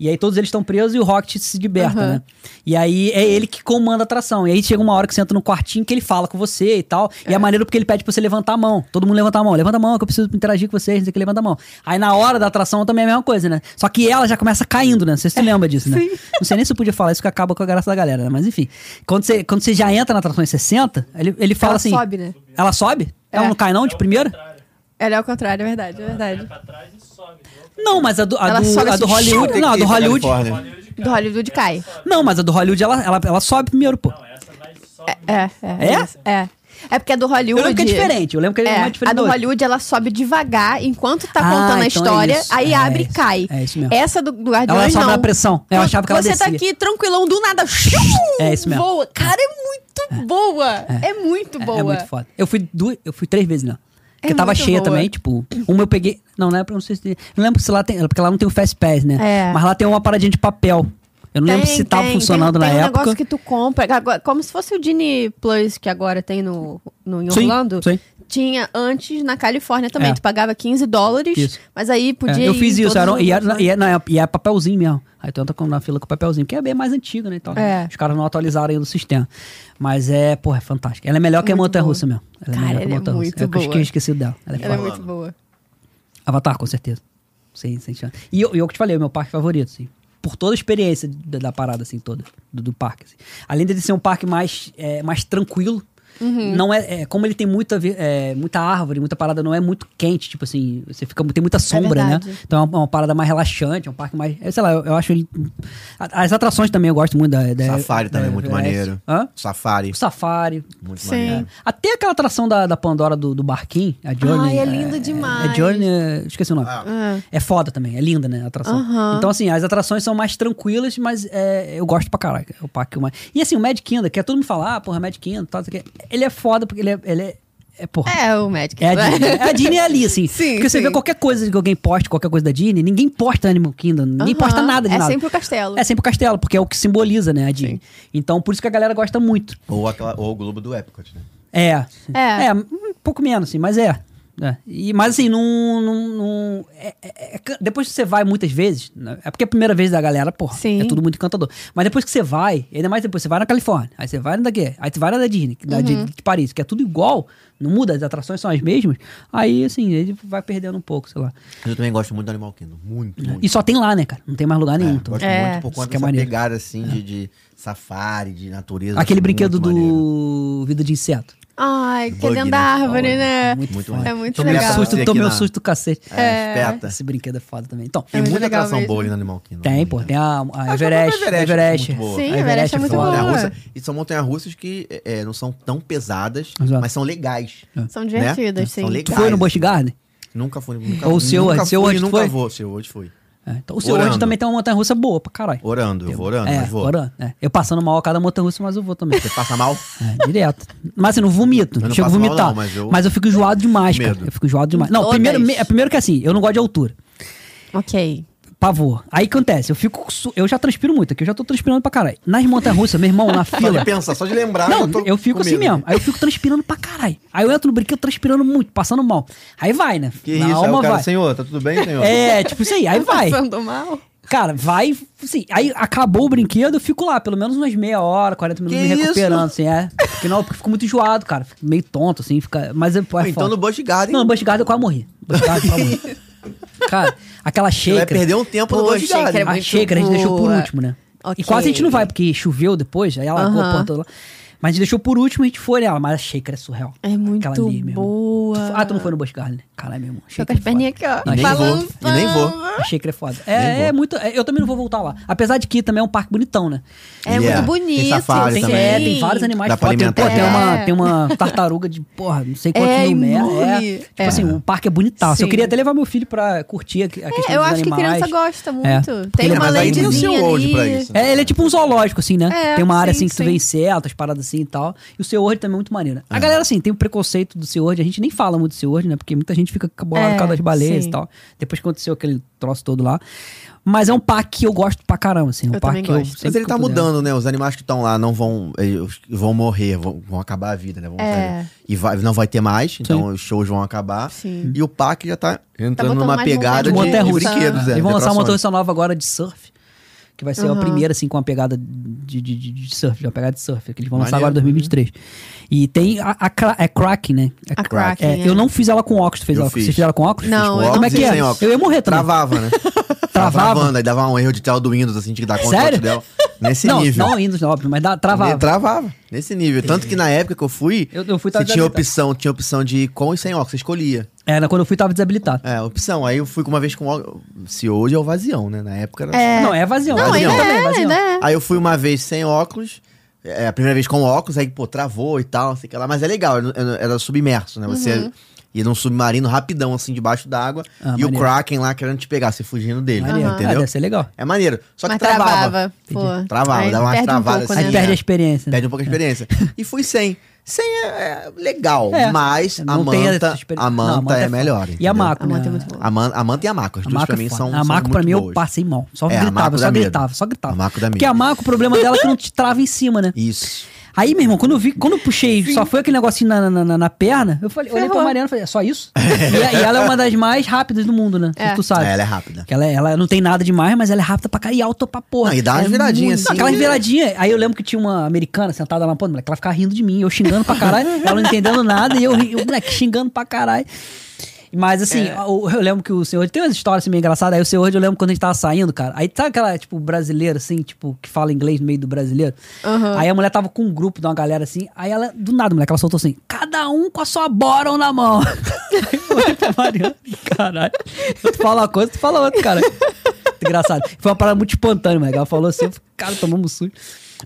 E aí todos eles estão presos e o Rocket se liberta,
Aham.
né? E aí é ele que comanda a atração. E aí chega uma hora que você entra no quartinho que ele fala com você e tal. E é maneiro porque ele pede pra você levantar a mão. Todo mundo levanta a mão. Levanta a mão que eu preciso interagir com vocês, não sei o que, levanta a mão. Aí na hora da atração também é a mesma coisa, né? Só que ela já começa caindo, né? Não
É,
sei se você lembra disso, né? Não sei nem se eu podia falar isso que acaba com a graça da galera, né? Mas enfim. Quando você, quando você já entra na atração em 60, ele, ele fala
Ela
assim...
sobe, né?
Ela sobe?
É.
Ela não cai não de primeira?
Ela é ao contrário, é verdade, é verdade.
Pra trás e sobe.
Não, mas a do, a
Ela
do,
sobe
a do
assim,
Tem
Hollywood.
que
Não, a
ir
do
pra
Hollywood.
né?
Califórnia.
Do Hollywood cai.
Não, mas a do Hollywood ela, ela, ela sobe primeiro, pô.
Não, essa vai e sobe.
É, é.
É?
isso. É. É porque a do Hollywood.
Eu lembro que é diferente. Eu lembro que é,
É,
mais diferente.
a
da
do
outra.
Hollywood ela sobe devagar enquanto tá
Ah,
contando
então
a
é
história,
isso.
aí
É,
abre
é
e
isso.
cai.
É isso mesmo.
Essa do Guardiões
Ela sobe
não.
na pressão. É, Eu achava que ela
Você tá
descia.
aqui tranquilão do nada.
É isso mesmo.
Voa. Cara, é muito boa. É, muito
É-
boa.
É, muito foda. Eu fui duas, eu fui três vezes lá. Porque
É
tava
muito
cheia
boa.
também, tipo, uma eu peguei. Não, não é pra não sei se. Não lembro se lá tem. Porque lá não tem o Fast Pass, né?
É.
Mas lá tem uma paradinha de papel. Eu não lembro se tava funcionando
tem,
na
tem um
época.
negócio que tu compra, agora- como se fosse o Disney Plus que agora tem no, no em
Sim,
Orlando.
sim.
Tinha antes na Califórnia também.
É.
Tu pagava 15 dólares,
Isso.
mas aí podia.
É, eu
ir
fiz
em
isso,
todos
era,
os
e, era,
lugares, né?
e, é, na- e é papelzinho mesmo. Aí tu entra com- na fila com papelzinho, porque é bem mais antigo, né? Então,
É.
Os caras não atualizaram ainda o sistema. Mas é, porra, é fantástico. Ela é melhor que a
Muito
Montanha Russa mesmo. Ela
Cara,
melhor que a
ela é
Montanha Russa.
muito
Eu que eu
boa.
tinha esquecido dela. Ela é
Ela é
foda.
muito boa.
Avatar, com certeza. Sim, sem chance. E eu, e eu que te falei, é o meu parque favorito, assim. Por toda a experiência da, da parada, assim, toda, do, do parque. assim. Além dele ser um parque mais, é, mais tranquilo, não é, é, Como ele tem muita, vi- é, muita árvore, muita parada, não é muito quente, tipo assim, você fica, tem muita sombra, né?
verdade.
Então é uma, é uma parada mais relaxante, é um parque mais. é, sei lá, eu, eu acho ele. a- As atrações também eu gosto muito da. da
Safari também é
da
muito
Everest.
maneiro.
Hã?
Safari,
O Safari.
muito
Sim.
maneiro.
Até aquela atração da, da Pandora do, do barquinho, a
Ai,
Journey.
é lindo demais.
É Journey, é- esqueci o nome.
Ah.
É foda também, é linda, né, a atração.
Aham.
Então, assim, as atrações são mais tranquilas, mas é, eu gosto pra caralho. É o parque que eu mais... E, assim, o Mad Kingdom, que é todo mundo falar, ah, porra, Mad Kingdom, tal, não sei o quê. Ele é foda porque ele é... Ele é, é porra...
É o Magic.
É a Disney. É a Disney ali, assim.
Sim,
Porque você
sim.
vê qualquer coisa que alguém poste, qualquer coisa da Disney, ninguém posta Animal Kingdom, ninguém
Aham,
posta nada de
é
nada.
sempre o castelo.
É sempre o castelo, porque é o que simboliza, né, a Disney. Então, por isso que a galera gosta muito.
Ou, aquela, ou o Globo do Epcot, né?
É.
É.
um pouco menos, assim, mas é. É. E, mas assim, não. não, não- é- é- é- depois que você vai muitas vezes, né? é porque a primeira vez da galera, porra,
Sim.
é tudo muito encantador. Mas depois que você vai, ainda mais depois, você vai na Califórnia, aí você vai na daqui, aí você vai na da Disney, que- da
Uhum.
de, de Paris, que é tudo igual, não muda, as atrações são as mesmas, aí assim, ele vai perdendo um pouco, sei lá.
Mas Eu também gosto muito do Animal Kingdom. Muito, muito.
E só tem lá, né, cara? Não tem mais lugar nenhum.
É,
então.
gosto
É.
muito por
Isso
conta
que é
dessa
maneiro. É.
pegada, assim, de, de safari, de natureza.
Aquele
acho
brinquedo
é muito maneiro.
do Vida de Inseto.
Ai, que
Bug,
dentro
né?
da árvore,
Olha,
né?
muito Muito
É
maneiro.
muito
Tomei
Tomei um
legal.
susto,
Aqui
tomei um
na-
susto do cacete.
É, espeta.
Esse brinquedo é foda também. Então,
Tem
muito
muita
legal
atração
mesmo.
boa ali no Animal Kingdom.
Tem, pô. Tem a, a
Eu
Everest.
jogo no
a
Everest,
Everest.
muito boa.
Sim,
a
Everest é muito
São
foda.
boa.
montanha-russa- e são montanhas-russas que é, é, não são tão pesadas,
Exato.
mas são legais.
São divertidas,
né?
sim.
São
Tu
legais.
foi no Busch Garden?
Nunca fui. Nunca,
Ou o
nunca
Seward,
fui,
Seward, tu
nunca
foi?
vou. Seu hoje fui.
É, então, o seu
Orando.
hoje também tem uma montanha russa boa pra caralho.
Orando, eu vou orando,
é,
mas vou.
orando, é. Eu passando mal a cada montanha russa, mas eu vou também.
Você passa mal?
É, direto. Mas assim, não vomito.
Eu não
Não chego a
passo mal,
vomitar.
não,
mas,
mas
eu...
eu-
fico enjoado demais,
Medo.
cara. Eu fico enjoado demais. Não,
Todas.
primeiro, me- é primeiro que assim, eu não gosto de altura.
Ok.
Pavor. Aí acontece, eu fico. su- Eu já transpiro muito aqui, eu já tô transpirando pra caralho. Nas montanhas russas, meu irmão, na
Só
fila.
de pensar, só de lembrar.
Não,
já tô
eu fico
com
assim
medo.
mesmo. Aí eu fico transpirando pra caralho. Aí eu entro no brinquedo transpirando muito, passando mal. Aí vai, né?
Que
Na
isso, é
alma
o cara,
vai.
senhor, tá tudo bem, senhor?
É, tipo isso aí, aí vai.
Passando mal.
Cara, vai. Assim, aí acabou o brinquedo, eu fico lá, pelo menos umas meia hora, 40 minutos
Que
me
isso?
recuperando, assim, é. Porque não, porque fico muito enjoado, cara. Fico meio tonto, assim, fica. Mas é, é
Pô, então
foda.
no Busch Garden...
Não, no Bush Garden eu quase morri. No Busch Garden eu quase morri. Cara, aquela
Você
shaker.
vai perder um tempo no
Pô,
Busch
achei que
Garden.
era
A
muito
shaker é a gente deixou por
boa.
último, né? E
Ok.
quase a gente não vai, porque choveu depois, aí ela
Aham.
a porta lá. Mas a gente deixou por último, a gente foi nela. Mas a shaker é surreal.
É muito
Aquela ali, meu irmão.
boa.
Ah, tu não foi no Busch Garden, né? Caralho, meu irmão.
Tô com
shaker
as
é foda.
perninhas aqui, ó.
E nem
Balançando.
vou, e nem vou.
A shaker é foda. É, é muito. é, eu também não vou voltar lá. Apesar de que também é um parque bonitão, né?
É
Yeah.
muito
Tem
bonito.
safari
Tem,
também.
é,
sim.
tem vários animais
Dá pra
foda. Tem, pô, tem,
alimentar
uma,
gato.
tem uma tartaruga de, porra, não sei quanto
É
mil metros. É.
enorme.
Tipo
É.
assim, o parque é bonitão. Assim, eu
Sim.
queria até levar meu filho pra curtir a, a questão dos
É, eu acho que
animais.
criança gosta muito.
Porque
Tem
ele é
uma
mais-
Mas aí tem o
ladezinha
SeaWorld pra
ali.
isso.
É, ele é tipo um zoológico, assim, né?
É,
tem uma área
sim,
assim que tu
sim.
vê insetos, paradas assim e tal. E o SeaWorld também é muito maneiro. A galera, assim, tem o preconceito do SeaWorld, a gente nem fala muito do SeaWorld, né? Porque muita gente fica bolada
É,
por causa das baleias
sim.
e tal. Depois que aconteceu aquele troço todo lá. Mas é um parque que eu gosto pra caramba, assim. é Um
Eu
parque
também
que eu
gosto.
Mas
sempre
ele
que
tá
eu puder.
mudando, né? Os animais que estão lá não vão eles vão morrer, vão, vão acabar a vida, né? Vão
É.
sair. E vai- não vai ter mais, então os shows vão acabar.
Sim.
E o parque já tá entrando
botando
numa
mais de
pegada
De
de,
montanha
de
russa.
brinquedos. é,
Eles vão lançar um uma
atrações.
torre nova agora de surf. Que vai ser a
Aham.
primeira, assim, com uma pegada de, de, de- de surf, de uma pegada de surf, que eles vão lançar
Maneiro.
agora em 2023. E tem a, a, cra- é Kraken, né? É,
A Kraken,
é,
é.
Eu não fiz ela com óculos, tu fez
Eu
ela,
fiz.
vocês fizeram com óculos?
Não,
Com
eu não
óculos
Como é que
e
é?
sem óculos.
Eu ia morrer também.
Travava, né?
Travava?
Travava, aí dava um erro de tela do Windows, assim, tinha que dar conta
Sério?
dela. Nesse
não,
nível.
não Windows, não, óbvio, mas dá, travava.
Ne- travava. Nesse nível. Tanto que na época que eu fui,
Eu- eu fui
você
tava
tinha
desabilitado.
opção, tinha opção de ir com e sem óculos, você escolhia.
Era quando eu fui, tava desabilitado.
É, opção. Aí eu fui com uma vez com óculos. Se hoje é o vazião, né? Na época era.
É.
Não, é vazio.
Não,
vazio
ainda
Vazião.
também,
é,
vazio.
ainda é.
Aí eu fui uma vez sem óculos. É, a primeira vez com óculos, aí, pô, travou e tal, não sei o que lá. Mas é legal, era- era era submerso, né? Você
Uhum.
ia num submarino rapidão, assim, debaixo d'água.
Ah,
e o
maneiro.
Kraken lá querendo te pegar, você fugindo dele,
Maneiro. Ah,
entendeu?
deve ser legal.
É maneiro. Só que
Mas
travava.
travava. Pô.
Travava,
Aí
dava umas
perde um
travadas
pouco,
assim.
né?
Aí perde a experiência. né?
Perde um pouco a experiência. e fui sem. Sem é, é legal,
É.
mas a
Não tem
manta,
essa experiência.
a manta
Não,
é,
foda.
melhor.
E
entendeu?
a Maco,
A
né?
manta é muito boa.
A, man, a manta e a Maco, as
A
duas
Maco,
pra
é
mim
foda.
são
a Maco
são
pra
muito
mim eu
boas.
passei mal. Só
É, a Maco
gritava,
dá
só
medo.
gritava, só
A
gritava.
Maco dá
Porque
medo.
a Maco, o problema dela é que não te trava em cima, né?
Isso.
Aí, meu irmão, quando eu vi, quando eu puxei, só foi aquele negocinho na, na, na- na perna, eu falei, olhei pra
Ferrou.
Mariana e falei, é só isso? e, a- e ela é uma das mais rápidas do mundo, né?
É.
Tu sabe.
É, ela é rápida.
Que ela, é- ela não tem nada demais, mas ela é rápida pra cá e alta pra porra.
Ah, e dá umas
Ela é
viradinhas,
muito-
assim.
Aquelas viradinhas. Aí eu lembro que tinha uma americana sentada lá na ponta, moleque, ela ficava rindo de mim, eu xingando pra caralho, ela não entendendo nada, e eu, ri- eu moleque, xingando pra caralho. Mas assim,
É.
eu, eu lembro que o senhor tem umas histórias assim, meio engraçadas. Aí o senhor, eu lembro quando a gente tava saindo, cara. Aí tá aquela, tipo, brasileira, assim, tipo, que fala inglês no meio do brasileiro. Aí a mulher tava com um grupo de uma galera assim. Aí ela, do nada, moleque, ela soltou assim: cada um com a sua bottom na mão. Eu olhei pra Mariana, caralho. Tu fala uma coisa, tu fala outra, cara. Muito Engraçado. Foi uma parada muito espontânea, moleque. Ela falou assim, eu falei, cara, tomamos susto.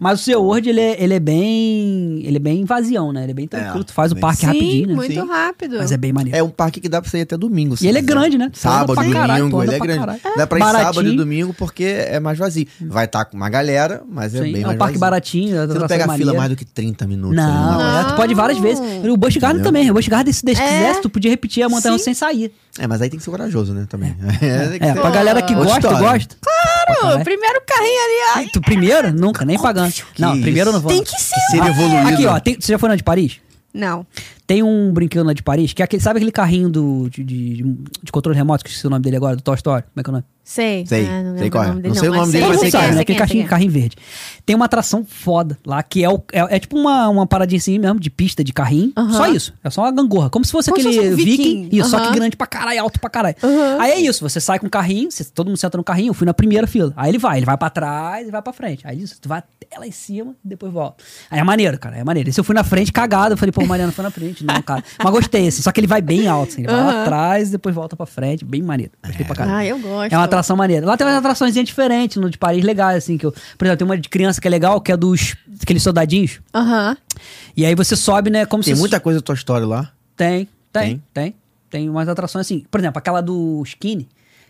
Mas o seu Word, ele é, ele é bem. Ele é bem vazião, né? Ele é bem tranquilo. tu faz o
bem-
parque
Sim,
rapidinho, né?
muito
Sim.
rápido.
Mas é bem maneiro.
É um parque que dá pra sair até domingo. se
ele é
quiser.
grande, né? Tu
Sábado,
anda pra
domingo,
caralho, tu anda
ele é
pra
grande.
caralho.
Dá pra ir
Baratinho.
sábado e domingo porque é mais vazio. Vai estar com uma galera, mas é
Sim,
bem
é
mais
um parque
vazio.
baratinho,
Você não
atração
pega a fila
maneira.
mais um do que 30 minutos. né? ali
Não,
na-
é, tu pode ir várias vezes. O Busch Garden
Entendeu?
também. O Busch Garden, se Deus
É.
quisesse, tu podia repetir a montanha
Sim.
sem sair.
É, mas aí tem que ser corajoso, né, também. É, tem que
É,
ser-
pra galera que
Outra
gosta,
história.
gosta.
Claro, o primeiro carrinho ali,
Tu primeiro? Nunca, nem pagando. Não,
isso.
primeiro eu não
ó.
vou.
Tem que ser.
Que ser
Ah,
evoluído.
Aqui, ó, tem- você já foi na de Paris?
Não.
Tem um brinquedo na de Paris, que é aquele, sabe aquele carrinho do, de, de, de controle remoto, que eu esqueci o nome dele agora, do Toy Story? Como é que é o nome?
Sei.
Sei,
Ah, não
sei
lembro
qual é.
o nome
Não
dele.
sei o
mas
nome dele,
sei
mas sei
Todo
quem é,
quem
mundo sabe, né?
sei quem
Aquele
é, sei
carrinho,
quem é.
carrinho verde. Tem uma atração foda lá, que é, o, é, é tipo uma, uma paradinha assim mesmo, de pista, de carrinho.
Aham.
Só isso. É só uma gangorra. Como se fosse
Como se
aquele
fosse um
viking.
viking.
Isso, só que
Aham.
grande pra caralho, alto pra caralho.
Aham.
Aí é isso. Você sai com o carrinho, você- todo mundo senta no carrinho. Eu fui na primeira fila. Aí ele vai. Ele vai pra trás e vai pra frente. Aí isso, tu vai até lá em cima e depois volta. Aí é maneiro, cara. É maneiro. Esse eu fui na frente cagado. Eu falei, pô, o Mariano foi na frente. Não, cara. Mas gostei, assim. Só que ele vai bem alto, assim. Ele vai lá atrás e depois volta pra frente. Bem maneiro. Gostei pra caralho.
Ah, eu gosto.
É uma atração maneira. Lá tem umas atrações diferentes no de Paris, legais, assim. Que eu, por exemplo, tem uma de criança que é legal, que é dos aqueles soldadinhos.
Aham.
E aí você sobe, né? Como
Tem
se.
muita coisa da tua história lá.
Tem, tem,
Tem?
tem. Tem, umas atrações assim. Por exemplo, aquela do Skinny,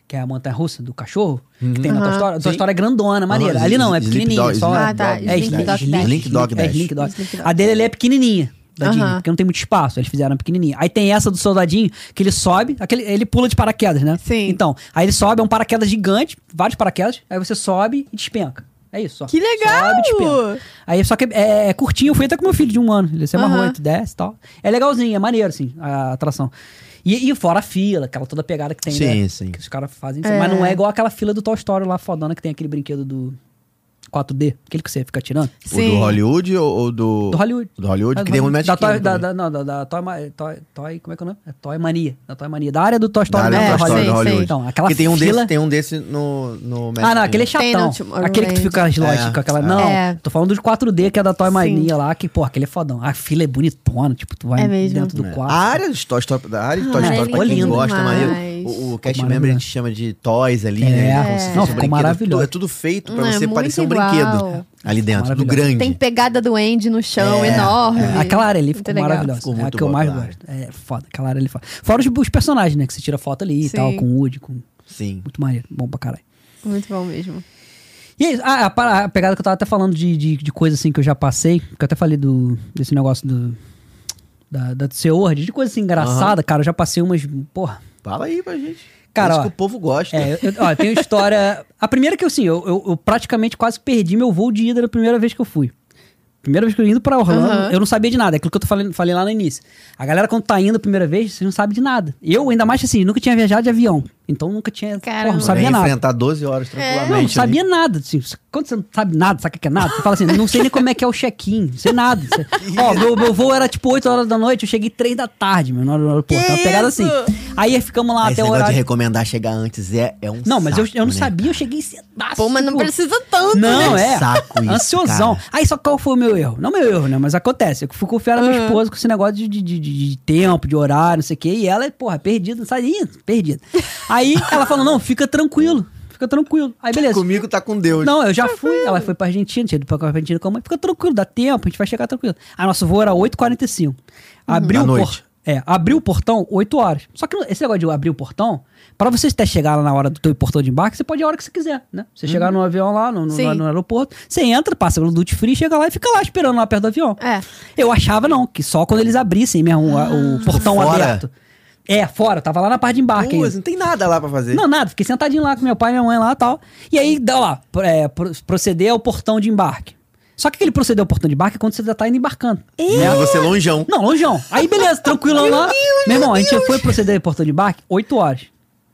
que é a montanha russa do cachorro, que tem na tua história. A tua
Uhum. Sim.
história é grandona, maneira.
Aham,
Ali não, é
Sleep
pequenininha.
Dog-
Só,
Sleep Ah, tá, Dog
É
Dash.
Slink Dog Dash.
Slink Dog né?
É
Dash.
Slink Dog.
Slink Dog
A dele ele é pequenininha. Da Disney,
Aham.
porque não tem muito espaço, eles fizeram pequenininha. Aí tem essa do soldadinho, que ele sobe, aquele, ele pula de paraquedas, né?
Sim.
Então, aí ele sobe, é um paraquedas gigante, vários paraquedas, aí você sobe e despenca. É isso, só.
Que legal!
Sobe e despenca. Aí, só que é, é curtinho, eu fui até com meu filho de um ano. Ele se amarrou,
Aham.
tu desce e tal. É legalzinho, é maneiro, assim, a atração. E, e fora a fila, aquela toda pegada que tem,
Sim,
né?
sim.
Que os caras fazem. Mas não é igual aquela fila do Toy Story lá, fodona, que tem aquele brinquedo do 4D. Aquele que você fica tirando.
O do
Sim.
Hollywood ou, ou do...
Do Hollywood.
Do Hollywood,
É,
que tem um
da,
Magic
toy,
Kingdom
da,
também.
da, não, da, da toy, Ma- toy, Toy- como é que é o nome? É Toy Mania. Da Toy Mania. Da área do Toy Story.
Da área
né?
da
é,
tua
sei,
história do Hollywood.
sei.
Então, aquela
Porque tem um
fila...
desse, tem um desse no, no Magic
Ah, não,
Kingdom.
aquele é
Tem
chatão.
no Tomorrowland.
Aquele que tu fica nas lojas,
É,
com aquela.
é.
Não,
É.
tô falando dos 4D, que é da Toy
Sim.
Mania lá, que, porra, aquele é fodão. A fila é bonitona, tipo, tu vai
É mesmo.
dentro do
É.
quarto.
A área de Toy Story, da área de Toy
Ah,
Story, pra
ficou
quem
lindo
gosta, é
demais.
maneiro. O, o cast member a
Ficou maravilhoso.
gente chama de toys ali,
É.
né?
É.
Como se fosse
Não,
um
ficou
brinquedo.
maravilhoso.
É tudo feito pra
Não, é
você
muito
parecer um
igual.
brinquedo ali dentro, do
Maravilhoso.
grande.
Tem pegada do Andy no chão, enorme.
É, aquela área ali
Muito
ficou
legal.
maravilhosa.
Ficou
é a
muito
que eu
boa
mais
aquela
gosto. É foda, aquela área ali foda. Fora os, os personagens, né? Que você tira foto ali e
Sim.
tal, com o Woody, com.
Sim.
Muito maneiro, bom pra caralho.
Muito bom mesmo.
E é isso. Ah, a, para- a pegada que eu tava até falando de, de, de coisa assim que eu já passei, que eu até falei do, desse negócio do. Da, da Seord, de coisa assim engraçada, cara. Eu já passei umas. Porra.
Fala aí pra gente.
Cara,
Isso
ó,
que o povo gosta.
É, eu, eu- ó, eu tenho história. A primeira que eu, assim, eu, eu, eu praticamente quase perdi meu voo de ida na primeira vez que eu fui. Primeira vez que eu indo pra Orlando,
Aham.
eu não sabia de nada. É aquilo que eu tô falando, falei lá no início. A galera, quando tá indo a primeira vez, você não sabe de nada. Eu, ainda mais assim, nunca tinha viajado de avião. Então nunca tinha.
Caramba.
Porra, não
Ia
sabia nada.
enfrentar 12 horas
É.
Não,
tranquilamente. né?
não
ali.
sabia nada. assim, quando você não sabe nada, sabe o que é nada? Você fala assim, não sei nem como é que é o check-in, não sei nada. Você- Ó, meu, meu voo era tipo 8 horas da noite, eu cheguei 3 da tarde, meu, no
Que
aeroporto. Tava pegada
isso?
assim. Aí ficamos lá
Aí
até
Esse negócio
o um horário.
de recomendar chegar antes é, é um
Não, mas eu,
saco,
eu não
né? um
sabia, eu cheguei cedaço.
Pô, mas não
tipo,
precisa tanto,
Não,
né?
é.
Saco isso,
Ansiosão.
cara.
Aí só qual foi o meu erro? Não meu erro, né? Mas acontece. Eu fui confiar na
Ah.
minha esposa com esse negócio de, de, de- de- de tempo, de horário, não sei o quê. E ela, porra, perdida, não sai Ih, perdida. Aí ela falou: não, fica tranquilo. Fica tranquilo. Aí beleza.
Comigo tá com Deus.
Não, eu já fui. Ela foi pra Argentina, tinha ido pra Argentina com a mãe. Fica tranquilo, dá tempo, a gente vai chegar tranquilo. Aí nosso voo era 8h45. Abriu
Da
o
Hum. noite.
portão. É, abriu o portão 8 horas. Só que esse negócio de abrir o portão, pra você até chegar lá na hora do teu portão de embarque, você pode ir a hora que você quiser, né? Você
Uhum.
chegar no avião lá, no, no-
Sim.
lá no aeroporto, você entra, passa pelo duty free, chega lá e fica lá esperando lá perto do avião.
É.
Eu achava não, que só quando eles abrissem mesmo a-
Ah.
o portão
fora.
aberto. É, fora, eu tava lá na parte de embarque. ainda.
Duas, não tem nada lá pra fazer.
ah, Não, nada, fiquei sentadinho lá com meu pai e minha mãe lá e tal. E aí, dá lá, pro- é, pro- proceder ao portão de embarque. Só que aquele proceder ao portão de embarque é quando você já tá indo embarcando.
Né? Você é longeão.
Não, longeão. Aí, beleza, tranquilão lá. meu irmão, a gente foi proceder ao portão de embarque 8 horas.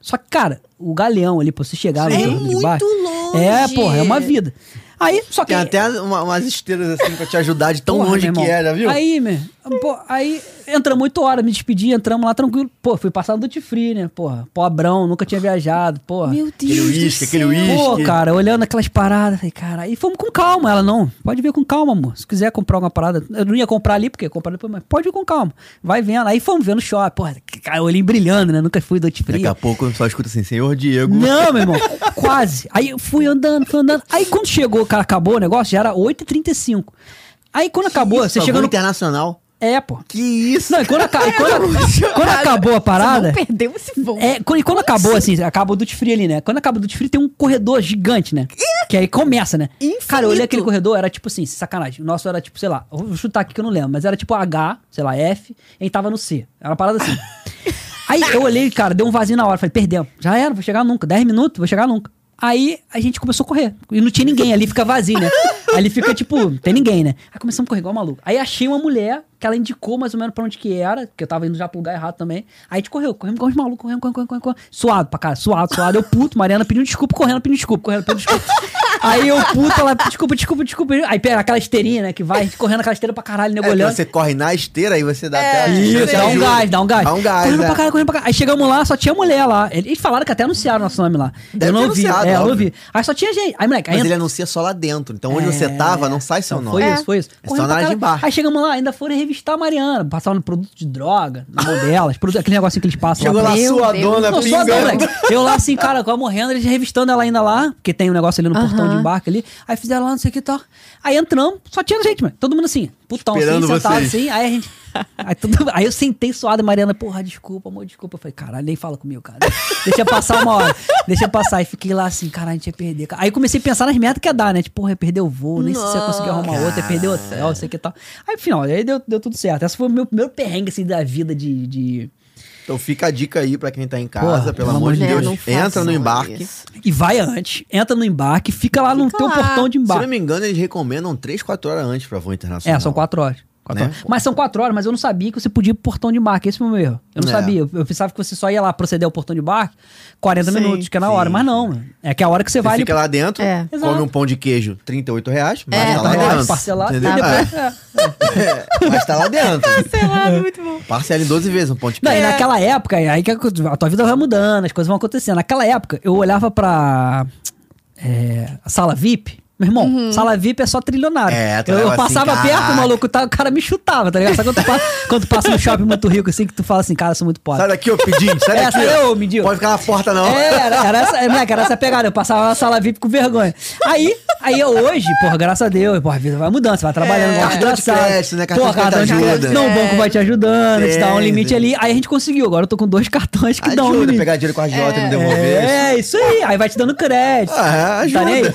Só que, cara, o galeão ali, pra você chegar
Sim.
no portão
É
de
muito
embarque.
longe.
É, porra, é uma vida. Aí, só que.
Tem até uma- umas esteiras assim pra te ajudar de tão
Porra,
longe
meu
que
irmão.
é, já viu?
Aí, meu, pô, aí entramos 8 horas, me despedi, entramos lá tranquilo. Pô, fui passar no duty free, né? Porra, pobrão, nunca tinha viajado, porra.
Meu
Aquele
Deus do
uísque, aquele
céu.
uísque.
Pô, cara, olhando aquelas paradas, falei, cara, e fomos com calma. Ela, não, pode vir com calma, amor. Se quiser comprar alguma parada, eu não ia comprar ali, porque ia comprar depois, mas pode vir com calma. Vai vendo. Aí fomos vendo o shopping, porra, cara, olhinho brilhando, né? Nunca fui do
Daqui
Frio.
a pouco eu só escuto assim, senhor Diego.
Não, meu irmão, quase. Aí eu fui andando, fui andando. Aí quando chegou, cara, acabou o negócio, já era 8h35. Aí quando acabou, você
Bagulho
chega no.
é internacional.
É, pô.
Que isso?
Não, e quando, aca- e quando- quando acabou a parada.
Não perdeu esse voo.
É, quando, e quando acabou, assim, acaba o Duty Free ali, né? Quando acaba o Duty Free, tem um corredor gigante, né? Que aí começa, né?
Infinito.
Cara, eu olhei aquele corredor, era tipo assim, sacanagem. O nosso era tipo, sei lá, eu vou chutar aqui que eu não lembro, mas era tipo H, sei lá, F, e a gente tava no C. Era uma parada assim. aí eu olhei, cara, deu um vazio na hora, falei, perdemos. Já era, vou chegar nunca. 10 minutos, vou chegar nunca. Aí a gente começou a correr. E não tinha ninguém, ali fica vazio, né? Ali fica tipo, tem ninguém, né? Aí começamos a correr igual maluco. Aí achei uma mulher que ela indicou mais ou menos pra onde que era, que eu tava indo já pro lugar errado também. Aí a gente correu, corremos igual uns malucos, corremos, corremos, corremos, corremos. Suado pra cara, suado, suado. Eu puto, Mariana pedindo desculpa, correndo, pedindo desculpa, correndo, pedindo desculpa. Aí eu puto, ela, desculpa, desculpa, desculpa. Aí pega aquela esteirinha, né? Que vai a gente correndo aquela esteira pra caralho, nego
É,
olhando.
você corre na esteira aí você dá até a-
Isso,
você
dá um
ajuda.
gás, dá um gás.
é Dá um gás,
Correndo
né?
pra caralho, correndo pra caralho. Aí chegamos lá, só tinha mulher lá. Eles falaram que até anunciaram nosso nome lá.
Deve
eu não
ter
ouvi.
anunciado,
É, eu
óbvio.
ouvi. Aí só tinha gente. Aí, moleque, aí
Mas ele
entra-
anuncia só lá dentro. Então onde você
É.
tava, não sai seu
Então,
nome.
Foi isso, foi isso.
É
Correndo
só na
pra
área de
caralho.
bar.
Aí chegamos lá, ainda foram revistar a Mariana. Passaram produto de droga na mão delas, produto- aquele negocinho que eles passam
Chegou
pra-
lá
Meu
sua
Deus.
dona
Não, só não,
pingando.
moleque. Eu lá assim, cara, com ela morrendo, eles revistando ela ainda lá, porque tem um negócio ali no portão
Aham.
de embarque ali. Aí fizeram lá, não sei o que e tal. Aí entramos, só tinha gente, mano. Todo mundo assim, putão,
Esperando
assim, sentado
vocês.
assim. Aí a gente. Aí, todo- aí eu sentei suado, Mariana, porra, desculpa, amor, desculpa. Eu falei, caralho, nem fala comigo, cara. Deixa eu passar uma hora. Deixa eu passar. Aí fiquei lá assim, caralho, a gente ia perder. cara. Aí comecei a pensar nas merdas que ia dar, né? Tipo, porra, ia perder o voo, nem sei se ia conseguir arrumar outro, ia perder o hotel, não sei o que e tal. Aí, final, aí deu, deu tudo certo. Esse foi o meu primeiro perrengue, assim, da vida de- de...
Então fica a dica aí pra quem tá em casa,
Porra,
pelo amor de
Não,
Deus.
não façam
Entra no embarque.
isso.
E vai antes, entra no embarque, fica lá no
Fica
teu
lá.
portão
Se
de
eu não
embarque.
me engano, eles recomendam 3, 4 horas antes pra voo internacional.
É, são quatro horas. Quatro
Né?
horas. Mas são quatro horas, mas eu não sabia que você podia ir pro portão de embarque. Esse foi o meu erro. Eu não
É.
sabia. Eu, eu pensava que você só ia lá proceder ao portão de embarque 40
Sim,
minutos, que é na
sim,
hora. Mas não, mano. é que é a hora que você,
Você
vai ali.
fica lá dentro,
É.
come
Exato.
um pão de queijo, 38 reais, mas
É,
tá lá
tá
lá,
dentro.
parcelado,
entendeu?
e depois-
É, mas tá lá dentro.
Cancelado, muito bom.
Parcela em 12 vezes um pão de
Não,
queijo.
e naquela época, é aí que a tua vida vai mudando, as coisas vão acontecendo. Naquela época, eu olhava pra é, a sala VIP. Meu irmão, sala VIP é só trilionário.
É, tu
eu, eu
olhava assim,
passava perto,
caraca.
o maluco, tá, o cara me chutava, tá ligado? Sabe quando tu, passa, quando tu passa no shopping muito rico, assim, que tu fala assim, cara, eu sou muito pobre.
Sai daqui, ô pedinho, sai
É,
daqui.
sai,
ó.
ô, mendigo.
Pode ficar na porta, não.
É, era, era essa, é, moleque, era essa pegada. Eu passava na sala VIP com vergonha. Aí, aí eu hoje, porra, graças a Deus, porra, a vida vai mudando, você vai trabalhando, vai
Cartão É, de
engraçado.
crédito, né? Cartão
Porra,
de crédito ajuda.
Não, o banco vai te ajudando, te dá um
Entende.
limite ali. Aí a gente conseguiu. Agora eu tô com dois cartões que
Ajuda
dão um
a
limite.
pegar dinheiro com a agiota e não devolver.
É, isso aí. Aí vai te dando crédito.
Ah,
Tá nem
ajuda.
aí?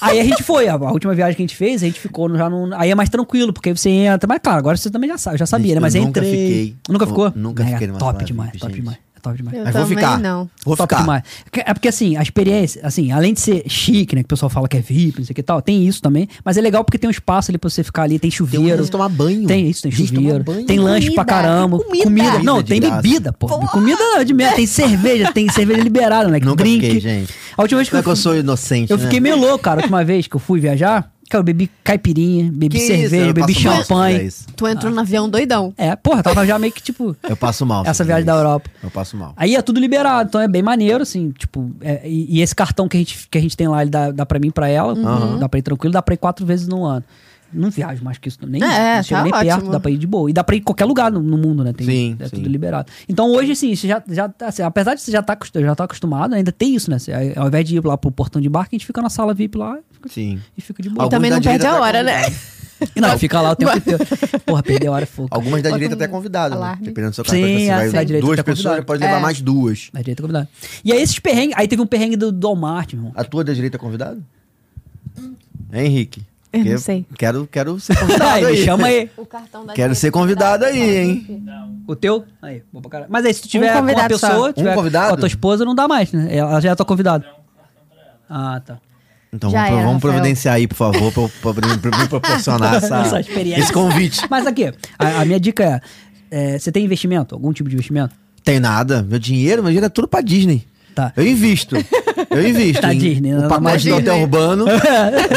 Aí a gente foi, a, a última viagem que a gente fez, a gente ficou no- já no. Aí é mais tranquilo, porque aí você entra. Mas claro, agora você também já sabe, já sabia, né?
eu
Mas eu
nunca
entrei.
fiquei.
Nunca
Eu
ficou?
nunca
É,
fiquei numa
Top
Maravilha,
demais, top
gente.
demais, top demais.
Eu
Mas vou
também
ficar.
não.
Vou
Top
ficar.
demais. Que- É porque assim, a experiência, assim, além de ser chique, né? Que o pessoal fala que é VIP, não sei o que e tal, tem isso também. Mas é legal porque tem um espaço ali pra você ficar ali, tem
Tem um
chuveiro.
de tomar banho.
Tem isso, tem
Diz tomar
chuveiro.
banho.
Tem lanche
Comida,
pra caramba.
tem comida.
Não,
Comida de
tem
graça.
bebida, pô. Comida de merda. Tem cerveja, tem cerveja liberada, né?
Nunca
Drink.
fiquei, gente.
A última vez que
Não é
eu,
que eu sou inocente,
eu
né?
fiquei meio louco, cara. A última vez que eu fui viajar, cara, eu bebi caipirinha, bebi
Que isso,
cerveja,
eu
bebi
passo mal se
champanhe.
fizer isso.
Tu entrou no avião doidão.
É, porra, tava já meio que tipo.
Eu passo mal. se
Essa
fizer
viagem da
isso.
Europa.
Eu passo mal.
Aí é tudo liberado, então é bem maneiro, assim, tipo, é, e, e esse cartão que a, gente, que a gente tem lá, ele dá, dá pra mim e pra ela, uhum, dá pra ir tranquilo, dá pra ir quatro vezes no ano. Não viajo mais que isso, nem,
É,
não chega
tá
nem perto,
ótimo.
dá pra ir de boa. E dá pra ir em qualquer lugar no, no mundo, né? Tem,
Sim,
é
sim.
tudo liberado. Então hoje, assim, você já, já, tá- assim, apesar de você já tá, acos- já tá acostumado, ainda tem isso, né? Você, aí, ao invés de ir lá pro portão de barco, a gente fica na sala VIP lá
Sim.
e fica de boa.
Alguns
também
da
não
direita tá
perde a
até
hora, né?
convidado.
E Não, fica lá o tempo inteiro. Porra, perdeu a hora, fogo.
Algumas da
Bota
direita
um
até convidada, né?
alarme.
Dependendo do seu
Sim,
cartão, você
é,
vai
sim. Da direita
duas
até
pessoas,
convidado.
pode levar
É.
mais duas.
Na direita convidado. E aí esses perrengues, aí teve um perrengue do, do Walmart, meu irmão.
A tua da direita é convidada? Hein, Henrique?
Eu não
Quero-
sei.
Quero, quero ser convidado
Aí,
Ah, aí.
chama aí.
O cartão da
Quero ser convidado aí, hein?
O teu? Aí, bom pra caralho. Mas aí, se tu tiver com uma
convidado só.
pessoa,
Um
tiver
convidado?
com a tua esposa, não dá mais, né? Ela já é tua convidada. Ah, tá.
Então
Já
vamos, pro-
era,
vamos
Rafael.
providenciar aí, por favor, pra, pra- pra me proporcionar essa-
Essa experiência.
esse convite.
Mas aqui, a, a minha dica é, é, você tem investimento? Algum tipo de investimento?
Tem nada. Meu dinheiro, meu dinheiro é tudo pra Disney.
Tá.
Eu invisto. Eu invisto.
Tá
em
Disney,
o
não,
pacote
não, mas
do hotel
Disney.
urbano,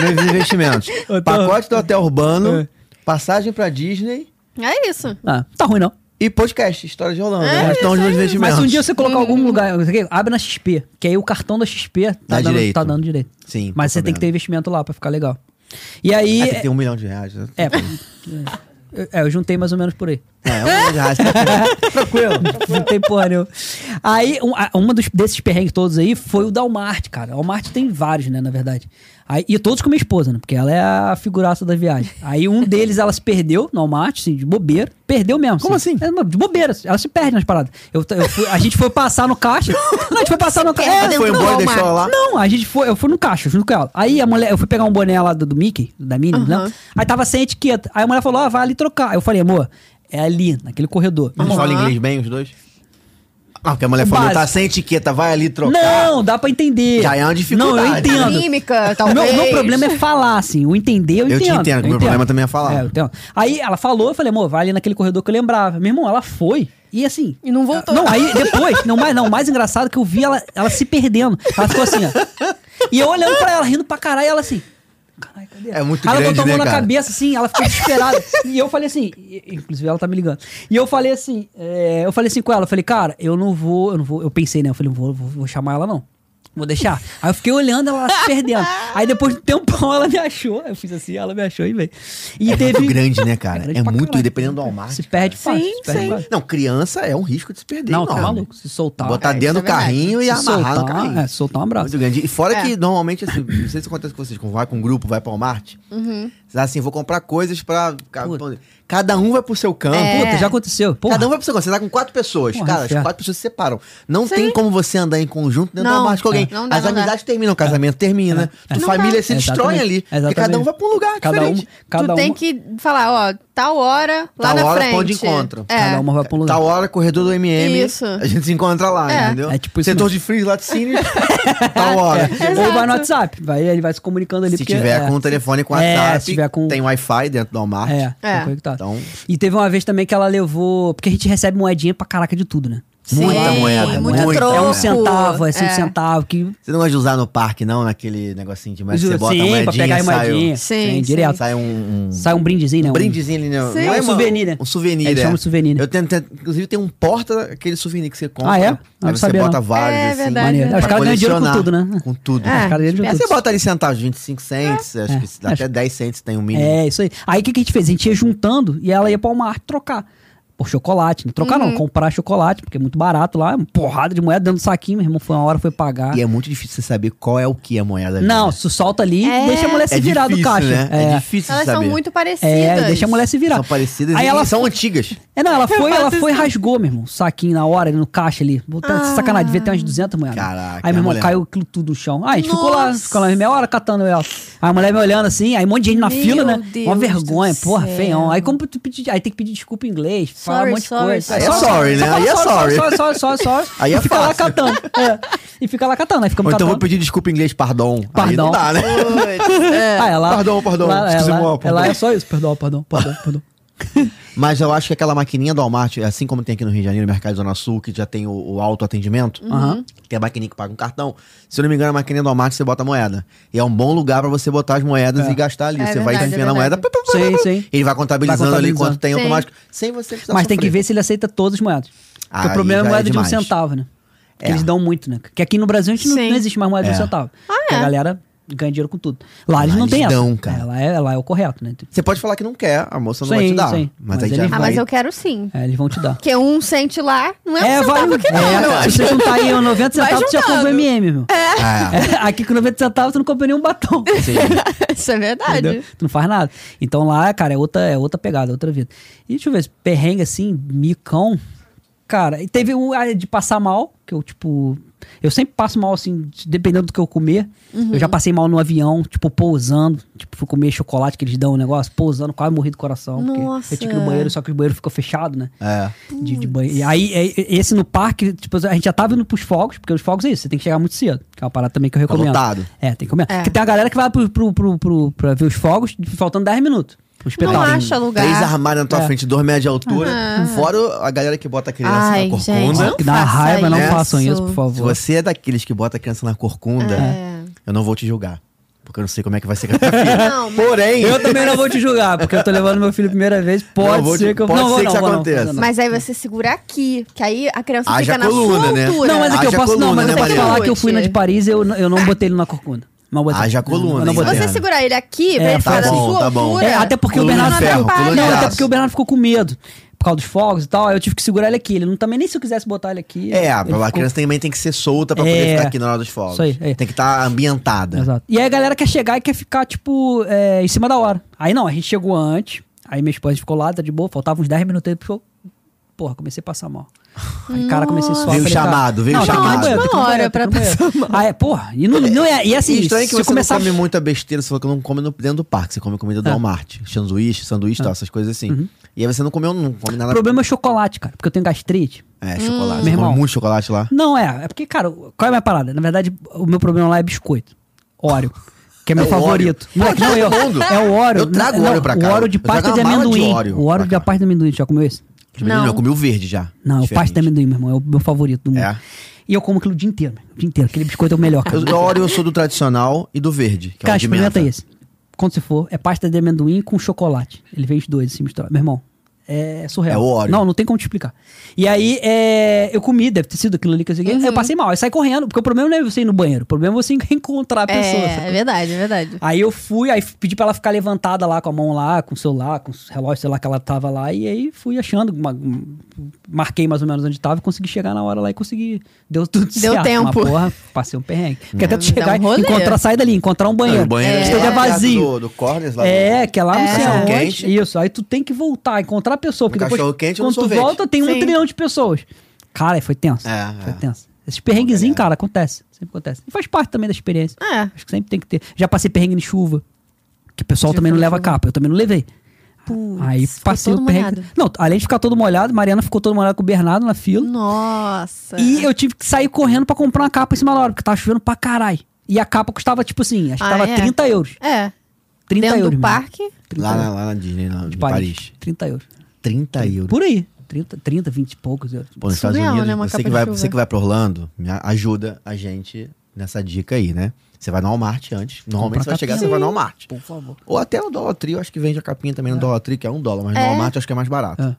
meus investimentos.
Eu tô-
Pacote do hotel urbano,
É.
passagem pra Disney
É isso.
Ah, tá ruim não.
e podcast, História de Rolando.
É,
Onde estão os meus investimentos.
Mas se um dia você colocar algum lugar, não sei o quê, abre na XP, que aí o cartão da XP tá,
Uhum. Dá
dando,
direito.
tá dando direito.
Sim,
Mas
tô
você tem que ter
sabendo.
investimento lá pra ficar legal. E aí.
Ah, tem que ter um milhão de reais. né?
É, eu- é, eu juntei mais ou menos por aí.
É, um milhão de reais. Tranquilo.
Não tem porra nenhuma. Aí, um, a- uma dos, desses perrengues todos aí foi o da Walmart, cara. A Walmart tem vários, né, na verdade. Aí, e todos com minha esposa, né? Porque ela é a figuraça da viagem. Aí um deles, ela se perdeu no Walmart, assim, de bobeira. Perdeu mesmo.
Como assim?
É, mano, de bobeira. Ela se perde nas paradas. Eu, eu fui- a gente foi passar no caixa. Não, a gente foi passar no caixa. É,
Ela
Foi
dentro do
embora e
Walmart.
deixou ela lá.
Não, a gente foi, eu fui no caixa junto com ela. Aí a mulher, eu fui pegar um boné lá do, do Mickey, da Minnie,
Aham.
né? Aí tava sem etiqueta. Aí a mulher falou: ah, vai ali trocar. Aí eu falei, amor, é ali, naquele corredor.
Eles falam inglês bem, os dois? Ah, porque a mulher falou,
Básico.
tá sem etiqueta, vai ali trocar.
Não, dá pra entender.
Já é uma dificuldade.
Não, eu entendo.
Mímica,
O meu,
Tá talvez.
meu problema é falar, assim, o entender, eu
Eu
entendo.
te entendo, meu problema também é falar.
eu entendo. Aí ela falou, eu falei, amor, vai ali naquele corredor que eu lembrava. Meu irmão, ela foi. E assim.
E não voltou.
Não, aí depois, não, mais, não, mais engraçado que eu vi ela, ela se perdendo. Ela ficou assim, ó. E eu olhando pra ela, rindo pra caralho, e ela assim. Caralho, cadê ela?
É muito
Ela
grande,
botou a mão
né,
na
cara?
cabeça, assim, ela ficou desesperada. e eu falei assim, e- inclusive ela tá me ligando. E eu falei assim, é, eu falei assim com ela, eu falei, cara, eu não vou, eu não vou, eu pensei, né? Eu falei, não vou, vou, vou chamar ela, não. Vou deixar. Aí eu fiquei olhando ela se perdendo. Aí depois de um tempão ela me achou. Eu fiz assim, ela me achou e veio. E
É
teve.
muito grande, né, cara?
grande
É
pra
muito,
caralho.
dependendo do Walmart.
Se perde fácil.
Sim,
se perde
sim.
fácil.
Não, criança é um risco de se perder.
Não, tá
enorme.
maluco. Se soltar.
Botar
É,
dentro
isso
do
é verdade.
carrinho e
Se
amarrar no
soltar,
carrinho.
é, soltar um abraço.
Muito grande. E fora
É.
que, normalmente, assim, não sei se acontece com vocês, quando vai com um grupo, vai pra Walmart,
Uhum.
vocês, assim, vou comprar coisas pra... ca-
Puta.
Cada um vai pro seu canto.
É.
Puta, já aconteceu. Porra.
Cada um vai pro seu canto. Você tá com quatro pessoas.
Porra,
cara,
inferno.
as quatro pessoas se separam. Não tem como você andar em conjunto dentro
Não.
da Walmart com alguém.
É. Não dá,
as
não dá.
amizades terminam, o casamento termina. Tua
Não
família
dá.
se destrói
É, Exatamente.
ali. Porque
Exatamente.
cada um vai pra um lugar
Cada um,
diferente.
cada
tu
um,
tem que falar, ó, tal hora, lá
Tal
na
hora,
frente.
ponto de encontro.
É.
Cada uma vai pra um lugar.
Tal Tá hora, corredor do MM,
Isso.
a gente se encontra lá,
É.
entendeu?
É tipo isso
Setor de frios, laticínios, tal hora.
Ou vai
Exato.
no WhatsApp. Vai, ele vai se comunicando ali.
Se
porque,
tiver
é,
com o telefone com
É,
WhatsApp,
se tiver com-
tem Wi-Fi dentro do Walmart.
É,
É.
tá conectado.
Então-
E teve uma vez também que ela levou. Porque a gente recebe moedinha pra caraca de tudo, né?
Sim,
Muita moeda,
muito
muita.
troco.
É um centavo, é cinco
É.
centavos. Que...
Você não gosta de usar no parque, não? Naquele negocinho de mais que você bota a
Sim, pra pegar
moedinha,
as
sai,
moedinhas.
o-
Sim,
Sim,
direto.
um, sai um, um
Sai um brindezinho, né? Um
brindezinho ali, né?
Sim.
Não
É um
uma-
souvenir, né?
Um souvenir,
Eles
é.
chamam de souvenir, né?
Eu tenho, tenho- inclusive tem um porta, aquele souvenir que você compra. né?
Ah, é?
Aí
Não
você
sabia,
bota
não.
vários,
É
assim.
verdade, Maneiro. é
pra
Os caras ganham dinheiro com
colecionar.
tudo, né?
Com tudo.
É.
Os caras ganham de
Espécie-
Você
tudo.
bota ali centavos, 25 cents, acho que
É.
até 10 cents tem um mínimo.
É, isso aí. Aí o que, que a gente fez? A gente ia juntando e ela ia pra Walmart trocar. por chocolate. Né? Trocar
Uhum.
não, comprar chocolate, porque é muito barato lá, uma porrada de moeda dentro do saquinho, meu irmão. Foi uma hora, foi pagar.
E é muito difícil você saber qual é o que a moeda ali,
Não,
né?
se solta ali,
É.
deixa a mulher se
é
virar
difícil,
do caixa.
Né? É. difícil
Elas
de saber.
são muito parecidas.
É, deixa a mulher se virar.
São parecidas
Aí
e
ela
são antigas.
É, não, ela foi, ela
faço
foi e
isso. Ah.
rasgou, meu irmão. o Saquinho na hora, ali no caixa ali. Botar, Sacanagem, devia ter umas 200 moedas.
Caraca, é
Aí, meu
a
irmão,
mulher-
caiu aquilo tudo no chão. Aí, a gente ficou lá,
Nossa.
ficou lá meia hora catando ela. Aí a mulher me olhando assim, aí um monte de gente na
Meu
fila, né? uma
Deus
vergonha,
do
porra,
céu.
feião. Aí como tu pedir, aí tem que pedir desculpa em inglês, falar um
Sorry,
monte de
sorry,
coisa.
sorry.
Aí é sorry, né?
só fala
Aí é sorry.
Sorry, sorry, sorry, sorry.
Aí é
e fica lá
fácil.
catando. É. E fica lá catando, aí ficamos
Ou então
catando.
vou pedir desculpa em inglês, pardon. Aí
tá Pardon.
não dá, né?
Ah, é lá.
Perdão, perdão,
Lá, é,
excusez-moi,
lá, é,
perdão.
lá é só isso, perdão, perdão, perdão, perdão.
Mas eu acho que aquela maquininha do Walmart, assim como tem aqui no Rio de Janeiro, no Mercado Zona Sul, que já tem o, o autoatendimento,
Uhum. Aham.
tem a maquininha que paga um cartão. Se eu não me engano, a maquininha do Walmart você bota a moeda. E é um bom lugar pra você botar as moedas e gastar ali.
É
você vai
verdade, é
enfiando a moeda,
verdade.
Sim, sim.
ele vai contabilizando,
Vai
ali
contabilizando.
quanto tem
Sim.
automático, sem você precisar
Mas tem que
sofrer.
ver se ele aceita todas as moedas. Porque o
Tá Aí
problema é
já é
moeda de um
demais.
centavo, né? Que
É.
eles dão muito, né? Que aqui no Brasil a gente não,
Sim.
não existe mais moeda de
É.
um centavo.
é?
Porque A galera ganha dinheiro com tudo. Lá eles
Lá
não
eles
têm
dão,
essa.
cara.
É, lá, é, lá é o correto, né?
Você pode falar que não quer, a moça não vai
Sim,
te dar.
sim.
Mas,
Mas
aí
ele
já
Ah,
vai.
mas eu quero sim.
É, eles vão te dar.
Porque um cente lá não é, um centavo que não.
é,
eu
se
acho.
você juntar aí 90
Vai
centavos, você já compra o
juntando.
MM, meu.
Ah,
É, aqui com 90 centavos, tu não compra nenhum batom.
Isso é verdade.
Entendeu? Tu não faz nada. Então lá, cara, é outra, é outra pegada, é outra vida. E deixa eu ver, perrengue assim, micão. Cara, e teve um ah, de passar mal, que eu, tipo. Eu sempre passo mal, assim, dependendo do que eu comer. Eu
Uhum.
já passei mal no avião, tipo, pousando. Tipo, fui comer chocolate que eles dão o negócio, pousando, quase morri do coração. porque
Nossa.
Eu tinha que ir no banheiro, só que o banheiro ficou fechado, né?
é.
De, de banheiro. E aí, é- é- esse no parque, tipo, a gente já tava indo pros fogos, porque os fogos é isso, você tem que chegar muito cedo. Que é uma parada também que eu
Tá
recomendo.
lotado.
É, tem que comer.
É.
Porque tem a galera que vai pro, pro, pro, pro- pra ver os fogos faltando 10 minutos. O espetáculo.
Não acha lugar.
Três armários na tua
Tá É.
frente, dois metros de altura. Fora a galera que bota a criança
Ai,
na
gente,
corcunda.
Ó,
não
que dá uma
faça
raiva, não
isso.
façam isso, por
Se
favor.
você é daqueles que bota a criança na corcunda,
É.
eu não vou te julgar. Porque eu não sei como é que vai ser com a tua filha.
Não, mas-
Porém,
Eu também não vou te julgar, porque eu tô levando meu filho a primeira vez. Pode
Não, vou te-
ser que eu
pode
não,
ser
vou,
que
não,
isso
vou, não,
aconteça.
vou, não.
Mas aí você segura aqui, que aí a criança
Haja
fica na
coluna,
sua
né?
altura.
Não, mas aqui eu
Haja
posso. não, mas
coluna,
eu
né,
posso
Maria?
falar que eu fui na de Paris e eu, eu não botei ele na corcunda. Não botei.
Haja coluna,
Eu
hein,
não botei.
Se você
Mariana?
segurar ele aqui, pra
É,
ele
tá
ficar na
bom,
sua
tá bom.
altura.
Segura.
É, até porque o
Coluna
Bernardo.
de ferro,
coluna de
não, até
aço.
porque o Bernardo ficou com medo. Por causa dos fogos e tal. Aí eu tive que segurar ele aqui. Ele não também nem se eu quisesse botar ele aqui.
é,
ele
a
ficou-
criança também tem que ser solta pra
É.
poder ficar aqui na hora dos fogos.
Isso aí, é.
Tem que estar ambientada.
Exato. né? E aí a galera quer chegar e quer ficar, tipo, é, em cima da hora. Aí não, a gente chegou antes, aí minha esposa ficou lá, tá de boa, faltava uns 10 minutos aí, porque eu, porra, comecei a passar mal. Aí, cara, comecei a suar.
Veio
falei, cara,
chamado, veio
não, tem que ir no
chamado.
banheiro, tem que ir no
Uma
banheiro,
hora
tem que ir no
pra
banheiro. Ah, é, porra. E, não, não é, e assim,
E estranho que
se eu
você
começar...
não come muita besteira, você falou que não come no- dentro do parque, você come comida do
É.
Walmart, sanduíche, sanduíche e tal, essas coisas assim. E aí você não comeu, não come nada.
O problema é o chocolate, cara, porque eu tenho gastrite.
É, chocolate.
Meu
Você
irmão.
come muito chocolate lá.
Não, é. É porque, cara, qual é a minha parada? Na verdade, o meu problema lá é biscoito. Óreo. Que é meu
É o
favorito.
Oreo.
Moleque, não, eu.
Todo mundo.
É o óleo.
Eu trago Oreo pra cá.
O óleo de
Eu trago
pasta de
uma mala de
amendoim.
Oreo
o óleo
pra
de
cá.
pasta de amendoim. Já comeu esse?
Não.
Tipo, Eu comi o verde já.
Não, eu
Diferente.
pasto de amendoim, meu irmão. É o meu favorito do mundo.
É.
E eu como aquilo o dia inteiro, meu. o dia inteiro. Aquele biscoito é o melhor, cara.
Eu, eu, Oreo, eu sou do tradicional e do verde. Que
cara,
é o de
experimenta
menta.
esse. Quando se for, é pasta de amendoim com chocolate. Ele vem os dois assim misturados. Meu irmão, é surreal.
É o Oreo.
Não, não tem como te explicar. E aí, é, eu comi, deve ter sido aquilo ali que eu segui.
Uhum.
Eu passei mal, aí saí correndo. Porque o problema não é você ir no banheiro, o problema é você encontrar a pessoa.
É,
sacou?
é verdade, é verdade.
Aí eu fui, aí pedi pra ela ficar levantada lá com a mão lá, com o celular, com o relógio, sei lá, que ela tava lá, e aí fui achando, uma- um- marquei mais ou menos onde tava, e consegui chegar na hora lá e consegui. Deu tudo
Deu
certo.
tempo.
Mas, porra, passei um perrengue. Porque até tu
Dá um
chegar e
rolê.
encontrar, sair dali, encontrar um
Não,
banheiro.
o banheiro é,
esteja
lá perto
vazio.
Do, do Corners lá.
É, que é
É.
lá não sei
Cachorro
aonde.
quente.
Isso, aí tu tem que voltar, encontrar a pessoa. Porque depois,
cachorro quente ou no
quando tu
sorvete.
volta, tem um
Sim.
trilhão de pessoas. Cara, foi tenso.
É,
foi
é.
tenso. Esses perrenguezinhos, cara, acontece. Sempre acontece. E faz parte também da experiência.
É.
Acho que sempre tem que ter. Já passei perrengue em chuva. Que o pessoal também não leva capa. Eu também não levei.
Putz,
Aí
ficou
passei o
todo
perrengue.
molhado.
Não, além de ficar todo molhado, Mariana ficou todo molhada com o Bernardo na fila.
Nossa.
E eu tive que sair correndo pra comprar uma capa em cima da hora, porque tava chovendo pra caralho. E a capa custava, tipo assim, acho que
Ah,
tava
é?
30 euros.
É.
30
Dentro
euros.
do
mesmo.
parque.
30
Lá,
euros.
na- lá na Disney, lá de
de
Paris.
Paris. 30 euros.
30 euros.
Por aí. 30, 30, 20 e poucos euros.
Pô, nos Estados
Surreal,
Unidos,
né, uma
você,
capa
que
de
vai,
chuva.
você que vai pra Orlando, me a- ajuda a gente nessa dica aí, né? Você vai no Walmart antes. Normalmente
Compra
você vai chegar,
capinha.
você vai no Walmart.
Por favor.
Ou até no Dollar Tree, eu acho que vende a capinha também no Dollar Tree, que é um dólar, mas no
É.
Walmart eu acho que é mais barato.
É.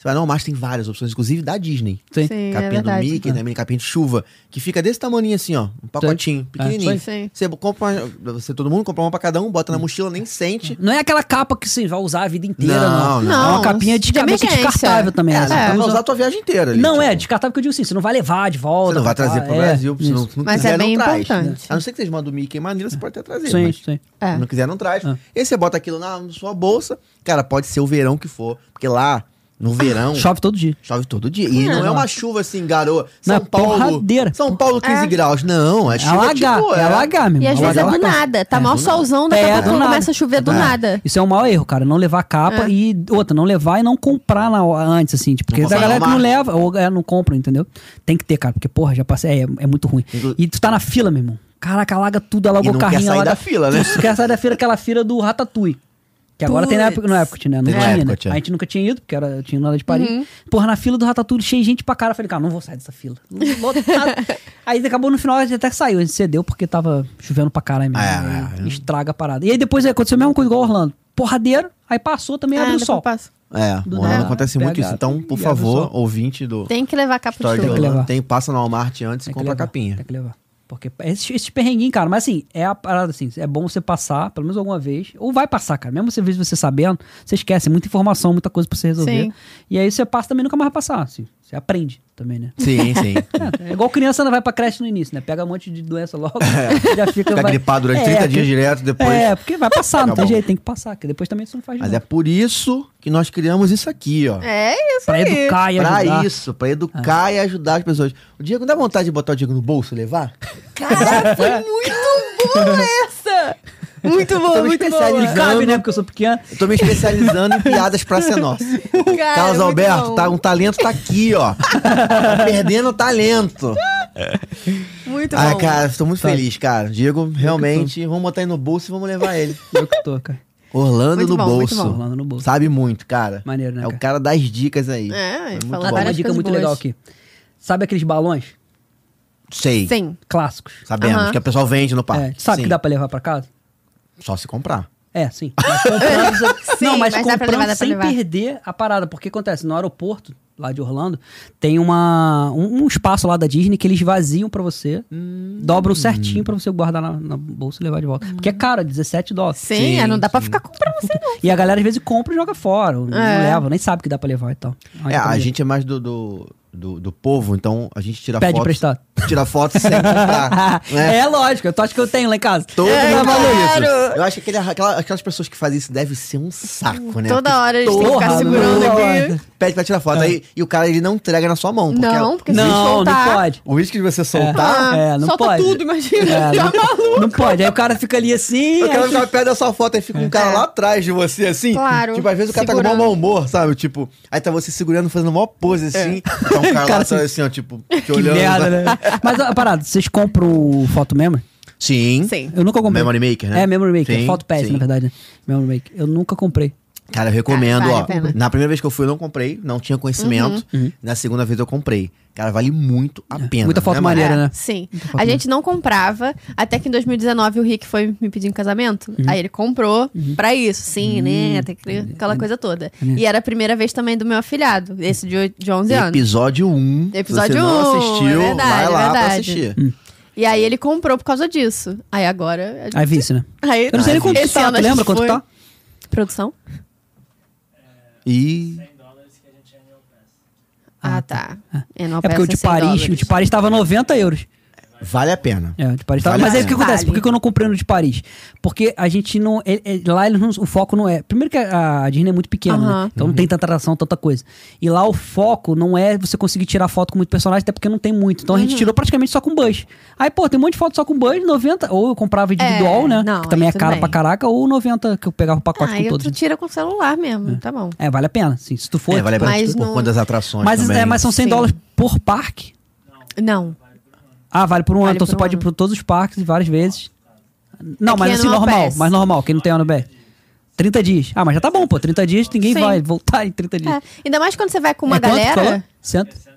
Você vai no Walmart, tem várias opções, inclusive da Disney.
Sim.
Sim, é
capinha do
verdade.
Mickey, também capinha de chuva, que fica desse tamanho assim, ó. Um pacotinho, pequenininho.
isso aí. Sim. é.
Você compra, uma- você todo mundo compra uma pra cada um, bota na mochila, nem sente.
Não é aquela capa que você vai usar a vida inteira,
Não,
não.
não.
É uma capinha de
De
cabeça
emergência.
descartável também.
É,
né?
você
é.
tá
Usa-
usar a tua viagem inteira ali.
Não,
tipo.
é descartável que eu digo assim, você não vai levar de volta.
Você não vai
pra cá,
trazer pro
é,
Brasil, se não,
isso.
não
Mas
quiser,
é bem
não traz. né?
importante.
A não ser que seja uma do Mickey Manila, você pode até trazer.
Sim,
mas
sim.
É.
Se não quiser, não traz.
Ah.
E aí você bota aquilo na sua bolsa, cara, pode ser o verão que for. Porque lá, no verão,
Chove todo dia.
chove todo dia. E não é uma chuva assim, garoa. São
Não, é
Paulo.
porradeira.
São Paulo, 15
É.
graus. Não, é
É
chuva.
alagar,
tipo,
é alagar mesmo.
E às vezes é
alagar
do
lá, cara.
nada. Tá
É,
mal
do nada.
solzão, daqui
É,
a
do
pouco
nada.
começa a chover do
É.
nada.
Isso é um mau erro, cara. Não levar capa
É.
e outra, não levar e não comprar na, antes, assim. Tipo, porque
Não
da
comprar
galera
no
que não
mar.
leva, ou é, não compra, entendeu? Tem que ter, cara, porque, porra, já passei. É, é muito ruim.
Inclu-
E tu tá na fila, meu irmão. Caraca, alaga tudo,
E
alaga o
não quer
carrinho.
sair
alaga-
da fila, né?
Tu quer sair da fila, aquela fila do Ratatouille. Que agora tem na
Puts.
época, no Epcot, né? Não
Tem no
tinha, né?
Epcot, é.
A gente nunca tinha ido, porque era, tinha nada de Paris.
Uhum.
Porra, na fila do Ratatouille, cheio de gente pra cara. Eu falei, cara, não vou sair dessa fila. Lotado. Aí acabou no final, a gente até saiu. A gente cedeu porque tava chovendo pra caralho mesmo.
Ah,
Aí
é, é.
Estraga a parada. E aí depois aí aconteceu a mesma coisa igual Orlando. Porradeiro, aí passou, também abriu o sol.
É,
Do
Orlando
nada.
acontece
Pega
muito isso. Então, por
e abre o
favor,
sol.
ouvinte do
Tem que levar capa de
História de
chuva.
que
Orlando,
levar.
tem, passa no Walmart antes e
Tem que
compra a
levar, É.
capinha.
Tem que levar. Porque esses, esses perrenguinhos, cara, mas assim, é a parada assim, é bom você passar, pelo menos alguma vez, ou vai passar, cara. Mesmo você vez você sabendo, você esquece, é muita informação, muita coisa pra você resolver.
Sim.
E aí você passa também nunca mais vai passar, assim. Você aprende também, né?
Sim, sim.
É igual criança não vai pra creche no início, né? Pega um monte de doença logo, já É. fica.
Fica
vai-
gripado durante
É,
30
porque-
dias direto, depois.
É, porque vai passar, não
Tá
tem
bom.
jeito, tem que passar, porque depois também você não faz de
Mas é
novo.
por isso que nós criamos isso aqui, ó.
É isso
Pra
aí.
educar e ajudar.
Pra isso, pra educar e ajudar as pessoas. O Diego, dá vontade de botar o Diego no bolso e levar?
Caraca, foi muito boa essa! Muito boa,
Estamos
muito
E
boa.
especializados.
cabe, né? Porque eu sou pequeno.
Eu tô me especializando em piadas pra ser nossa.
Cara, é
Carlos
muito
Alberto,
bom.
tá, um talento tá aqui, ó. Tá perdendo o talento.
Muito
Ah,
bom.
cara, estou muito
Tá.
feliz, cara. Diego, realmente, vamos botar ele no bolso e vamos levar ele.
Eu que tô, cara.
Orlando
Muito
no
bom, muito
bolso.
bom.
Orlando no bolso.
Sabe muito, cara.
Maneiro, né,
É o
cara?
cara das dicas aí.
É,
muito
fala
bom.
várias
Uma dica
coisas
muito
boas.
legal aqui. Sabe aqueles balões
Sei.
Sim.
clássicos?
Sabemos
Aham.
que o pessoal vende no parque.
É, sabe
Sim.
que dá pra levar pra casa?
Só se comprar.
É, sim. Mas comprando, você-
Sim,
não, mas,
mas dá pra
comprando
levar, dá pra
sem
levar.
perder a parada. Porque acontece, no aeroporto lá de Orlando, tem uma, um, um espaço lá da Disney que eles vaziam pra você,
Hum.
dobram certinho pra você guardar na, na bolsa e levar de volta. Porque é caro, 17 dólares.
Sim,
Sim,
é, não dá pra
sim.
ficar comprando você, não.
E a galera às vezes compra e joga fora, ou não
É.
leva, nem sabe que dá pra levar e tal. Aí
É, a
também.
gente é mais do, do, do, do povo, então a gente tira
Pede
foto.
emprestado.
Tira foto sem
Ah,
comprar. né?
É lógico, eu tô, acho que eu tenho lá em casa.
Todo
É,
mundo faz
claro.
isso. Eu acho que aquele- aquela- aquelas pessoas que fazem isso deve ser um saco, né?
Toda hora a gente tem que
Porra,
ficar
não,
segurando
não,
aqui.
Pede pra tirar
É.
foto. Aí, e o cara ele não entrega na sua mão. Porque é
Não, porque se
Não, não
soltar...
pode.
O risco de você soltar.
Ah,
É, não
solta
pode.
tudo, imagina.
É,
tá
não,
maluco.
não pode. Aí o cara fica ali assim.
O cara
aí-
fica perto da sua foto e fica
É.
um cara lá atrás de você, assim.
É. Claro.
Tipo, às vezes o cara tá com
Segurando. É.
mau humor, sabe? Tipo, aí tá você segurando, fazendo mó pose, assim. Tá um cara, lá
Cara,
atrás, assim, ó, tipo, te
Que
olhando.
merda, né? Mas a parada, vocês compram o foto memory?
Sim.
Sim.
Eu nunca comprei.
Memory Maker, né?
É, Memory Maker.
Sim,
foto pass,
sim.
na verdade. né? Memory Maker. Eu nunca comprei.
Cara, eu recomendo,
Cara, vale
ó.
a pena.
Na primeira vez que eu fui, eu não comprei, não tinha conhecimento. Na segunda vez eu comprei. Cara, vale muito a pena.
Uhum. Muita foto
né, Maria?
maneira,
É,
né?
Sim.
foto
A gente não comprava, até que em 2019 o Rick foi me pedir em casamento.
Uhum.
Aí ele comprou pra isso, sim, né? Até que- aquela coisa toda.
Uhum.
E era a primeira vez também do meu afilhado, esse de, oito- de 11 anos.
Episódio 1.
Episódio
Se você não
1,
assistiu,
é verdade,
vai lá
é
pra
verdade.
assistir.
Hum.
E aí ele comprou por causa disso. Aí agora. a gente-
Aí vice, né?
Aí,
Eu não sei nem quanto
esse
tá.
ano
Tu
a gente
lembra quanto
foi-
tá?
Produção?
E.
Ah, tá. É, não,
É porque o de Paris, o de Paris tava 90 euros.
Vale a pena.
É, o de Paris tava.
Vale a
Mas aí o
pena.
que acontece?
Vale.
Por que que eu não comprei no de Paris? Porque a gente não. ele- ele- lá eles não- o foco não é. Primeiro que a, a Disney é muito pequena,
Aham.
né? Então não
Uhum.
tem tanta atração, tanta coisa. E lá o foco não é você conseguir tirar foto com muito personagem, até porque não tem muito. Então a
Uhum.
gente tirou praticamente só com Buzz. Aí, pô, tem um monte de foto só com Buzz, 90. Ou eu comprava individual,
É,
né?
não,
que também
aí
é
tudo
caro
bem.
pra caraca, ou 90 que eu pegava o pacote
Aí
com
tu
todos.
tira Ah, com o celular mesmo, tá bom.
É, vale a pena, sim. Se tu for.
É, vale a
tipo,
pena
Mas
por
não-
conta das atrações.
mas,
também.
é, mas são 100
Sim.
dólares por parque.
Não.
Ah, vale por um ano.
Vale
Então
por
você
um
pode ir
ano.
por todos os parques várias vezes. Não,
É que
mas
é
assim,
anual
normal.
pass.
Mas normal, quem não tem ano B. 30 dias. Ah, mas já tá bom, pô. 30 dias, ninguém
Sim.
vai voltar em 30 dias.
É, Ainda mais quando você vai com
É
uma
quanto que
galera.
falou? Cento?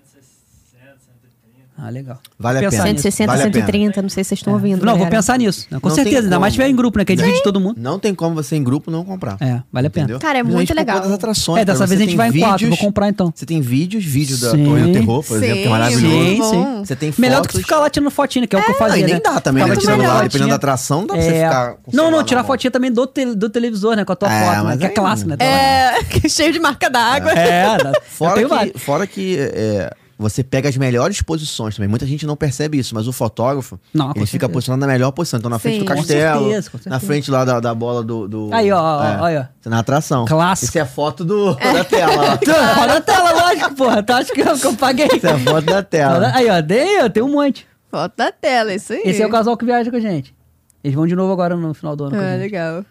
Ah, legal.
Vale a
Pensar
pena.
nisso.
160,
Vale a pena.
130, não sei se vocês estão ouvindo.
É. Não, vou
galera.
pensar nisso. né? Com
Não tem
certeza, ainda mais se
como.
tiver em grupo, né? Que aí divide todo mundo.
Não tem como você em grupo não comprar.
É, vale a pena.
Entendeu?
Cara, é muito
Principalmente por
legal.
conta das atrações,
É, dessa
cara.
vez
Você
a gente
tem
vai em quatro,
vídeos-
vou comprar então.
Você tem vídeos, vídeo da
Sim.
Torre do Terror, por
Sim,
exemplo, que é maravilhoso.
muito
Sim,
bom.
Você tem
Melhor do
fotos.
que ficar lá tirando fotinha, que é o que eu
Ah,
fazia.
e nem
né?
dá também,
Ficava
né?
Muito
Tirando
melhor.
lá,
fotinha.
dependendo da atração, dá pra você
É.
ficar com o
Não,
celular
não,
na
tirar
mão.
fotinha também do, tele- do televisor, né? Com a tua
É,
foto, né?
mas
Que é
aí-
clássico, né?
É, cheio de marca d'água.
É, dá- eu
Fora
tenho
que,
vários.
fora que é, você pega as melhores posições também. Muita gente não percebe isso, mas o fotógrafo
Não, com
ele fica
certeza.
posicionado na melhor posição. Então, na
Sim.
frente do
Com
castelo,
certeza, com certeza.
na frente lá da, da bola do, do- é,
Aí, ó, ó, ó, ó.
Na atração.
Clássico.
Isso é foto do, da tela. ó.
Tu, Olha a tela, lógico, porra. Tu acha que eu, que eu paguei?
Isso é foto da tela.
Aí, ó, dei, ó, tem um monte.
Foto da tela, isso aí.
Esse é o casal que viaja com a gente. Eles vão de novo agora no final do ano com a
Ah,
gente.
legal.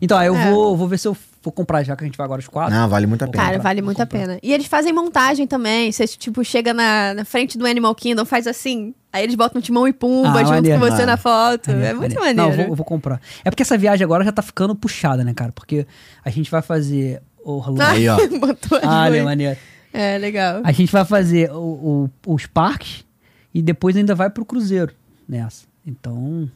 Então, aí eu
É.
vou, vou ver se eu vou comprar já, que a gente vai agora os quatro.
Não, vale muito a pena.
Cara, vale
vou
muito a pena. E eles fazem montagem também. Você, tipo, chega na, na frente do Animal Kingdom, faz assim. Aí eles botam Timão e Pumba
Ah,
junto
maneiro.
com você na foto.
Maneiro,
é muito
maneiro.
maneiro.
Não, eu vou, eu vou comprar. É porque essa viagem agora já tá ficando puxada, né, cara? Porque a gente vai fazer
Ah,
Orlando.
Aí, ó.
Botou as
Ah,
luzes.
né, maneiro.
É, legal.
A gente vai fazer o- o- os parques e depois ainda vai pro cruzeiro nessa. Então,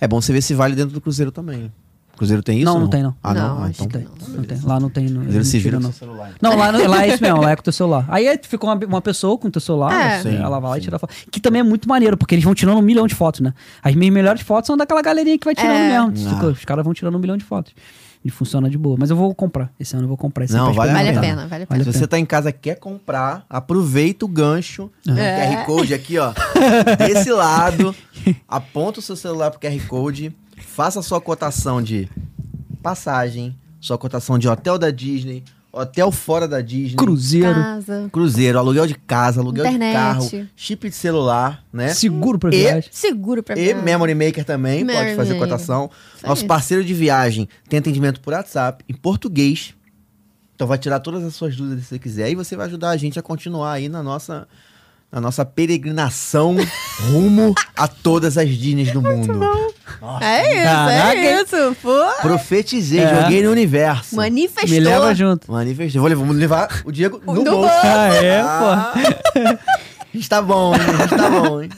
É bom você ver se vale dentro do Cruzeiro também. Cruzeiro tem isso?
Não,
ou
não tem, não.
Ah, não.
Não,
Ah,
acho
então
que
tem,
tem.
não tem. Lá não tem. Não,
Cruzeiro se vira
tira,
no
não.
seu celular. então.
Não, lá, não- lá é isso mesmo, lá é com o teu celular. Aí é, fica uma, uma pessoa com o teu celular,
É.
assim,
Sim,
ela vai lá e
sim.
tira foto. Que também é muito maneiro, porque eles vão tirando um milhão de fotos, né? As minhas melhores fotos são daquela galerinha que vai tirando
É.
mesmo.
Ah.
Os caras vão tirando um milhão de fotos. E funciona de boa. Mas eu vou comprar. Esse ano eu vou comprar esse
Não,
ano pra
vale a
Vale a
experimentar.
pena, vale a pena.
Se você tá em casa quer comprar, aproveita o gancho.
É.
QR Code aqui, ó. desse lado. Aponta o seu celular pro QR Code. Faça a sua cotação de passagem, sua cotação de hotel da Disney, hotel fora da Disney.
Cruzeiro,
Casa.
Cruzeiro, aluguel de casa, aluguel
Internet.
de carro, chip de celular,
Ah.
né?
seguro pra
E-
viagem.
Seguro pra
E
viagem.
Memory Maker também
Memory
pode fazer
Maker.
cotação.
Isso
Nosso
aí.
parceiro de viagem tem atendimento por WhatsApp, em português. Então vai tirar todas as suas dúvidas se você quiser e você vai ajudar a gente a continuar aí na nossa, na nossa peregrinação rumo a todas as Disneys do mundo.
É isso,
Caraca, hein?
é isso. Pô,
Profetizei,
É.
joguei no universo.
manifestou.
Me leva junto.
Manifestei. Vou levar, vou levar o Diego no
No
bolso.
bolso.
Ah, é,
Ah, Está bom, hein? Está bom, hein?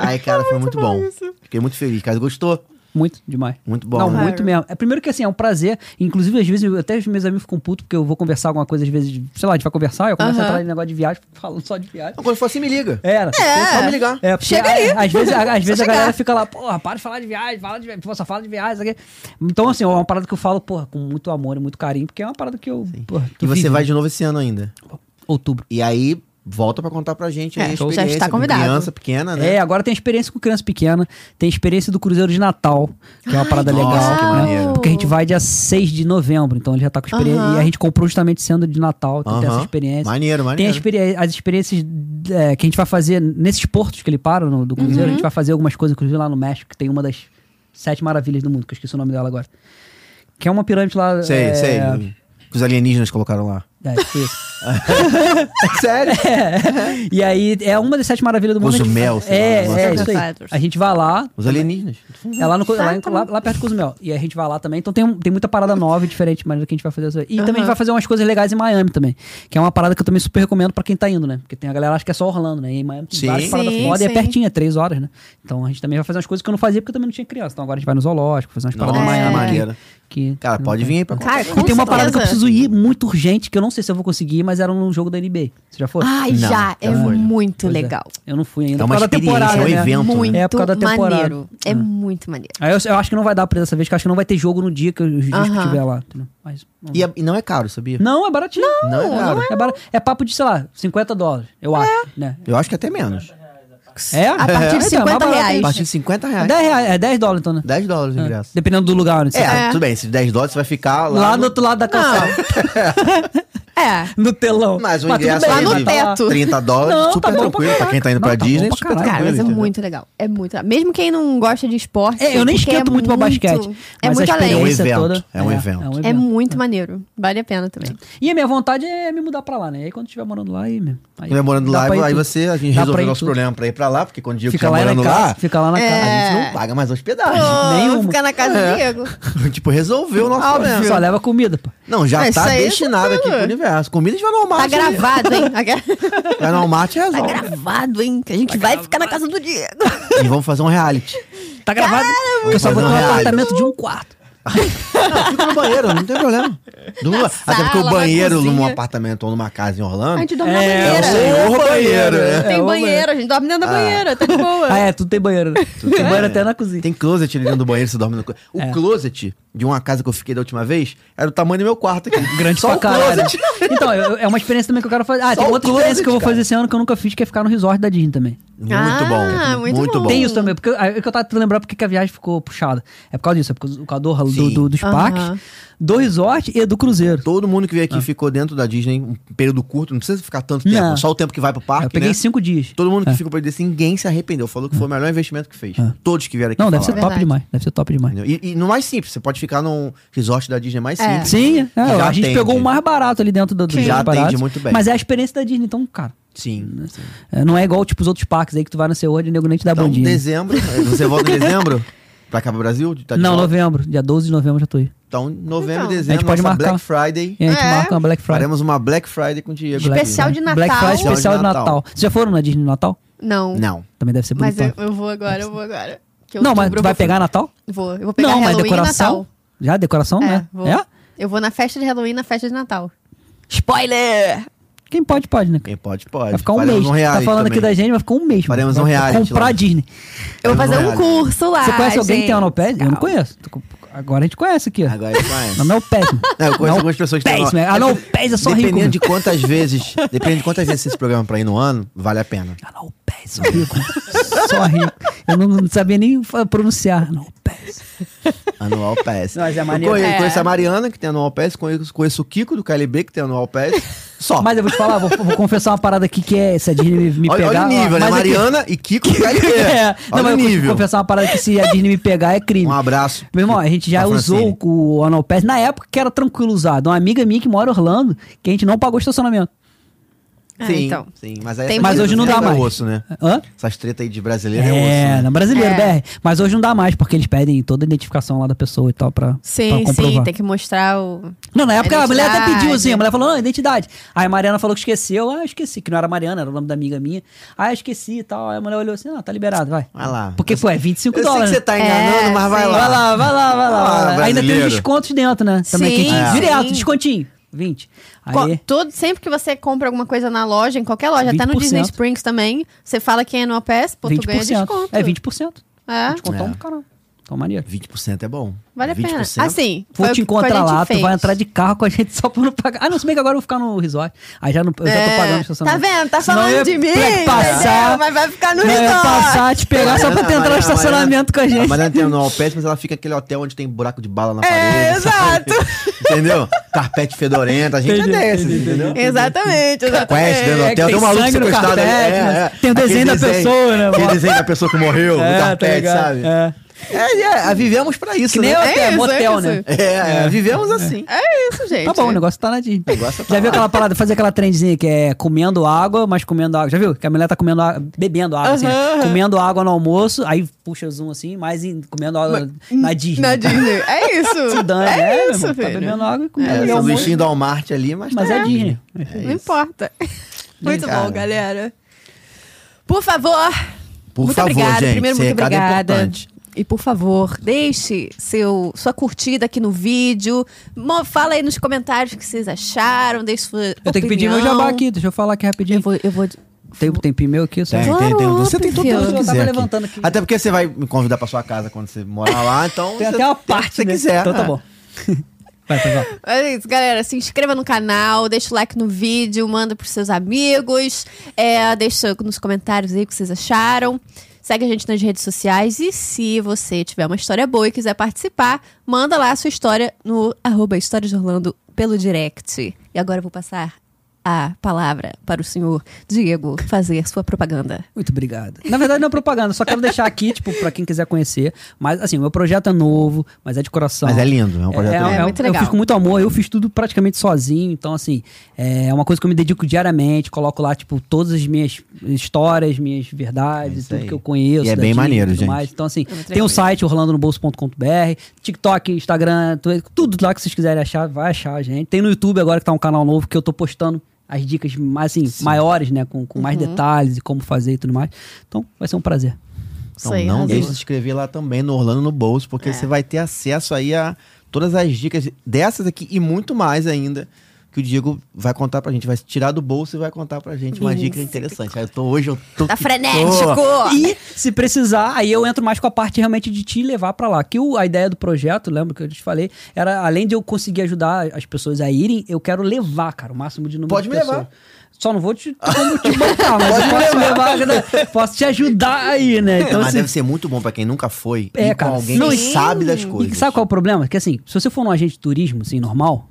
Ai, cara, foi muito, bom. Fiquei muito feliz. Cara, gostou?
Muito demais.
Muito bom.
Não,
né?
muito mesmo. É primeiro que assim, é um prazer. Inclusive, às vezes, eu- até os meus amigos ficam putos, porque eu vou conversar alguma coisa, às vezes, sei lá, a gente vai conversar, eu começo a
Aham.
entrar em negócio de viagem, falando só de viagem.
Não, quando for assim, me liga.
Era.
É. Só me ligar.
É, porque
Chega
a-
aí.
às vezes, a, às vezes a
chegar.
galera fica lá, porra, para de falar de viagem, fala de viagem, só fala de viagem, isso aqui. Então, assim, é uma parada que eu falo, porra, com muito amor e muito carinho, porque é uma parada que eu. Porra, que
E você
vive.
vai de novo esse ano ainda.
Outubro.
E aí, volta pra contar pra gente aí
É,
a
já
experiência.
está
com
convidado.
Criança pequena, né?
É, agora tem experiência com criança pequena, tem experiência do Cruzeiro de Natal, que é uma parada
que
legal.
legal.
né?
maneiro.
Porque a gente vai dia 6 de novembro, então ele já tá com experiência.
Aham.
E a gente comprou justamente sendo de Natal, então tem
Aham.
essa experiência.
Maneiro,
Tem a
maneiro.
experi- as experiências é, que a gente vai fazer nesses portos que ele para no, do Cruzeiro. A gente vai fazer algumas coisas, inclusive lá no México, que tem uma das sete maravilhas do mundo, que eu esqueci o nome dela agora. Que é uma pirâmide lá.
Sei,
é,
sei. Que os alienígenas colocaram lá.
É, tipo isso.
É Sério?
e aí é uma das sete maravilhas do mundo. a gente-
Cozumel, sei lá, um
é,
alguma
é,
coisa
isso aí.
assim.
A gente vai lá,
Os alienígenas.
É lá, no, Co- lá, em- lá, lá perto do Cozumel. E a gente vai lá também. Então tem, um- tem muita parada nova e diferente, maneira que a gente vai fazer. isso aí. E também a gente vai fazer umas coisas legais em Miami também. Que é uma parada que eu também super recomendo pra quem tá indo, né? Porque tem a galera acha que é só Orlando, né? E em Miami tem
Sim.
várias paradas
Sim,
foda e é
sim.
pertinho, é três horas, né? Então a gente também vai fazer umas coisas que eu não fazia porque eu também não tinha criança. Então agora a gente vai no zoológico, fazer umas
Nossa,
paradas em
É.
Miami.
maneiro.
Que, que
Cara,
não
pode
tem.
vir aí pra contar.
Cara,
E
com
tem uma parada que eu
certeza.
preciso ir muito urgente, que eu não sei se eu vou conseguir, mas era num jogo da NBA. Você já foi?
Ai,
Não,
já. É
já foi.
muito
Pois é.
legal.
Eu não fui ainda.
É uma
por causa da
experiência,
temporada,
é um
né?
evento, né?
Ah, Muito
É por causa da temporada.
maneiro. É muito maneiro.
Aí eu, eu acho que não vai dar pra dessa vez, que eu acho que não vai ter jogo no dia que eu, os dias que eu
Aham.
tiver lá. entendeu? Mas, vamos
E, é- e não é caro, sabia?
Não, é baratinho.
Não é Não, caro. não É.
é, barato. é papo de, sei lá, 50 dólares, eu acho. Né?
Eu acho que até menos.
É?
A partir de
É, então, é mais
50
barato
reais.
A
ainda.
partir de 50
É
reais.
10 reais, é 10 dólares, então, né?
10 dólares o ingresso.
Dependendo do lugar onde
É,
você tá.
tudo bem. Se 10 dólares você vai ficar lá.
Lá
no-
do outro lado da calçada.
É.
No telão.
Mas o
tudo
ingresso é
bem,
aí
Lá no
de
tá lá.
teto.
30 dólares,
Não, tá
super
bom pra
tranquilo. Pra quem tá indo
Não,
pra
tá bom
Disney,
pra
super
caralho.
tranquilo.
Cara, mas é
entendeu?
muito legal. É muito legal. Mesmo quem não gosta de esporte.
É, eu nem
porque
esquento muito pra basquete.
É
mas
muito
a
além.
experiência
É um evento,
toda.
é um evento.
É muito maneiro. Vale a pena também.
E a minha vontade é me mudar pra lá, né? E aí quando eu estiver morando lá, aí mesmo. Aí,
Quando eu morando
dá
lá,
pra ir
aí
tudo.
você a gente
Dá
resolveu
pra ir
nosso
tudo.
problema pra ir pra lá, porque quando o Diego
Fica
tá
lá,
morando
na casa.
lá,
Fica lá na
É.
casa.
a gente não paga mais hospedagem.
Pô,
nenhuma.
É. ficar na casa do Diego. Tá
tipo, resolveu o nosso
Só
problema.
leva comida, pô.
Não, já
É, isso
tá
aí é
destinado aqui
tranquilo.
pro universo. Comida a gente vai no
Tá
Walmart. né?
gravado, hein?
Vai no Walmart e
Tá
resolve.
gravado, hein? Que a gente vai ficar na casa do Diego.
e vamos fazer um reality. É.
Tá gravado? eu só
muito
vou ter um
bom.
apartamento de um quarto.
Não, fica no banheiro, não tem problema. Não- até
sala,
porque o
na
banheiro
cozinha.
num apartamento ou numa casa em
A
Orlando
gente dorme
É,
na
é o
banheira.
senhor banheiro, né?
Tem
É, o
banheiro, a gente dorme dentro da banheira, tá de boa.
Ah, é, tudo tem banheiro. né? Tudo tem banheiro até na cozinha. É.
Tem closet ali dentro do banheiro, você dorme no closet. O closet de uma casa que eu fiquei da última vez era o tamanho do meu quarto aqui.
Grande
Só
pra
o closet.
caralho. Então, eu- é uma experiência também que eu quero fazer. Ah,
Só
tem
o
outra
closet,
experiência que eu vou
cara.
fazer esse ano que eu nunca fiz, que é ficar no resort da Disney também.
Muito
Ah,
bom.
muito
Muito,
bom.
bom.
Tem isso também, porque é que eu tava tentando lembrar porque que a viagem ficou puxada. É por causa disso, é por causa do, do, do,
Sim.
do- dos
Aham.
parques, do resort e do cruzeiro.
Todo mundo que veio aqui ficou dentro da Disney um período curto, não precisa ficar tanto tempo,
Ah. Não.
só o tempo que vai pro parque,
eu peguei É.
né?
cinco dias.
Todo mundo que ficou perdido, assim, ninguém se arrependeu. Falou que foi o melhor investimento que fez. Todos que vieram aqui
Ah. Não, deve ser
falaram.
top
Verdade.
demais. Deve ser top demais.
Entendeu? E, e no mais simples, você pode ficar num resort da Disney mais
É.
simples.
Sim, é,
Que já
a gente
atende.
pegou o mais barato ali dentro do, do
Que já
mais barato,
atende muito bem.
Mas é a experiência da Disney, então, cara.
Sim.
é, Não é igual, tipo, os outros parques aí que tu vai no seu olho e o nego nem te dá
Então,
bom dia.
dezembro, você volta em dezembro pra cá pro Brasil? Tá de
não,
volta?
novembro. Dia 12 de novembro já tô aí.
Então, novembro,
Então.
dezembro,
A gente pode
nossa
marcar.
Black Friday.
E a gente
É.
marca uma Black Friday.
Faremos uma Black Friday com o Diego.
Black
Especial
aqui,
de
né?
Natal.
Black Friday especial de
Especial de
Natal. Vocês já foram na Disney no Natal?
Não, é
Não.
Também deve ser
mas
bonitão.
eu, eu vou agora, eu vou agora. Que
Não, mas
outubro
tu
eu
vai
vou-
pegar Natal?
Vou, eu vou pegar
Não, mas
Halloween e
decoração.
Natal.
Já, decoração, né?
vou.
É?
Eu vou na festa de Halloween e na festa de Natal. Spoiler!
Quem pode, pode, né?
Quem pode, pode.
Vai ficar um
Faremos
mês. tá
reality
falando aqui da
também.
gente, vai ficar um mês.
Faremos
mano.
um
Vai- vai
reality
Comprar
lá.
a Disney.
Eu vou
Eu
fazer
vou
um
olhar.
curso lá.
Você conhece alguém que tem
gente.
anopédia? Eu não conheço. Tô com- Agora a gente conhece aqui. ó.
Agora a gente conhece.
Não é o péssimo.
É, eu conheço algumas pessoas que têm
péssimo.
anopédia.
Ah, não, péssimo é só
Dependendo
rico.
de quantas vezes, dependendo de quantas vezes esse programa pra ir no ano, vale a pena.
Ah, não, péssimo, só rico. só rico. Eu não, não sabia nem fa- pronunciar. Ah, Não, péssimo.
Anual Pass.
Mas é
Eu
maneiro.
conhe-
É.
conheço a Mariana, que tem anual Pass, conheço, conheço o Kiko do KLB, que tem anual Pass. Só.
Mas eu vou te falar, vou, vou confessar uma parada aqui que é, se a Disney me, me
olha,
pegar...
olha o nível, né?
ó, mas aqui-
Mariana e Kiko do KLB.
É,
olha
não, mas
o
eu vou
nível.
confessar uma parada que se a Disney me pegar é crime.
Um abraço.
Meu irmão, a gente já
Pra
usou
Francine.
o, o Anal Pass na época que era tranquilo usado. Uma amiga minha que mora em Orlando, que a gente não pagou estacionamento.
Ah,
Sim,
então.
sim. Mas, aí
Tem
essas
mais.
Mas hoje não
tretas
dá
é
mais.
osso, né?
Hã?
Essas tretas aí de brasileiro é, osso,
É,
né?
na brasileira,
É.
BR. Mas hoje não dá mais, porque eles pedem toda a identificação lá da pessoa e tal pra, pra
Sim,
comprovar.
sim, tem que mostrar o.
Não, na época a mulher até
Identidade.
pediu assim, a mulher falou, não, identidade. Aí a Mariana falou que esqueceu, ah, eu esqueci, que não era Mariana, era o nome da amiga minha. Ah, eu esqueci e tal. Aí a mulher olhou assim, não, tá liberado, vai.
Vai lá.
Porque, pô, é 25
Eu sei que
dólares.
você tá enganando,
É,
mas vai
sim.
lá.
Vai lá, vai lá, vai
Ah,
lá. Ainda tem os
brasileiro.
descontos dentro, né? Também
Sim,
que a gente-
sim.
Direto, descontinho. 20. Aí,
Co- Todo, sempre que você compra alguma coisa na loja, em qualquer loja, até no
20%.
Disney Springs também, você fala que é no APS, pô, tu ganha
20%.
desconto.
É 20%.
É,
Descontão do caramba. Então, maneiro.
20% é bom.
vale a pena.
20%?
Assim, foi
Vou
o
te
que- foi o que a
encontrar
gente
lá, tu
fez.
vai entrar de carro com a gente só pra não pagar. Ah, não, se bem que agora eu vou ficar no resort. Aí já não, eu já tô
É,
pagando
Tá
estacionamento.
vendo? Tá
Senão eu
falando
ia
de mim,
pe-
entendeu?
passar,
Mas vai ficar no
não, eu ia
resort.
passar, te pegar só pra
Mariana-
tentar o
Mariana-
estacionamento com a
A
gente.
Mariana tem anual pass, mas ela fica aquele hotel onde tem buraco de bala na
É,
parede.
exato.
Entendeu? Carpete fedorento, a gente
Entendi,
é desses,
entendi,
entendeu?
Exatamente,
Quest né?
exatamente.
dentro do
É, que
hotel,
tem
tem um maluco
sangue no
sequestrado ali.
carpete,
É,
né?
é.
Tem o
Aquele
desenho da pessoa, né,
Aquele
mano? tá
desenho da pessoa que morreu no carpete,
ligado?
sabe?
É.
tá É, é, é, vivemos pra isso,
Que nem
né?
É
hotel,
isso,
motel,
é
né?
isso.
É, é, vivemos assim.
É isso, gente.
Tá bom, o negócio tá na Disney.
negócio tá
Já viu
lá.
aquela parada, fazer aquela trendzinha que é comendo água, mas comendo água. Já viu? Que a mulher tá comendo água, bebendo água, assim, né? comendo água no almoço, aí puxa o zoom assim, mas em- comendo água na Disney.
Na Disney. É isso.
Se
é,
dane, é, meu
isso,
irmão, Tá
filho.
bebendo água e comendo
É,
ali almoço.
sanduichinho do Walmart ali, mas,
Mas
tá
é
na
Disney.
Não importa. Muito
Cara.
bom, galera. Por favor.
Por
muito
favor,
obrigada.
gente,
Primeiro,
esse
muito
recado é
obrigada.
importante.
e por favor, deixe seu, sua curtida aqui no vídeo. Mo- Fala aí nos comentários o que vocês acharam. Deixe sua
Eu tenho que pedir meu jabá aqui, deixa eu falar aqui
Eu
rapidinho.
vou. Eu vou...
Tem um tempinho meu aqui, só.
Tem,
Claro,
É, tem, tem. Você tem
óbvio.
todo o
Eu
que
tava
quiser. aqui.
levantando aqui.
Até porque você vai me convidar pra sua casa quando você morar lá, então.
Tem
você
até
tem
uma
o que
parte,
você
né?
quiser.
Então tá
né?
bom. Vai, vai, vai.
É isso, galera. Se inscreva no canal, deixa o like no vídeo, manda pros seus amigos. É, deixa nos comentários aí o que vocês acharam. Segue a gente nas redes sociais e se você tiver uma história boa e quiser participar, manda lá a sua história no arroba Histórias de Orlando pelo direct. E agora eu vou passar a palavra para o senhor Diego fazer sua propaganda.
Muito obrigado. Na verdade, não é propaganda, só quero deixar aqui, tipo, pra quem quiser conhecer. Mas, assim, o meu projeto é novo, mas é de coração.
Mas é lindo, é um projeto lindo.
É muito
Eu
legal.
fiz com muito amor, eu fiz tudo praticamente sozinho. Então, assim, é uma coisa que eu me dedico diariamente. Coloco lá, tipo, todas as minhas histórias, minhas
É
verdades,
isso
tudo
aí.
que eu conheço.
E é
da
bem
Disney
maneiro,
e tudo
gente.
Então, assim,
muito
tem
legal.
o site orlandonobolso.com.br, TikTok, Instagram, Twitter, tudo lá que vocês quiserem achar, vai achar, gente. Tem no YouTube agora que tá um canal novo que eu tô postando as dicas mais, assim, maiores, né? Com, com mais detalhes e como fazer e tudo mais. Então, vai ser um prazer.
Então
Isso aí,
não
arrasou.
deixe de se inscrever lá também no Orlando no Bolso, porque
É.
você vai ter acesso aí a todas as dicas dessas aqui e muito mais ainda que o Diego vai contar pra gente, vai tirar do bolso e vai contar pra gente uma
Isso.
dica interessante. Aí Eu tô hoje eu tô
Tá
que
frenético!
tô.
E se precisar, aí eu entro mais com a parte realmente de te levar pra lá. Que o- a ideia do projeto, lembra que eu te falei, era além de eu conseguir ajudar as pessoas a irem, eu quero levar, cara, o máximo de número
Pode
de
me
pessoas.
levar.
Só não vou te, como te bancar, mas eu posso levar, né? posso te ajudar aí, né?
É, mas
assim,
deve ser muito bom pra quem nunca foi
É,
e
cara,
com alguém
não,
que
e-
sabe das
E
coisas.
sabe qual é o problema? Que assim, se você for num agente de turismo, assim, normal,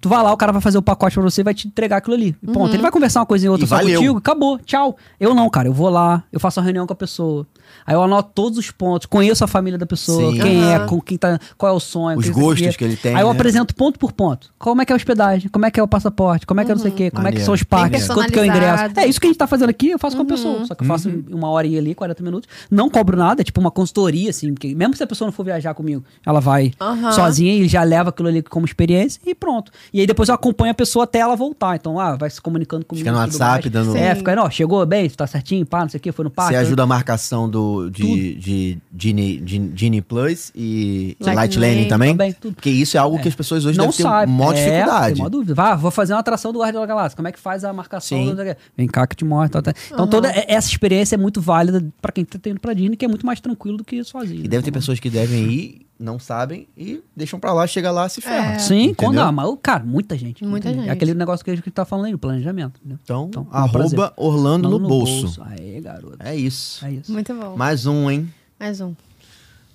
tu vai lá, o cara vai fazer o pacote pra você e vai te entregar aquilo ali. E
Uhum.
Ponto. Ele vai conversar uma coisa em outra
E
só
valeu.
contigo, acabou, tchau. Eu não, cara, eu vou lá, eu faço uma reunião com a pessoa. Aí eu anoto todos os pontos, conheço a família da pessoa,
Sim.
quem
Aham.
é, com quem tá, qual é o sonho.
Os
quem não sei o
gostos
quê.
que ele tem,
Aí eu
né?
apresento ponto por ponto. Como é que é a hospedagem, como é que é o passaporte, como é que é não sei o quê, como é que
Maneiro.
são os
Bem
parques, quanto que é o ingresso.
personalizado.
É isso que a gente tá fazendo aqui, eu faço com a pessoa. Só que eu faço
Uhum.
uma hora e ali, 40 minutos. Não cobro nada, é tipo uma consultoria, assim. Porque mesmo se a pessoa não for viajar comigo, ela vai
Aham.
sozinha e já leva aquilo ali como experiência e pronto. E aí depois eu acompanho a pessoa até ela voltar. Então, ah, vai se comunicando comigo.
no
e tudo
WhatsApp,
mais.
dando-
É, fica, ó, chegou bem, tá certinho, pá, não sei o que, foi no parque.
Você
né?
ajuda a marcação do, de, de, Genie, Genie- Genie Plus e
Lightning
Light Lane também?
também, tudo.
Porque isso é algo que as pessoas hoje
não
devem ter
sabe.
uma
É,
dificuldade.
Tem uma dúvida. Vá, vou fazer uma atração do Guardião da Galáxia. Como é que faz a marcação?
Sim.
Não sei o quê. Vem cá que eu te mostra. Então, toda e- essa experiência é muito válida pra quem tá tendo pra Disney, que é muito mais tranquilo do que sozinho.
E
né?
deve ter
Então,
pessoas que devem ir, não sabem, e deixam pra lá, chega lá, se
É.
ferra.
Sim, quando
Entendeu?
dá, mas, cara, muita gente.
Muita gente.
É aquele negócio que a gente tá falando aí, o planejamento. Entendeu?
Então,
Então, um prazer.
arroba Orlando no,
Mão
bolso.
Aê, garoto.
É isso.
É isso.
Muito bom.
Mais um, hein?
Mais um.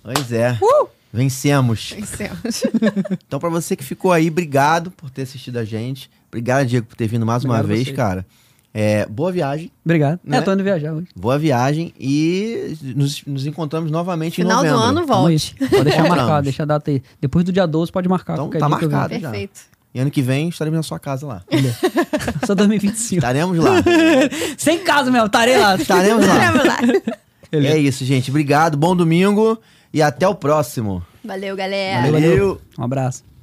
Pois é.
Uh!
Vencemos.
Excel.
Então, pra você que ficou aí, obrigado por ter assistido a gente. Obrigado, Diego, por ter vindo mais uma
Obrigado
vez,
você.
cara. É, boa viagem.
Obrigado.
Né?
É, tô indo viajar hoje.
Boa viagem e nos, nos encontramos novamente
Final
em
do
novembro.
ano,
Tamo
volte.
aí. Pode deixar
Vamos.
marcado, deixa a data aí. Depois do dia 12, pode marcar.
Então,
qualquer
tá
dia que eu venho.
marcado. já.
Perfeito.
E ano que vem estaremos na sua casa lá.
Só 2025.
Estaremos lá.
Sem caso mesmo, tá estarei lá.
Estaremos lá.
Vamos lá.
É isso, gente. Obrigado, bom domingo e até o próximo.
Valeu, galera.
Valeu,
Valeu.
Um abraço.